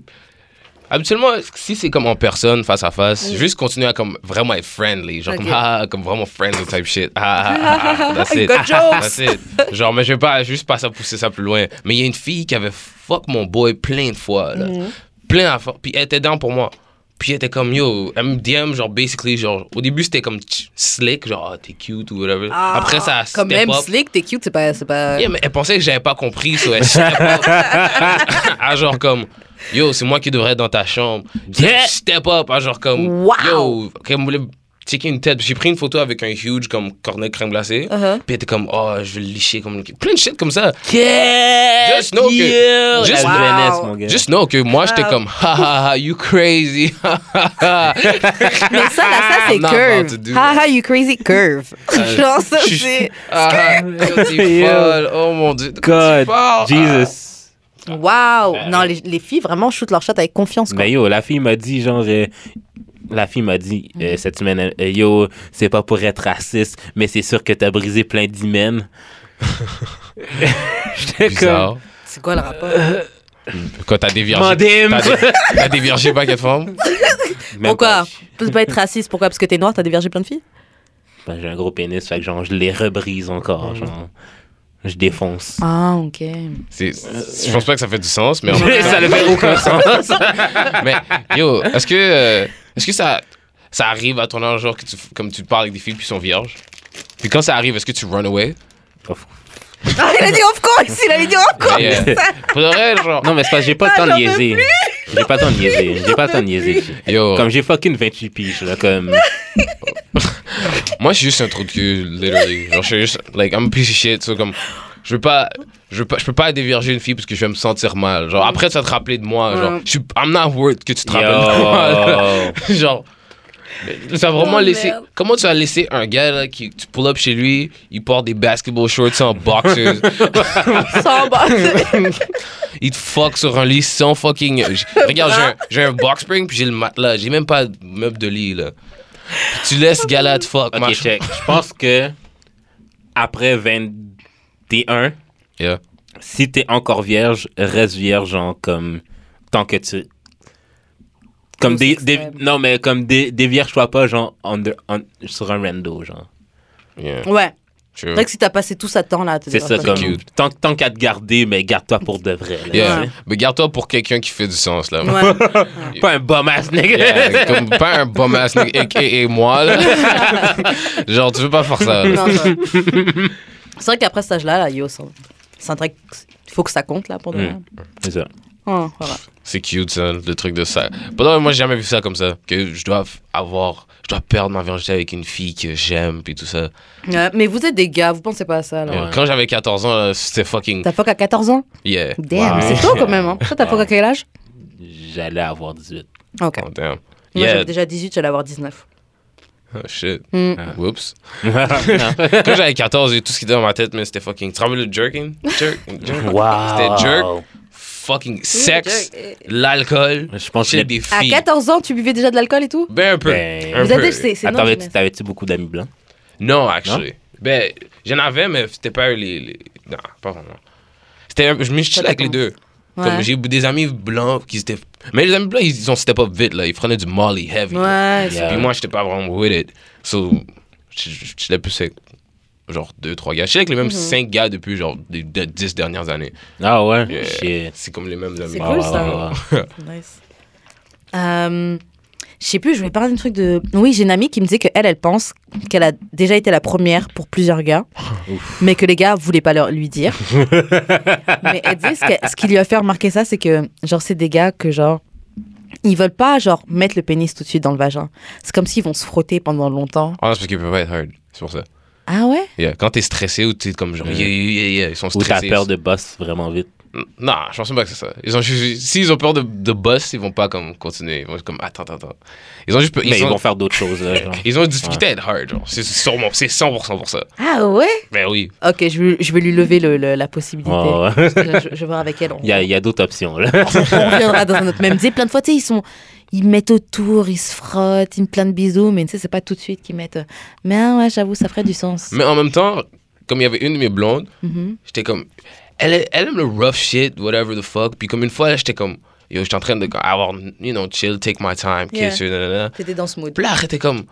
Speaker 2: Habituellement, si c'est comme en personne, face à face, juste continuer à comme vraiment être friendly. Genre, comme,
Speaker 1: Ok.
Speaker 2: ah, ah, comme vraiment friendly type shit. Ah, ah, ah, ah, that's it.
Speaker 1: Good jokes.
Speaker 2: That's it. Genre, mais je vais pas, juste pas ça pousser ça plus loin. Mais il y a une fille qui avait fuck mon boy plein de fois, là.
Speaker 1: Mm-hmm.
Speaker 2: Plein de fois. Puis elle était down pour moi. Puis elle était comme, yo, elle me DM, genre, basically, genre, au début, c'était comme tch- slick, genre, ah, t'es cute ou whatever. Après, ça a
Speaker 1: Ah, Comme
Speaker 2: step
Speaker 1: même
Speaker 2: up.
Speaker 1: slick, t'es cute, c'est pas. c'est pas...
Speaker 2: Yeah, mais elle pensait que j'avais pas compris, so elle step up. ah, genre comme, yo, c'est moi qui devrais être dans ta chambre.
Speaker 3: Yeah.
Speaker 2: Step up, ah, genre comme,
Speaker 1: Wow.
Speaker 2: yo, qu'elle me voulait checker une tête. J'ai pris une photo avec un huge comme cornet crème glacée.
Speaker 3: Euh.
Speaker 1: Uh-huh.
Speaker 2: Puis elle était comme, oh, je vais le licher comme. Plein de shit comme ça.
Speaker 3: Yeah!
Speaker 2: Just know que-
Speaker 3: Eh, Yeah!
Speaker 2: Just-
Speaker 3: La
Speaker 1: Wow.
Speaker 3: jeunesse, mon gars.
Speaker 2: Just know que moi, j'étais
Speaker 1: Wow.
Speaker 2: comme, ha ha ha, you crazy. Ah, Ha, ha, ha.
Speaker 1: Mais ça, là, ça,
Speaker 2: I'm
Speaker 1: c'est
Speaker 2: not about to
Speaker 1: curve.
Speaker 2: do that. Euh,
Speaker 1: Haha, you crazy curve. Genre, ça,
Speaker 2: Je-
Speaker 1: c'est.
Speaker 2: Ah, yo, t'es
Speaker 3: Yo.
Speaker 2: folle. Oh mon dieu. Ah. de quoi tu
Speaker 3: God,
Speaker 2: parles?
Speaker 3: Jesus.
Speaker 2: Euh.
Speaker 1: Waouh! Non, les, les filles vraiment shootent leur shot avec confiance. Quoi.
Speaker 3: Mais yo, la fille m'a dit, genre, euh, la fille m'a dit euh, cette semaine, euh, yo, c'est pas pour être raciste, mais c'est sûr que t'as brisé plein d'hymen.
Speaker 2: Ah,
Speaker 3: J'étais comme.
Speaker 2: bizarre.
Speaker 1: C'est quoi le rapport?
Speaker 2: Quand t'as dévirgé.
Speaker 3: Mandem!
Speaker 2: T'as dé- t'as dévirgé pas quelle forme?
Speaker 1: Pourquoi? Tu peux pas être raciste. Pourquoi? Parce que t'es noir, t'as dévergé plein de filles?
Speaker 3: Ben, J'ai un gros pénis, fait que genre, je les rebrise encore, genre. Je défonce.
Speaker 1: Ah, ok.
Speaker 2: C'est- Je pense pas que ça fait du sens, mais en même temps-
Speaker 3: ça ne fait aucun sens.
Speaker 2: Mais yo, est-ce que, euh, est-ce que ça, ça arrive à ton âge, genre, que tu, comme tu parles avec des filles puis sont vierges? Puis quand ça arrive, est-ce que tu run away?
Speaker 1: Ah, il a dit of course! Il a dit of course!
Speaker 2: Mais, euh, pour de vrai, genre.
Speaker 3: Non, mais c'est parce que j'ai pas le temps
Speaker 1: j'en
Speaker 3: de
Speaker 1: peux
Speaker 3: niaiser. J'ai pas le temps de niaiser. J'ai pas le temps de niaiser.
Speaker 2: Yo,
Speaker 3: Comme j'ai fucking 28 piges, là, comme.
Speaker 2: moi, je suis juste un trou de cul, literally. Genre, je suis juste, like, I'm a piece of shit. so, comme, je veux pas, je veux pas, je peux pas dévierger une fille parce que je vais me sentir mal. Genre, après, tu vas te rappeler de moi. Genre, je suis, I'm not worth que tu te rappelles de moi. là.
Speaker 3: Yo.
Speaker 2: genre ça a vraiment
Speaker 1: Oh,
Speaker 2: laissé
Speaker 1: merde.
Speaker 2: comment tu as laissé un gars là, qui tu pull up chez lui il porte des basketball shorts en boxers
Speaker 1: Sans bas.
Speaker 2: il te fuck sur un lit sans fucking euh, j- regarde j'ai un- j'ai un, box spring puis j'ai le matelas j'ai même pas de meuble de lit là Puis tu laisses ce gars là te fuck
Speaker 3: Ok,
Speaker 2: marche-
Speaker 3: check. Je pense que après 21,
Speaker 2: Yeah.
Speaker 3: si t'es encore vierge, reste vierge, genre, comme. Tant que tu. Comme
Speaker 1: Aux
Speaker 3: des, des-
Speaker 1: extrêmes.
Speaker 3: Non, mais comme des, des vierges, toi pas, genre, under- un- sur un rando, genre.
Speaker 2: Yeah.
Speaker 1: Ouais.
Speaker 2: True.
Speaker 1: C'est vrai que si t'as passé tout ça temps là, t'es
Speaker 3: Mm. C'est ça,
Speaker 2: c'est
Speaker 3: comme.
Speaker 2: cute.
Speaker 3: Tant, tant qu'à te garder, mais garde-toi pour de vrai. là.
Speaker 2: Yeah.
Speaker 1: Ouais.
Speaker 2: mais garde toi pour quelqu'un qui fait du sens là
Speaker 1: Ouais.
Speaker 3: Pas un bum ass nigga.
Speaker 2: Yeah, comme pas un bum ass nigga aka moi là. genre tu veux pas faire ça là.
Speaker 1: Non, c'est vrai. C'est vrai qu'après cet âge-là, là, yo, c'est un- c'est un truc. Il faut que ça compte, là, pour de
Speaker 3: Mm.
Speaker 1: vrai.
Speaker 3: C'est ça.
Speaker 1: Oh, voilà. c'est
Speaker 2: C'est cute, ça, le truc de ça. Pendant, moi, j'ai jamais vu ça comme ça. Que je dois f- avoir, je dois perdre ma virginité avec une fille que j'aime, puis tout ça.
Speaker 1: Ouais, mais vous êtes des gars, vous pensez pas à ça, là.
Speaker 2: Euh, Quand j'avais 14 ans, là, c'était fucking.
Speaker 1: T'as fuck à 14 ans?
Speaker 2: Yeah.
Speaker 1: Damn,
Speaker 3: Wow.
Speaker 1: c'est tôt quand même. Hein. Toi, t'as
Speaker 3: Wow.
Speaker 1: fuck à quel âge
Speaker 3: J'allais avoir 18.
Speaker 1: Ok.
Speaker 2: Oh, damn.
Speaker 1: Moi,
Speaker 2: Yeah.
Speaker 1: j'avais déjà 18, j'allais avoir 19.
Speaker 2: Oh, shit.
Speaker 1: Mm.
Speaker 2: Whoops. Quand j'avais 14, j'ai tout ce qui était dans ma tête, mais c'était fucking. Tu te rappelles le jerking? Jerk. jerk.
Speaker 3: wow.
Speaker 2: C'était jerk. Fucking sexe.
Speaker 1: jerk.
Speaker 2: L'alcool.
Speaker 3: Je pense que
Speaker 2: Chez
Speaker 3: les-
Speaker 2: des
Speaker 1: euh, À
Speaker 2: filles.
Speaker 1: 14 ans, tu buvais déjà de l'alcool et tout
Speaker 2: Ben, un peu.
Speaker 3: Ben,
Speaker 2: un
Speaker 1: Vous
Speaker 2: peu.
Speaker 1: avez c'est c'est non.
Speaker 3: Attends,
Speaker 1: jeunesse.
Speaker 3: t'avais-tu beaucoup d'amis blancs?
Speaker 2: Non, actually. Ben, j'en avais, mais c'était pas les, les- Non, pas vraiment. C'était un- Je me chill
Speaker 1: Ça
Speaker 2: avec les deux.
Speaker 1: Ouais.
Speaker 2: Comme j'ai eu des amis blancs qui étaient. Mais les amis blancs, ils ont step up vite, là. Ils prenaient du Molly heavy. là.
Speaker 1: Ouais.
Speaker 3: Yeah.
Speaker 2: Puis moi, j'étais pas vraiment with it. So, je- je je chillais plus sec. genre deux, trois gars. Je suis avec les mêmes
Speaker 1: Mhm.
Speaker 2: cinq gars depuis genre des, des dix dernières années.
Speaker 3: Ah ouais?
Speaker 2: Yeah.
Speaker 3: Shit.
Speaker 2: C'est comme les mêmes amis. Ah,
Speaker 1: C'est
Speaker 3: Ouais,
Speaker 1: cool,
Speaker 3: ouais,
Speaker 1: ça.
Speaker 3: ouais, ouais.
Speaker 1: Nice. Euh, je sais plus, je voulais parler d'un truc de. Oui, j'ai une amie qui me disait qu'elle, elle pense qu'elle a déjà été la première pour plusieurs gars, mais que les gars voulaient pas leur, lui dire. mais elle dit ce, que- ce qui lui a fait remarquer ça, c'est que, genre, c'est des gars que, genre, ils veulent pas, genre, mettre le pénis tout de suite dans le vagin. C'est comme s'ils vont se frotter pendant longtemps.
Speaker 2: Ah, c'est parce qu'ils peuvent pas être hard. C'est pour ça.
Speaker 1: Ah ouais?
Speaker 2: Yeah. Quand t'es stressé ou t'es comme genre,
Speaker 3: Mhm.
Speaker 2: yeah, yeah, yeah, yeah, ils sont
Speaker 3: Ou t'as
Speaker 2: stressés.
Speaker 3: peur de boss vraiment vite.
Speaker 2: Non, je pense pas que c'est ça. Ils ont juste- S'ils ont peur de, de boss, ils vont pas comme continuer. Ils vont être comme, attends, attends, attends. Ils ont juste peur. Ils,
Speaker 3: Mais ils
Speaker 2: ont,
Speaker 3: vont faire d'autres choses. là, genre.
Speaker 2: ils ont une difficulté à être hard, genre. C'est sûrement, c'est 100% pour ça.
Speaker 1: Ah ouais?
Speaker 2: Ben oui.
Speaker 1: Ok, je, vais- je vais lui lever le- le- la possibilité.
Speaker 3: Ah Ouais, ouais.
Speaker 1: Je, je vais voir avec elle. on-
Speaker 3: Il y a, il y a d'autres options. Là.
Speaker 1: on reviendra dans un autre même dit plein de fois tu sais ils sont ils mettent autour ils se frottent ils me plein de bisous mais tu sais c'est pas tout de suite qu'ils mettent euh, mais ah ouais j'avoue ça ferait du sens
Speaker 2: Mais en même temps, comme il y avait une de mes blondes,
Speaker 1: Mhm.
Speaker 2: j'étais comme, elle, elle aime le rough shit, whatever the fuck. Puis comme une fois, j'étais comme, yo, j'étais en train de avoir, you know, chill, take my time, kiss you, nanana.
Speaker 1: t'étais dans ce mood
Speaker 2: Puis là, elle était comme.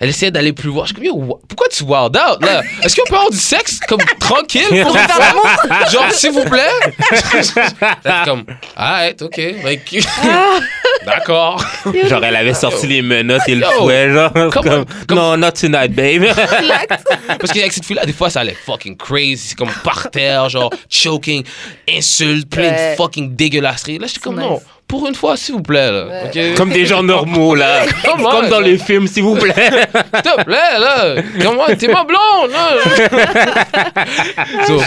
Speaker 2: Elle essayait d'aller plus loin. Je suis comme, yo, wa- pourquoi tu wild out, là? Est-ce qu'on peut avoir du sexe, comme, tranquille, pour une fois? Genre, s'il vous plaît? J'étais comme, alright, ok. like, D'accord.
Speaker 3: Genre, elle avait sorti les menottes et le
Speaker 2: Yo.
Speaker 3: fouet, genre. comme,
Speaker 2: come-
Speaker 3: Non, not tonight, babe.
Speaker 2: Parce qu'avec cette fille-là, des fois, ça allait fucking crazy. C'est comme par terre, genre, choking, insulte, plein
Speaker 1: Ouais.
Speaker 2: de fucking dégueulasseries. Là, j'étais comme,
Speaker 1: C'est
Speaker 2: non,
Speaker 1: nice.
Speaker 2: pour une fois, s'il vous plaît, là. ok?
Speaker 3: comme des gens normaux, là.
Speaker 2: Come on,
Speaker 3: comme dans
Speaker 2: là.
Speaker 3: les films, s'il vous plaît.
Speaker 2: S'il te plaît, là. Comment? T'es ma blonde, là. So,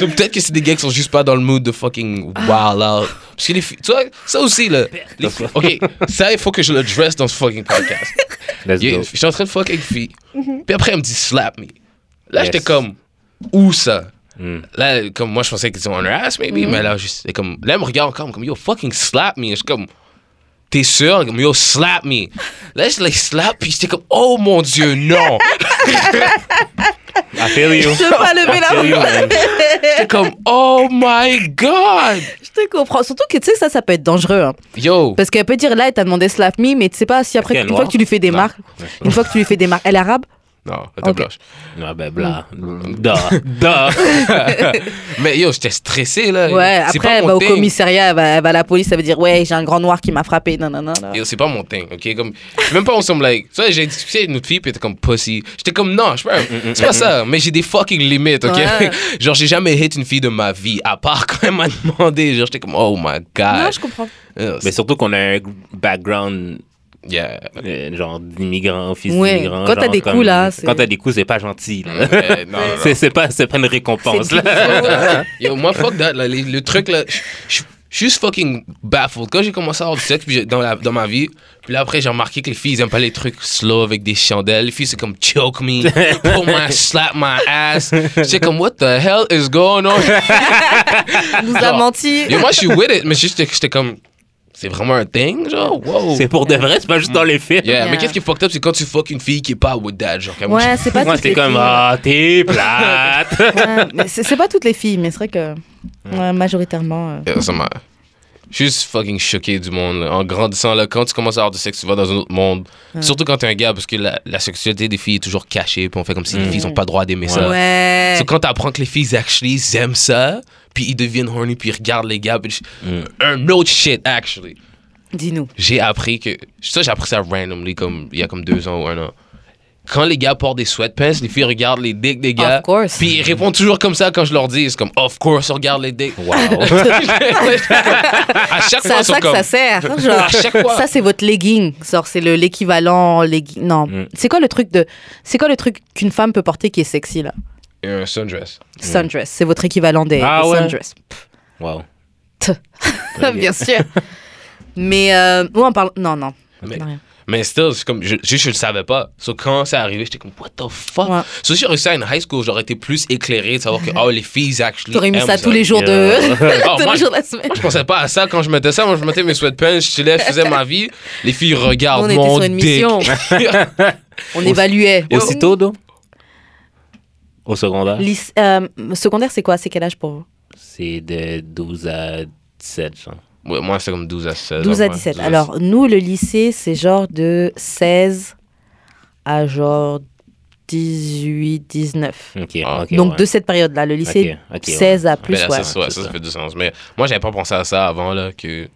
Speaker 2: So, peut-être que c'est des gars qui sont juste pas dans le mood de fucking wild out. Parce que les filles, tu vois, ça aussi, là. les filles- ok, ça, il faut que je le dresse dans ce fucking podcast.
Speaker 3: Let's
Speaker 2: Yeah,
Speaker 3: go.
Speaker 2: je suis en train de fuck avec une fille.
Speaker 1: Mhm.
Speaker 2: Puis après, elle me dit slap me. Là,
Speaker 3: Yes.
Speaker 2: j'étais comme, où ça?
Speaker 3: Mm.
Speaker 2: Là, comme moi, je pensais qu'ils sont on her ass, maybe.
Speaker 1: Mhm.
Speaker 2: Mais là, juste, elle comme, là, elle me regarde encore, comme, yo, fucking slap me. Je suis comme, t'es sûr? Comme, yo, slap me. Là, je like, slap, puis j'étais comme, oh mon dieu, non.
Speaker 3: I feel you.
Speaker 2: ah,
Speaker 1: je peux pas lever
Speaker 3: I feel you,
Speaker 1: la main
Speaker 3: man.
Speaker 2: j'étais comme, oh my god.
Speaker 1: je te comprends surtout que tu sais ça ça peut être dangereux hein.
Speaker 2: Yo.
Speaker 1: parce qu'elle peut dire là elle t'a demandé slap me mais tu sais pas si après
Speaker 3: qu'elle est
Speaker 1: une fois
Speaker 3: noire
Speaker 1: que tu lui fais des
Speaker 2: Non.
Speaker 1: marques une fois que tu lui fais des marques elle est arabe
Speaker 2: Non, t'es
Speaker 1: Ok.
Speaker 2: blanche.
Speaker 3: Ah ben, bla. Da. Da.
Speaker 2: Mais yo, j'étais stressé, là.
Speaker 1: ouais
Speaker 2: C'est
Speaker 1: après
Speaker 2: pas
Speaker 1: elle
Speaker 2: mon
Speaker 1: va au
Speaker 2: thing.
Speaker 1: commissariat elle va, elle va à la police elle va dire ouais j'ai un grand noir qui m'a frappé non non non non.
Speaker 2: Yo, c'est pas mon thing, ok? Comme, même pas on semble like. Tu vois, j'ai discuté avec une autre fille, puis elle était comme pussy. J'étais comme non, je suis pas un- C'est pas ça, mais j'ai des fucking limites, ok?
Speaker 1: Ouais.
Speaker 2: genre, j'ai jamais hit une fille de ma vie, à part quand elle m'a demandé. Genre, j'étais comme oh my
Speaker 1: non
Speaker 2: god.
Speaker 1: je comprends
Speaker 2: Yo,
Speaker 3: Mais
Speaker 2: c'est-
Speaker 3: surtout qu'on a un background
Speaker 2: yeah.
Speaker 3: euh, genre d'immigrants, fils
Speaker 1: Ouais.
Speaker 3: d'immigrants.
Speaker 1: Quand t'as
Speaker 3: genre
Speaker 1: des
Speaker 3: comme-
Speaker 1: coups, là, c'est-
Speaker 3: Quand t'as des coups, c'est pas gentil. là.
Speaker 2: Euh, non, non, non.
Speaker 3: C'est c'est pas, c'est pas une récompense. là.
Speaker 1: euh,
Speaker 2: Yo, moi, fuck that. là, les- le truc, là, je- je je suis juste fucking baffled. Quand j'ai commencé à avoir du sexe puis j'ai- dans, la- dans ma vie, puis là, après, j'ai remarqué que les filles, ils aiment pas les trucs slow avec des chandelles. Les filles, c'est comme choke me, pull my, slap my ass. J'étais comme, what the hell is going on?
Speaker 1: nous a
Speaker 2: Genre,
Speaker 1: menti
Speaker 2: Yo, moi, je suis with it, mais j'étais j'étais comme, c'est vraiment un thing, genre, wow.
Speaker 3: C'est pour de vrai, c'est pas juste dans les films.
Speaker 2: Yeah,
Speaker 1: Yeah.
Speaker 2: mais qu'est-ce qui est fucked up, c'est quand tu fuck une fille qui est pas with that, genre, comme-
Speaker 1: ouais c'est pas
Speaker 3: Moi,
Speaker 1: toutes
Speaker 3: c'est
Speaker 1: les
Speaker 3: comme,
Speaker 1: filles.
Speaker 3: ah, t'es plate.
Speaker 1: Ouais, mais c'est c'est pas toutes les filles, mais c'est vrai que ouais, majoritairement. euh,
Speaker 2: Yeah, ça m'a. Je suis juste fucking choqué du monde. là. En grandissant, là, quand tu commences à avoir du sexe, tu vas dans un autre monde. Surtout quand t'es un gars, parce que la, la sexualité des filles est toujours cachée, puis on fait comme si les filles n'ont pas droit d'aimer ça.
Speaker 1: Mm. Ouais.
Speaker 2: C'est quand t'apprends que les filles, actually, ils aiment ça, puis ils deviennent horny, puis ils regardent les gars, puis un autre shit, actually.
Speaker 1: Dis-nous.
Speaker 2: J'ai appris que. Ça, j'ai appris ça randomly, comme il y a comme deux ans ou un an. Quand les gars portent des sweatpants, les filles regardent les dicks des gars.
Speaker 1: Of course.
Speaker 2: Puis ils répondent toujours comme ça quand je leur dis. C'est comme, of course, on regarde les dicks.
Speaker 3: Wow.
Speaker 2: à chaque
Speaker 1: C'est
Speaker 2: fois,
Speaker 1: à
Speaker 2: ils sont
Speaker 1: ça que
Speaker 2: comme.
Speaker 1: ça sert. hein, genre.
Speaker 2: À chaque fois.
Speaker 1: Ça, c'est votre legging. Genre, c'est le- l'équivalent. legging- Non.
Speaker 3: Mm.
Speaker 1: C'est quoi le truc de. C'est quoi le truc qu'une femme peut porter qui est sexy, là
Speaker 2: Et un sundress.
Speaker 1: Sundress. C'est votre équivalent des,
Speaker 3: Ah
Speaker 1: des
Speaker 3: ouais.
Speaker 1: sundress.
Speaker 3: Wow.
Speaker 1: Bien sûr. Mais. Euh, ouais, on parle. Non, non.
Speaker 2: Mais-
Speaker 1: Non, rien.
Speaker 2: Mais still, c'est comme, je, juste, je le savais pas. So, quand c'est arrivé, j'étais comme, what the fuck?
Speaker 1: Ouais.
Speaker 2: So, si j'aurais réussi à une high school, j'aurais été plus éclairé de savoir que, oh, les filles, actually.
Speaker 1: T'aurais mis
Speaker 2: aiment
Speaker 1: ça tous les jours de.
Speaker 2: Oh,
Speaker 1: tous
Speaker 2: moi,
Speaker 1: les jours de la semaine.
Speaker 2: Moi, je pensais pas à ça quand je mettais ça. Moi, je mettais mes sweatpants, je chillais, je faisais ma vie. Les filles
Speaker 1: On
Speaker 2: regardent
Speaker 1: était
Speaker 2: mon
Speaker 1: sur une
Speaker 2: dick.
Speaker 1: mission. On évaluait.
Speaker 3: Aussitôt, d'où? Au secondaire?
Speaker 1: Lyc- euh, secondaire, c'est quoi C'est quel âge pour vous
Speaker 3: C'est de 12 à 17, genre.
Speaker 2: Ouais, moi, c'est comme 12 à
Speaker 3: Euh,
Speaker 2: 16.
Speaker 1: 12 à
Speaker 2: ouais,
Speaker 1: 17.
Speaker 2: 12
Speaker 1: Alors, nous, le lycée, c'est genre de 16 à genre 18, 19.
Speaker 3: Ok,
Speaker 2: Ah,
Speaker 3: ok,
Speaker 1: Donc
Speaker 3: ouais.
Speaker 1: de cette période-là, le lycée
Speaker 3: Ok, ok, ouais.
Speaker 1: 16 à plus.
Speaker 2: Mais là,
Speaker 1: ouais.
Speaker 2: ça, Ben, ça,
Speaker 3: c'est
Speaker 2: ça,
Speaker 3: ça.
Speaker 2: fait du sens. Mais moi, j'avais pas pensé à ça avant, là, que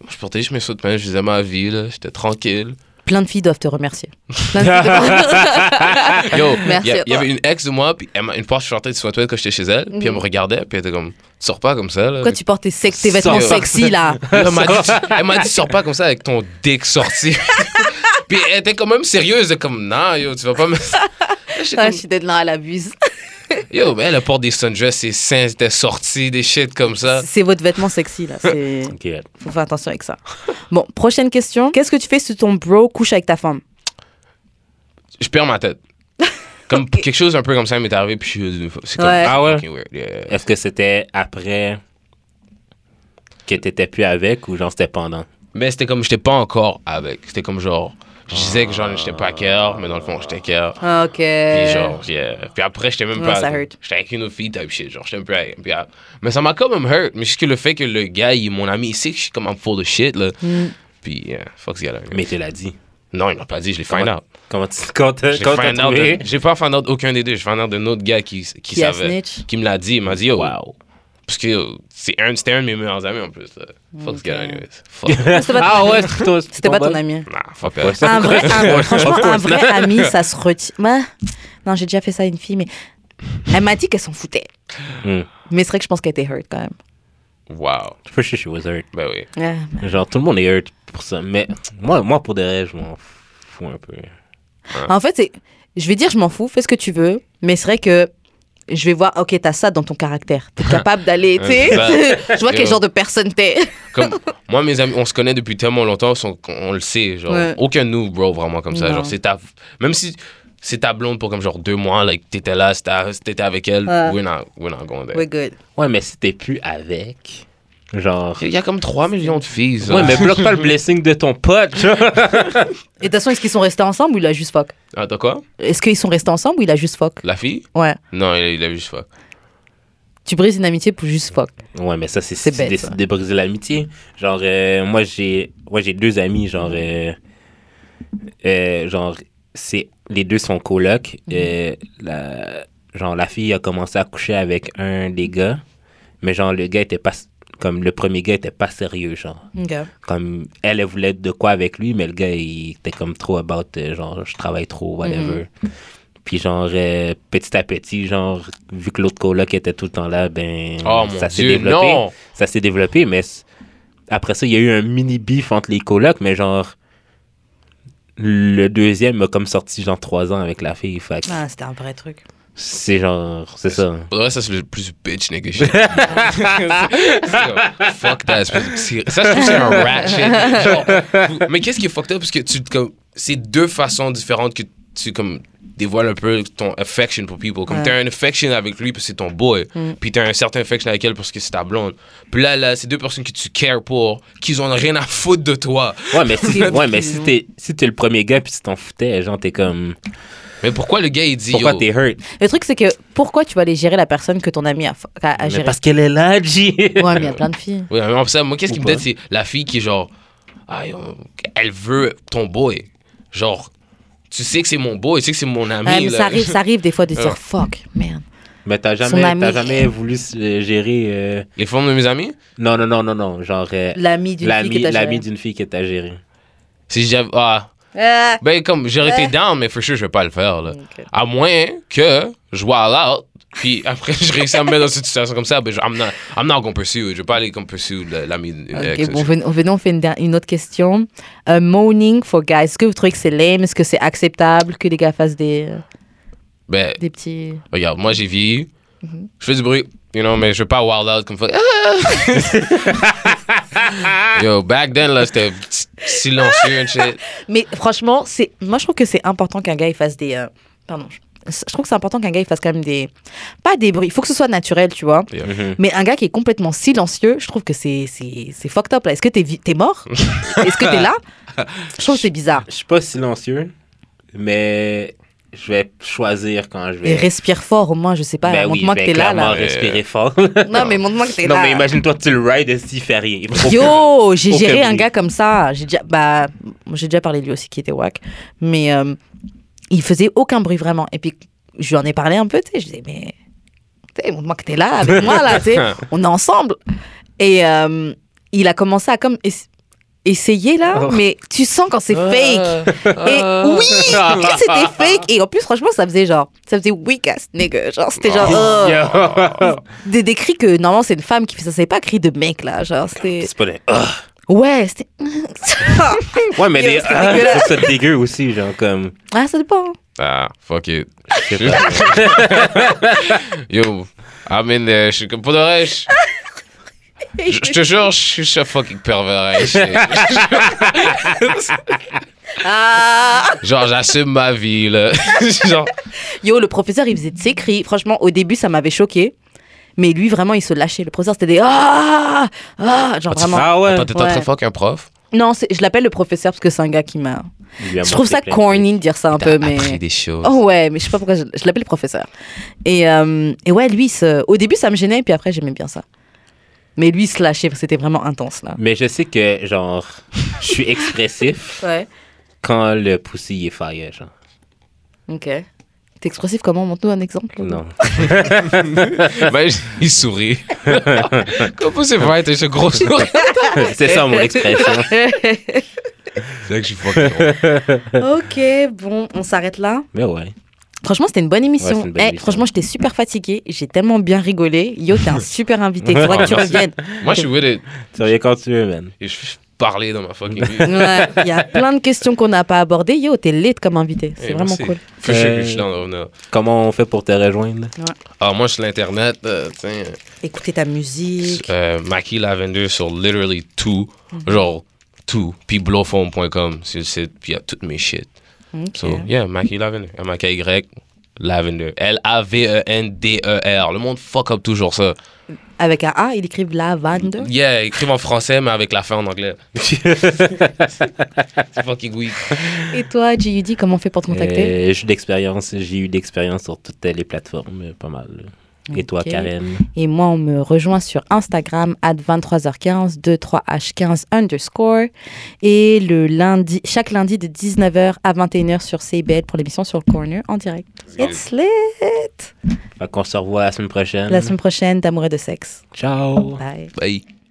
Speaker 2: Moi, je portais juste mes sauts de pain, je faisais ma vie, là, j'étais tranquille.
Speaker 1: Plein de filles doivent te remercier. Plein de filles doivent-
Speaker 2: Yo, il
Speaker 1: Merci
Speaker 2: y, a-
Speaker 1: à
Speaker 2: il y
Speaker 1: toi.
Speaker 2: avait une ex de moi, puis elle m'a- une fois, je sortais de sweatwear quand j'étais chez elle, puis elle me regardait, puis elle était comme, sors pas comme ça, là.
Speaker 1: Pourquoi tu portes tes, sex- tes vêtements
Speaker 2: Sors.
Speaker 1: sexy là
Speaker 2: Elle m'a dit, elle m'a dit, sors pas comme ça avec ton dick sorti. puis elle était quand même sérieuse, elle était comme, non, yo, tu vas pas me. J'étais
Speaker 1: Ah,
Speaker 2: comme,
Speaker 1: Je suis dead là, elle abuse.
Speaker 2: Yo, mais elle elle porte des sundresses, ses seins étaient sortis, des shit comme ça.
Speaker 1: C'est votre vêtement sexy là. C'est...
Speaker 3: Ok, ouais.
Speaker 1: Faut faire attention avec ça. Bon, prochaine question. Qu'est-ce que tu fais si ton bro couche avec ta femme
Speaker 2: Je perds ma tête. Comme quelque chose un peu comme ça m'est arrivé, puis je- c'est comme,
Speaker 1: Ouais.
Speaker 3: Ah ouais?
Speaker 2: fucking weird, yeah.
Speaker 3: Est-ce que c'était après que t'étais plus avec ou genre c'était pendant?
Speaker 2: Mais c'était comme, j'étais pas encore avec. C'était comme genre, je disais que genre, j'étais pas cœur, mais dans le fond, j'étais cœur.
Speaker 1: Ok.
Speaker 2: Puis genre, yeah. Puis après, j'étais même
Speaker 1: Euh, Ouais,
Speaker 2: pas.
Speaker 1: ça hurt.
Speaker 2: J'étais avec une autre fille type shit. Genre, j'étais un peu avec. puis, ah, mais ça m'a quand même hurt. Mais juste que le fait que le gars, il, mon ami, il sait que je suis comme I'm full of shit, là.
Speaker 1: Mm.
Speaker 2: Puis, yeah, fuck ce gars-là.
Speaker 3: Mais tu l'as dit.
Speaker 2: Non, il m'a pas dit, je l'ai find
Speaker 3: Comment-
Speaker 2: out.
Speaker 3: Comment tu quand t'as-
Speaker 2: Je l'ai
Speaker 3: quand t'as
Speaker 2: find out
Speaker 3: trouvé?
Speaker 2: de- J'ai pas find out aucun des deux. J'ai find out d'un autre gars qui, qui,
Speaker 1: Qui a
Speaker 2: savait.
Speaker 1: snitch?
Speaker 2: Qui me l'a dit. Il m'a dit, yo.
Speaker 3: Wow.
Speaker 2: Parce que yo, c'est un, c'était un de mes meilleurs amis en plus. là. Fuck ce gars-là, anyways. Fuck.
Speaker 1: C'était pas,
Speaker 3: Ah ouais, c'est toi.
Speaker 1: c'était pas ton ami.
Speaker 2: nah, fuck
Speaker 3: Ouais,
Speaker 2: that.
Speaker 3: ça-
Speaker 1: Un vrai, un- franchement,
Speaker 3: Of course.
Speaker 1: un vrai ami, ça se retire. Ouais. Non, j'ai déjà fait ça à une fille, mais elle m'a dit qu'elle s'en foutait.
Speaker 3: Hmm.
Speaker 1: Mais c'est vrai que je pense qu'elle était hurt quand même.
Speaker 2: Wow.
Speaker 3: For sure, she was hurt.
Speaker 2: Ben oui.
Speaker 1: Ouais.
Speaker 3: Genre, tout le monde est hurt pour ça. Mais moi, moi pour des rêves, je m'en fous un peu.
Speaker 1: En fait, c'est, je vais dire, je m'en fous, fais ce que tu veux, mais c'est vrai que je vais voir, ok, t'as ça dans ton caractère. T'es capable d'aller, tu sais.
Speaker 2: Ouais,
Speaker 1: je vois quel genre de personne t'es.
Speaker 2: Comme, moi, mes amis, on se connaît depuis tellement longtemps, on, on le sait. Genre,
Speaker 1: Ouais.
Speaker 2: aucun de nous, bro, vraiment comme ça.
Speaker 1: Non.
Speaker 2: Genre, c'est ta. Même si c'est ta blonde pour comme genre deux mois, like, t'étais là, c'est ta- t'étais avec elle,
Speaker 1: Ouais.
Speaker 2: we're not, we're not going there.
Speaker 1: We're good.
Speaker 3: Ouais, mais si t'es plus avec, genre.
Speaker 2: Il y a comme 3 millions de filles. hein. ça.
Speaker 3: Ouais, mais bloque pas le blessing de ton pote. genre.
Speaker 1: Et de toute façon, est-ce qu'ils sont restés ensemble ou il a juste fuck
Speaker 2: Attends, quoi
Speaker 1: Est-ce qu'ils sont restés ensemble ou il a juste fuck
Speaker 2: La fille
Speaker 1: Ouais.
Speaker 2: Non, il, il a juste fuck.
Speaker 1: Tu brises une amitié pour juste fuck.
Speaker 3: Ouais, mais ça, c'est
Speaker 1: C'est
Speaker 3: si
Speaker 1: bête,
Speaker 3: tu décides
Speaker 1: ça.
Speaker 3: de briser l'amitié. Genre, euh, moi, j'ai moi, j'ai deux amis, genre, euh, euh, genre c'est les deux sont colocs.
Speaker 1: Mhm.
Speaker 3: Euh, la, genre, la fille a commencé à coucher avec un des gars, mais genre, le gars était pas, comme le premier gars était pas sérieux, genre.
Speaker 1: Ok.
Speaker 3: Comme, elle, elle voulait de quoi avec lui, mais le gars, il était comme trop about, euh, genre, je travaille trop, whatever.
Speaker 2: Mm-hmm.
Speaker 3: Puis genre, euh, petit à petit, genre, vu que l'autre coloc était tout le temps là, ben,
Speaker 2: Oh mon
Speaker 3: ça s'est
Speaker 2: Dieu,
Speaker 3: développé
Speaker 2: non
Speaker 3: ça s'est développé, mais c- après ça, il y a eu un mini beef entre les colocs, mais genre, le deuxième a comme sorti genre trois ans avec la fille. Fait que
Speaker 1: Ah, c'était un vrai truc.
Speaker 3: c'est genre, c'est ça.
Speaker 2: Pour le reste, ça, c'est le plus bitch nigga shit. C'est- c'est- fuck that. c'est- c'est- Ça, je trouve que c'est un rat shit. Genre, vous- mais qu'est-ce qui est fucked up? Parce que tu, te- comme, c'est deux façons différentes que tu comme, dévoiles un peu ton affection pour people. Comme
Speaker 1: Ouais.
Speaker 2: t'as un affection avec lui parce que c'est ton boy. Puis t'as un certain affection avec elle parce que c'est ta blonde. Puis là, là, c'est deux personnes que tu cares pour, qu'ils ont rien à foutre de toi.
Speaker 3: Ouais, mais si, ouais, mais si
Speaker 1: Mhm.
Speaker 3: t'es si t'es le premier gars puis tu t'en foutais, genre, t'es comme.
Speaker 2: Mais pourquoi le gars, il dit.
Speaker 3: Pourquoi
Speaker 2: yo,
Speaker 3: t'es hurt?
Speaker 2: Ah,
Speaker 1: Le truc, c'est que pourquoi tu vas aller gérer la personne que ton ami a, fu- a, a
Speaker 3: Mais
Speaker 1: gérée
Speaker 3: parce qu'elle est là, G.
Speaker 1: Ouais, mais il y a plein de filles.
Speaker 2: Oui, mais en fait, moi, qu'est-ce qui
Speaker 3: Ou
Speaker 2: me
Speaker 3: pas.
Speaker 2: tête, c'est la fille qui est genre, ah, yo, elle veut ton boy. Genre, tu sais que c'est mon boy, tu sais que c'est mon ami.
Speaker 1: Ouais, Ah, mais
Speaker 2: là.
Speaker 1: ça arrive, ça arrive des fois de
Speaker 2: Ouais.
Speaker 1: dire fuck, merde.
Speaker 3: mais t'as
Speaker 1: Son
Speaker 3: jamais, t'as
Speaker 1: ami.
Speaker 3: jamais voulu euh, gérer. euh,
Speaker 2: Les formes de mes amis,
Speaker 3: Non, non, non, non, non. Genre, euh,
Speaker 1: L'ami d'une fille
Speaker 3: l'ami
Speaker 1: qui t'a
Speaker 3: l'ami
Speaker 1: gérée.
Speaker 3: d'une fille que t'as gérée.
Speaker 2: si j'avais. Ah,
Speaker 1: Ah.
Speaker 2: ben, comme, j'aurais été
Speaker 1: Ouais.
Speaker 2: down, mais for sure, je vais pas le faire, là.
Speaker 1: Ok.
Speaker 2: À moins que je wild out, puis après, je réussis à me mettre dans une situation comme ça, ben, je- I'm not, I'm not gonna pursue. Je vais pas aller comme pursue le- l'ami. de-
Speaker 1: Ok,
Speaker 2: ex,
Speaker 1: bon, venons, venons, on fait une, der- une autre question. Euh, moaning for guys, est-ce que vous trouvez que c'est lame Est-ce que c'est acceptable que les gars fassent des, euh,
Speaker 2: Ben,
Speaker 1: des petits.
Speaker 2: regarde, moi, j'ai vieilli.
Speaker 1: Mhm.
Speaker 2: Je fais du bruit, you know, mais je vais pas wild out comme fuck. Ah! Yo, back then, là, c'était silencieux and shit.
Speaker 1: Mais franchement, c'est moi je trouve que c'est important qu'un gars il fasse des euh, pardon. Je, je trouve que c'est important qu'un gars il fasse quand même des pas des bruits. Il faut que ce soit naturel, tu vois.
Speaker 2: Yeah.
Speaker 3: Mhm.
Speaker 1: Mais un gars qui est complètement silencieux, je trouve que c'est c'est c'est fucked up là. Est-ce que t'es vi- t'es mort Est-ce que t'es là Je trouve que c'est bizarre.
Speaker 3: Je suis pas silencieux, mais je vais choisir quand je
Speaker 1: Mais
Speaker 3: vais.
Speaker 1: respire fort au moins, je sais pas.
Speaker 3: Ben oui,
Speaker 1: montre-moi
Speaker 3: je
Speaker 1: que
Speaker 3: vais
Speaker 1: t'es là, là.
Speaker 3: clairement respirer fort.
Speaker 1: Non mais montre-moi que t'es
Speaker 3: Euh. non,
Speaker 1: là.
Speaker 3: mais imagine-toi, tu le ride et s'il fait rien. Il faut
Speaker 1: Yo, j'ai
Speaker 3: aucun
Speaker 1: géré un
Speaker 3: bruit.
Speaker 1: gars comme ça. J'ai déjà, bah, j'ai déjà parlé de lui aussi qui était wack. Mais euh, Il faisait aucun bruit vraiment. Et puis, je lui en ai parlé un peu, tu sais. Je disais, mais. Tu sais, montre-moi que t'es là avec moi, là, tu sais. On est ensemble. Et euh, il a commencé à comme. es- Essayer là,
Speaker 3: Oh.
Speaker 1: mais tu sens quand
Speaker 2: Oh.
Speaker 1: c'est fake.
Speaker 2: Ah.
Speaker 1: Et oui, c'était fake. Et en plus, franchement, ça faisait genre, ça faisait weak ass nigga. Genre, c'était genre oh. des, des cris que normalement c'est une femme qui fait ça. C'est pas cri de mec là. Genre, c'était
Speaker 3: C'est pas des. Ah.
Speaker 1: ouais, c'était
Speaker 3: Ouais, mais
Speaker 1: Yo,
Speaker 3: des.
Speaker 1: c'est
Speaker 3: Ah, je
Speaker 1: dégueulasse.
Speaker 3: trouve ça dégueu aussi, genre comme.
Speaker 1: ah ça dépend.
Speaker 2: Ah, fuck it.
Speaker 3: je sais pas.
Speaker 2: Yo, I mean, euh, je suis comme pour de vrai. je- Je je te jure, je suis- je suis un fucking pervers. hein, je-
Speaker 1: Ah.
Speaker 2: Genre, j'assume ma vie, là. Genre,
Speaker 1: Yo, le professeur il faisait de ses cris. Franchement, au début ça m'avait choqué, mais lui vraiment il se lâchait. Le professeur c'était des ah ah genre
Speaker 2: tu
Speaker 1: vraiment.
Speaker 3: Ah ouais.
Speaker 2: attends, t'es en train de
Speaker 1: Ouais.
Speaker 2: fuck un prof
Speaker 1: Non, c'est- je l'appelle le professeur parce que c'est un gars qui
Speaker 2: Ah,
Speaker 1: m'a.
Speaker 3: Il lui a
Speaker 1: Je trouve
Speaker 3: montré
Speaker 1: ça
Speaker 3: plein de
Speaker 1: corny de dire ça un
Speaker 2: T'as
Speaker 1: peu, mais.
Speaker 2: appris des choses.
Speaker 1: Oh ouais, mais je sais pas pourquoi je, je l'appelle professeur. Et, euh, et ouais, lui, il se- au début, ça me gênait, puis après, j'aimais bien ça. Mais lui, il se lâchait, parce que c'était vraiment intense, là.
Speaker 3: Mais je sais que, genre, je suis expressif
Speaker 1: Ouais.
Speaker 3: quand le pussy est fire, genre.
Speaker 1: Ok. T'es expressif comment Montre-nous un exemple.
Speaker 3: Non.
Speaker 2: Ben, il sourit. Comment c'est vrai, t'es ce gros sourire
Speaker 3: C'est ça mon expression.
Speaker 2: C'est vrai que je suis fucking drôle.
Speaker 1: ok, bon, on s'arrête là.
Speaker 3: Mais ouais.
Speaker 1: Franchement, c'était une bonne
Speaker 3: Ouais,
Speaker 1: émission.
Speaker 3: c'est une bonne
Speaker 1: Eh,
Speaker 3: émission.
Speaker 1: Franchement, j'étais super fatiguée. J'ai tellement bien rigolé. Yo, t'es un super invité. Faudra que tu
Speaker 2: Merci.
Speaker 1: reviennes.
Speaker 2: Moi, je suis with it.
Speaker 3: Tu reviens quand tu veux, man.
Speaker 2: Et je suis parlé dans ma fucking vie.
Speaker 1: Ouais, Il y a plein de questions qu'on n'a pas abordées. Yo, t'es lit comme invité. C'est
Speaker 2: Eh,
Speaker 1: vraiment
Speaker 2: merci.
Speaker 1: cool.
Speaker 2: Fait que je-
Speaker 3: Euh,
Speaker 2: je suis dans le revenir.
Speaker 3: Comment on fait pour te rejoindre?
Speaker 2: Ah, moi, sur l'Internet, euh, tiens,
Speaker 1: Écouter ta musique.
Speaker 2: euh, Mackie Lavender sur literally tout.
Speaker 1: Mhm.
Speaker 2: Genre, tout. Puis blowphone.com, c'est le site. Puis il y a toutes mes shit.
Speaker 1: Ok.
Speaker 2: So, yeah, Mackie Lavender. M-A-K-Y, Lavender. E L-A-V-E-N-D-E-R. Le monde fuck up toujours ça.
Speaker 1: Avec un A, ils écrivent la vande.
Speaker 2: Yeah, écrivent en français, mais avec la fin en anglais. c'est fucking weak.
Speaker 1: Et toi, J.U.D., comment on fait pour te contacter
Speaker 3: Euh, j'ai d'expérience, j'ai eu d'expérience sur toutes les plateformes, euh, pas mal. Et toi,
Speaker 1: Ok.
Speaker 3: Karen?
Speaker 1: Et moi, on me rejoint sur Instagram at 23h15, 23h15 underscore. Et le lundi, chaque lundi de 19h à 21h sur CBL pour l'émission sur le corner en direct. It's lit
Speaker 3: Fait qu'on se revoit la semaine prochaine.
Speaker 1: La semaine prochaine, d'amour et de sexe.
Speaker 3: Ciao!
Speaker 1: Bye.
Speaker 2: Bye.